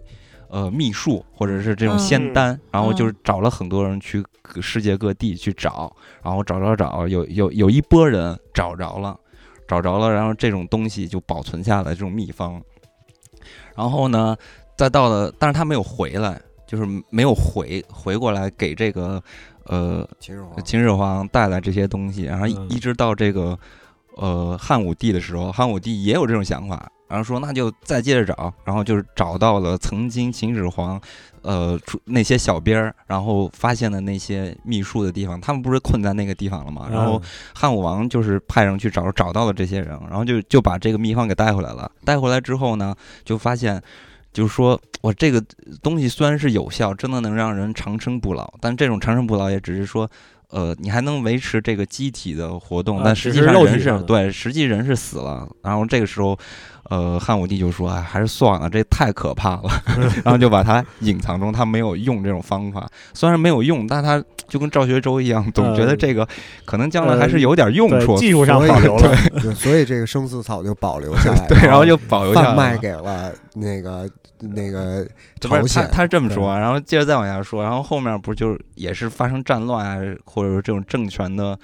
Speaker 1: 呃，秘术或者是这种
Speaker 2: 嗯
Speaker 1: 仙丹，然后就是
Speaker 2: 嗯
Speaker 1: 找了很多人去各世界各地去找，然后找找找，有有有一波人找着了，找着了，然后这种东西就保存下来这种秘方，然后呢，再到了，但是他没有回来，就是没有回回过来给这个呃
Speaker 3: 秦始皇
Speaker 1: 秦始皇带来这些东西，然后
Speaker 4: 嗯
Speaker 1: 一直到这个呃汉武帝的时候，汉武帝也有这种想法，然后说那就再接着找，然后就是找到了曾经秦始皇呃出那些小兵儿，然后发现的那些秘术的地方，他们不是困在那个地方了吗？
Speaker 4: 嗯，
Speaker 1: 然后汉武王就是派人去找，找到了这些人，然后就就把这个秘方给带回来了。带回来之后呢，就发现，就是说我这个东西虽然是有效，真的能让人长生不老，但这种长生不老也只是说。呃，你还能维持这个机体的活动，
Speaker 4: 啊
Speaker 1: 但实际
Speaker 4: 只
Speaker 1: 上
Speaker 4: 是肉体
Speaker 1: 人是
Speaker 4: 上的
Speaker 1: 对，实际人是死了。然后这个时候，呃，汉武帝就说：“哎，还是算了，这太可怕 了。”然后就把它隐藏中，他没有用这种方法。虽然没有用，但他就跟赵学周一样，总觉得
Speaker 4: 呃
Speaker 1: 这个可能将来
Speaker 4: 呃
Speaker 1: 还是有点用
Speaker 4: 对
Speaker 1: 处，
Speaker 4: 技术上
Speaker 3: 所以
Speaker 4: 保留了，
Speaker 3: 对，所以 这个生死草就保留下 来，
Speaker 1: 对，然后就保留下来了
Speaker 3: 贩卖给了那个那个
Speaker 1: 不是
Speaker 3: 朝鲜
Speaker 1: 他，他是这么说啊，然后接着再往下说，然后后面不就是也是发生战乱啊，或者说这种政权的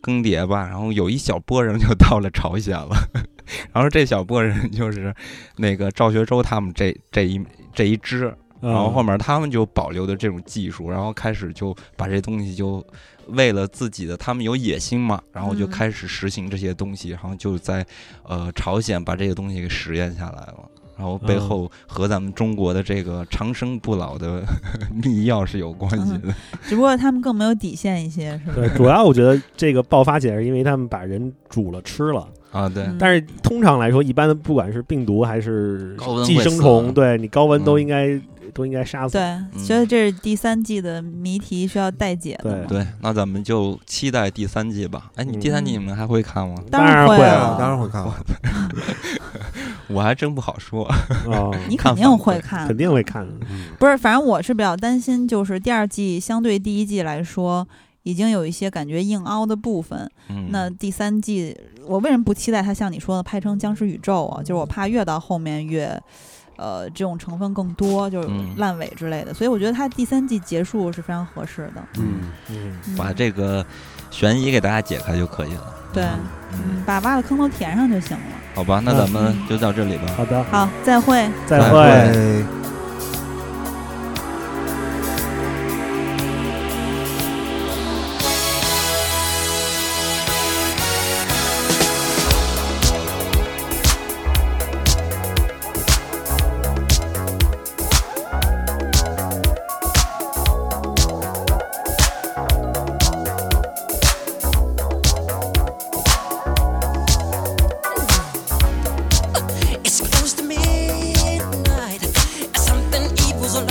Speaker 1: 更迭吧，然后有一小波人就到了朝鲜了， 然后这小波人就是那个赵学周他们这这一这一支，然
Speaker 4: 然
Speaker 1: 后后面他们就保留的这种技术，然后开始就把这东西就为了自己的，他们有野心嘛，然后就
Speaker 2: 嗯
Speaker 1: 开始实行这些东西，然后就在呃朝鲜把这个东西给实验下来了。然后背
Speaker 4: 嗯
Speaker 1: 后和咱们中国的这个长生不老的 秘药是有关系的。
Speaker 2: 只不过他们更没有底线一些，是吧？
Speaker 4: 对，主要我觉得这个爆发起来是因为他们把人煮了吃了。
Speaker 1: 啊，对，
Speaker 2: 嗯
Speaker 4: 但是通常来说，一般不管是病毒还是
Speaker 1: 高温
Speaker 4: 寄
Speaker 1: 会
Speaker 4: 生
Speaker 1: 死
Speaker 4: 虫，对你高温都
Speaker 1: 嗯
Speaker 4: 应该、都应该杀死。
Speaker 2: 对，所以这是第三季的谜题需要待解的嘛。
Speaker 1: 对，那咱们就期待第三季吧。哎，
Speaker 2: 嗯
Speaker 1: 你第三季你们还会看吗？
Speaker 2: 当
Speaker 4: 然
Speaker 2: 然
Speaker 4: 会
Speaker 2: 会
Speaker 3: 对
Speaker 2: 了
Speaker 3: 啊当然会看 了，
Speaker 1: 我还真不好说。
Speaker 4: 啊，
Speaker 2: 你
Speaker 1: 看反
Speaker 2: 肯定
Speaker 1: 馈
Speaker 2: 会看
Speaker 4: 肯，定会看。
Speaker 3: 嗯
Speaker 2: 不是？反正我是比较担心，就是第二季相对第一季来说，已经有一些感觉硬凹的部分。
Speaker 1: 嗯，
Speaker 2: 那第三季，我为什么不期待它像你说的拍成僵尸宇宙啊？就是我怕越到后面越，呃，这种成分更多，就是
Speaker 1: 嗯
Speaker 2: 烂尾之类的。所以我觉得它第三季结束是非常合适的。
Speaker 3: 嗯，
Speaker 4: 嗯，
Speaker 2: 嗯
Speaker 1: 把这个悬疑给大家解开就可以了。
Speaker 2: 对，嗯，把挖的坑都填上就行了。
Speaker 1: 好吧，那咱们就到这里吧。
Speaker 4: 好的，
Speaker 2: 好，再会。
Speaker 4: 再
Speaker 1: 再
Speaker 4: 会。
Speaker 1: 会
Speaker 3: 对。
Speaker 5: It's close to midnight. I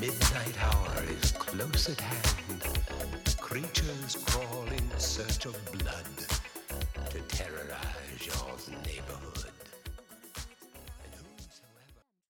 Speaker 6: midnight hour is close at hand. Creatures crawl in search of blood to terrorize your neighborhood.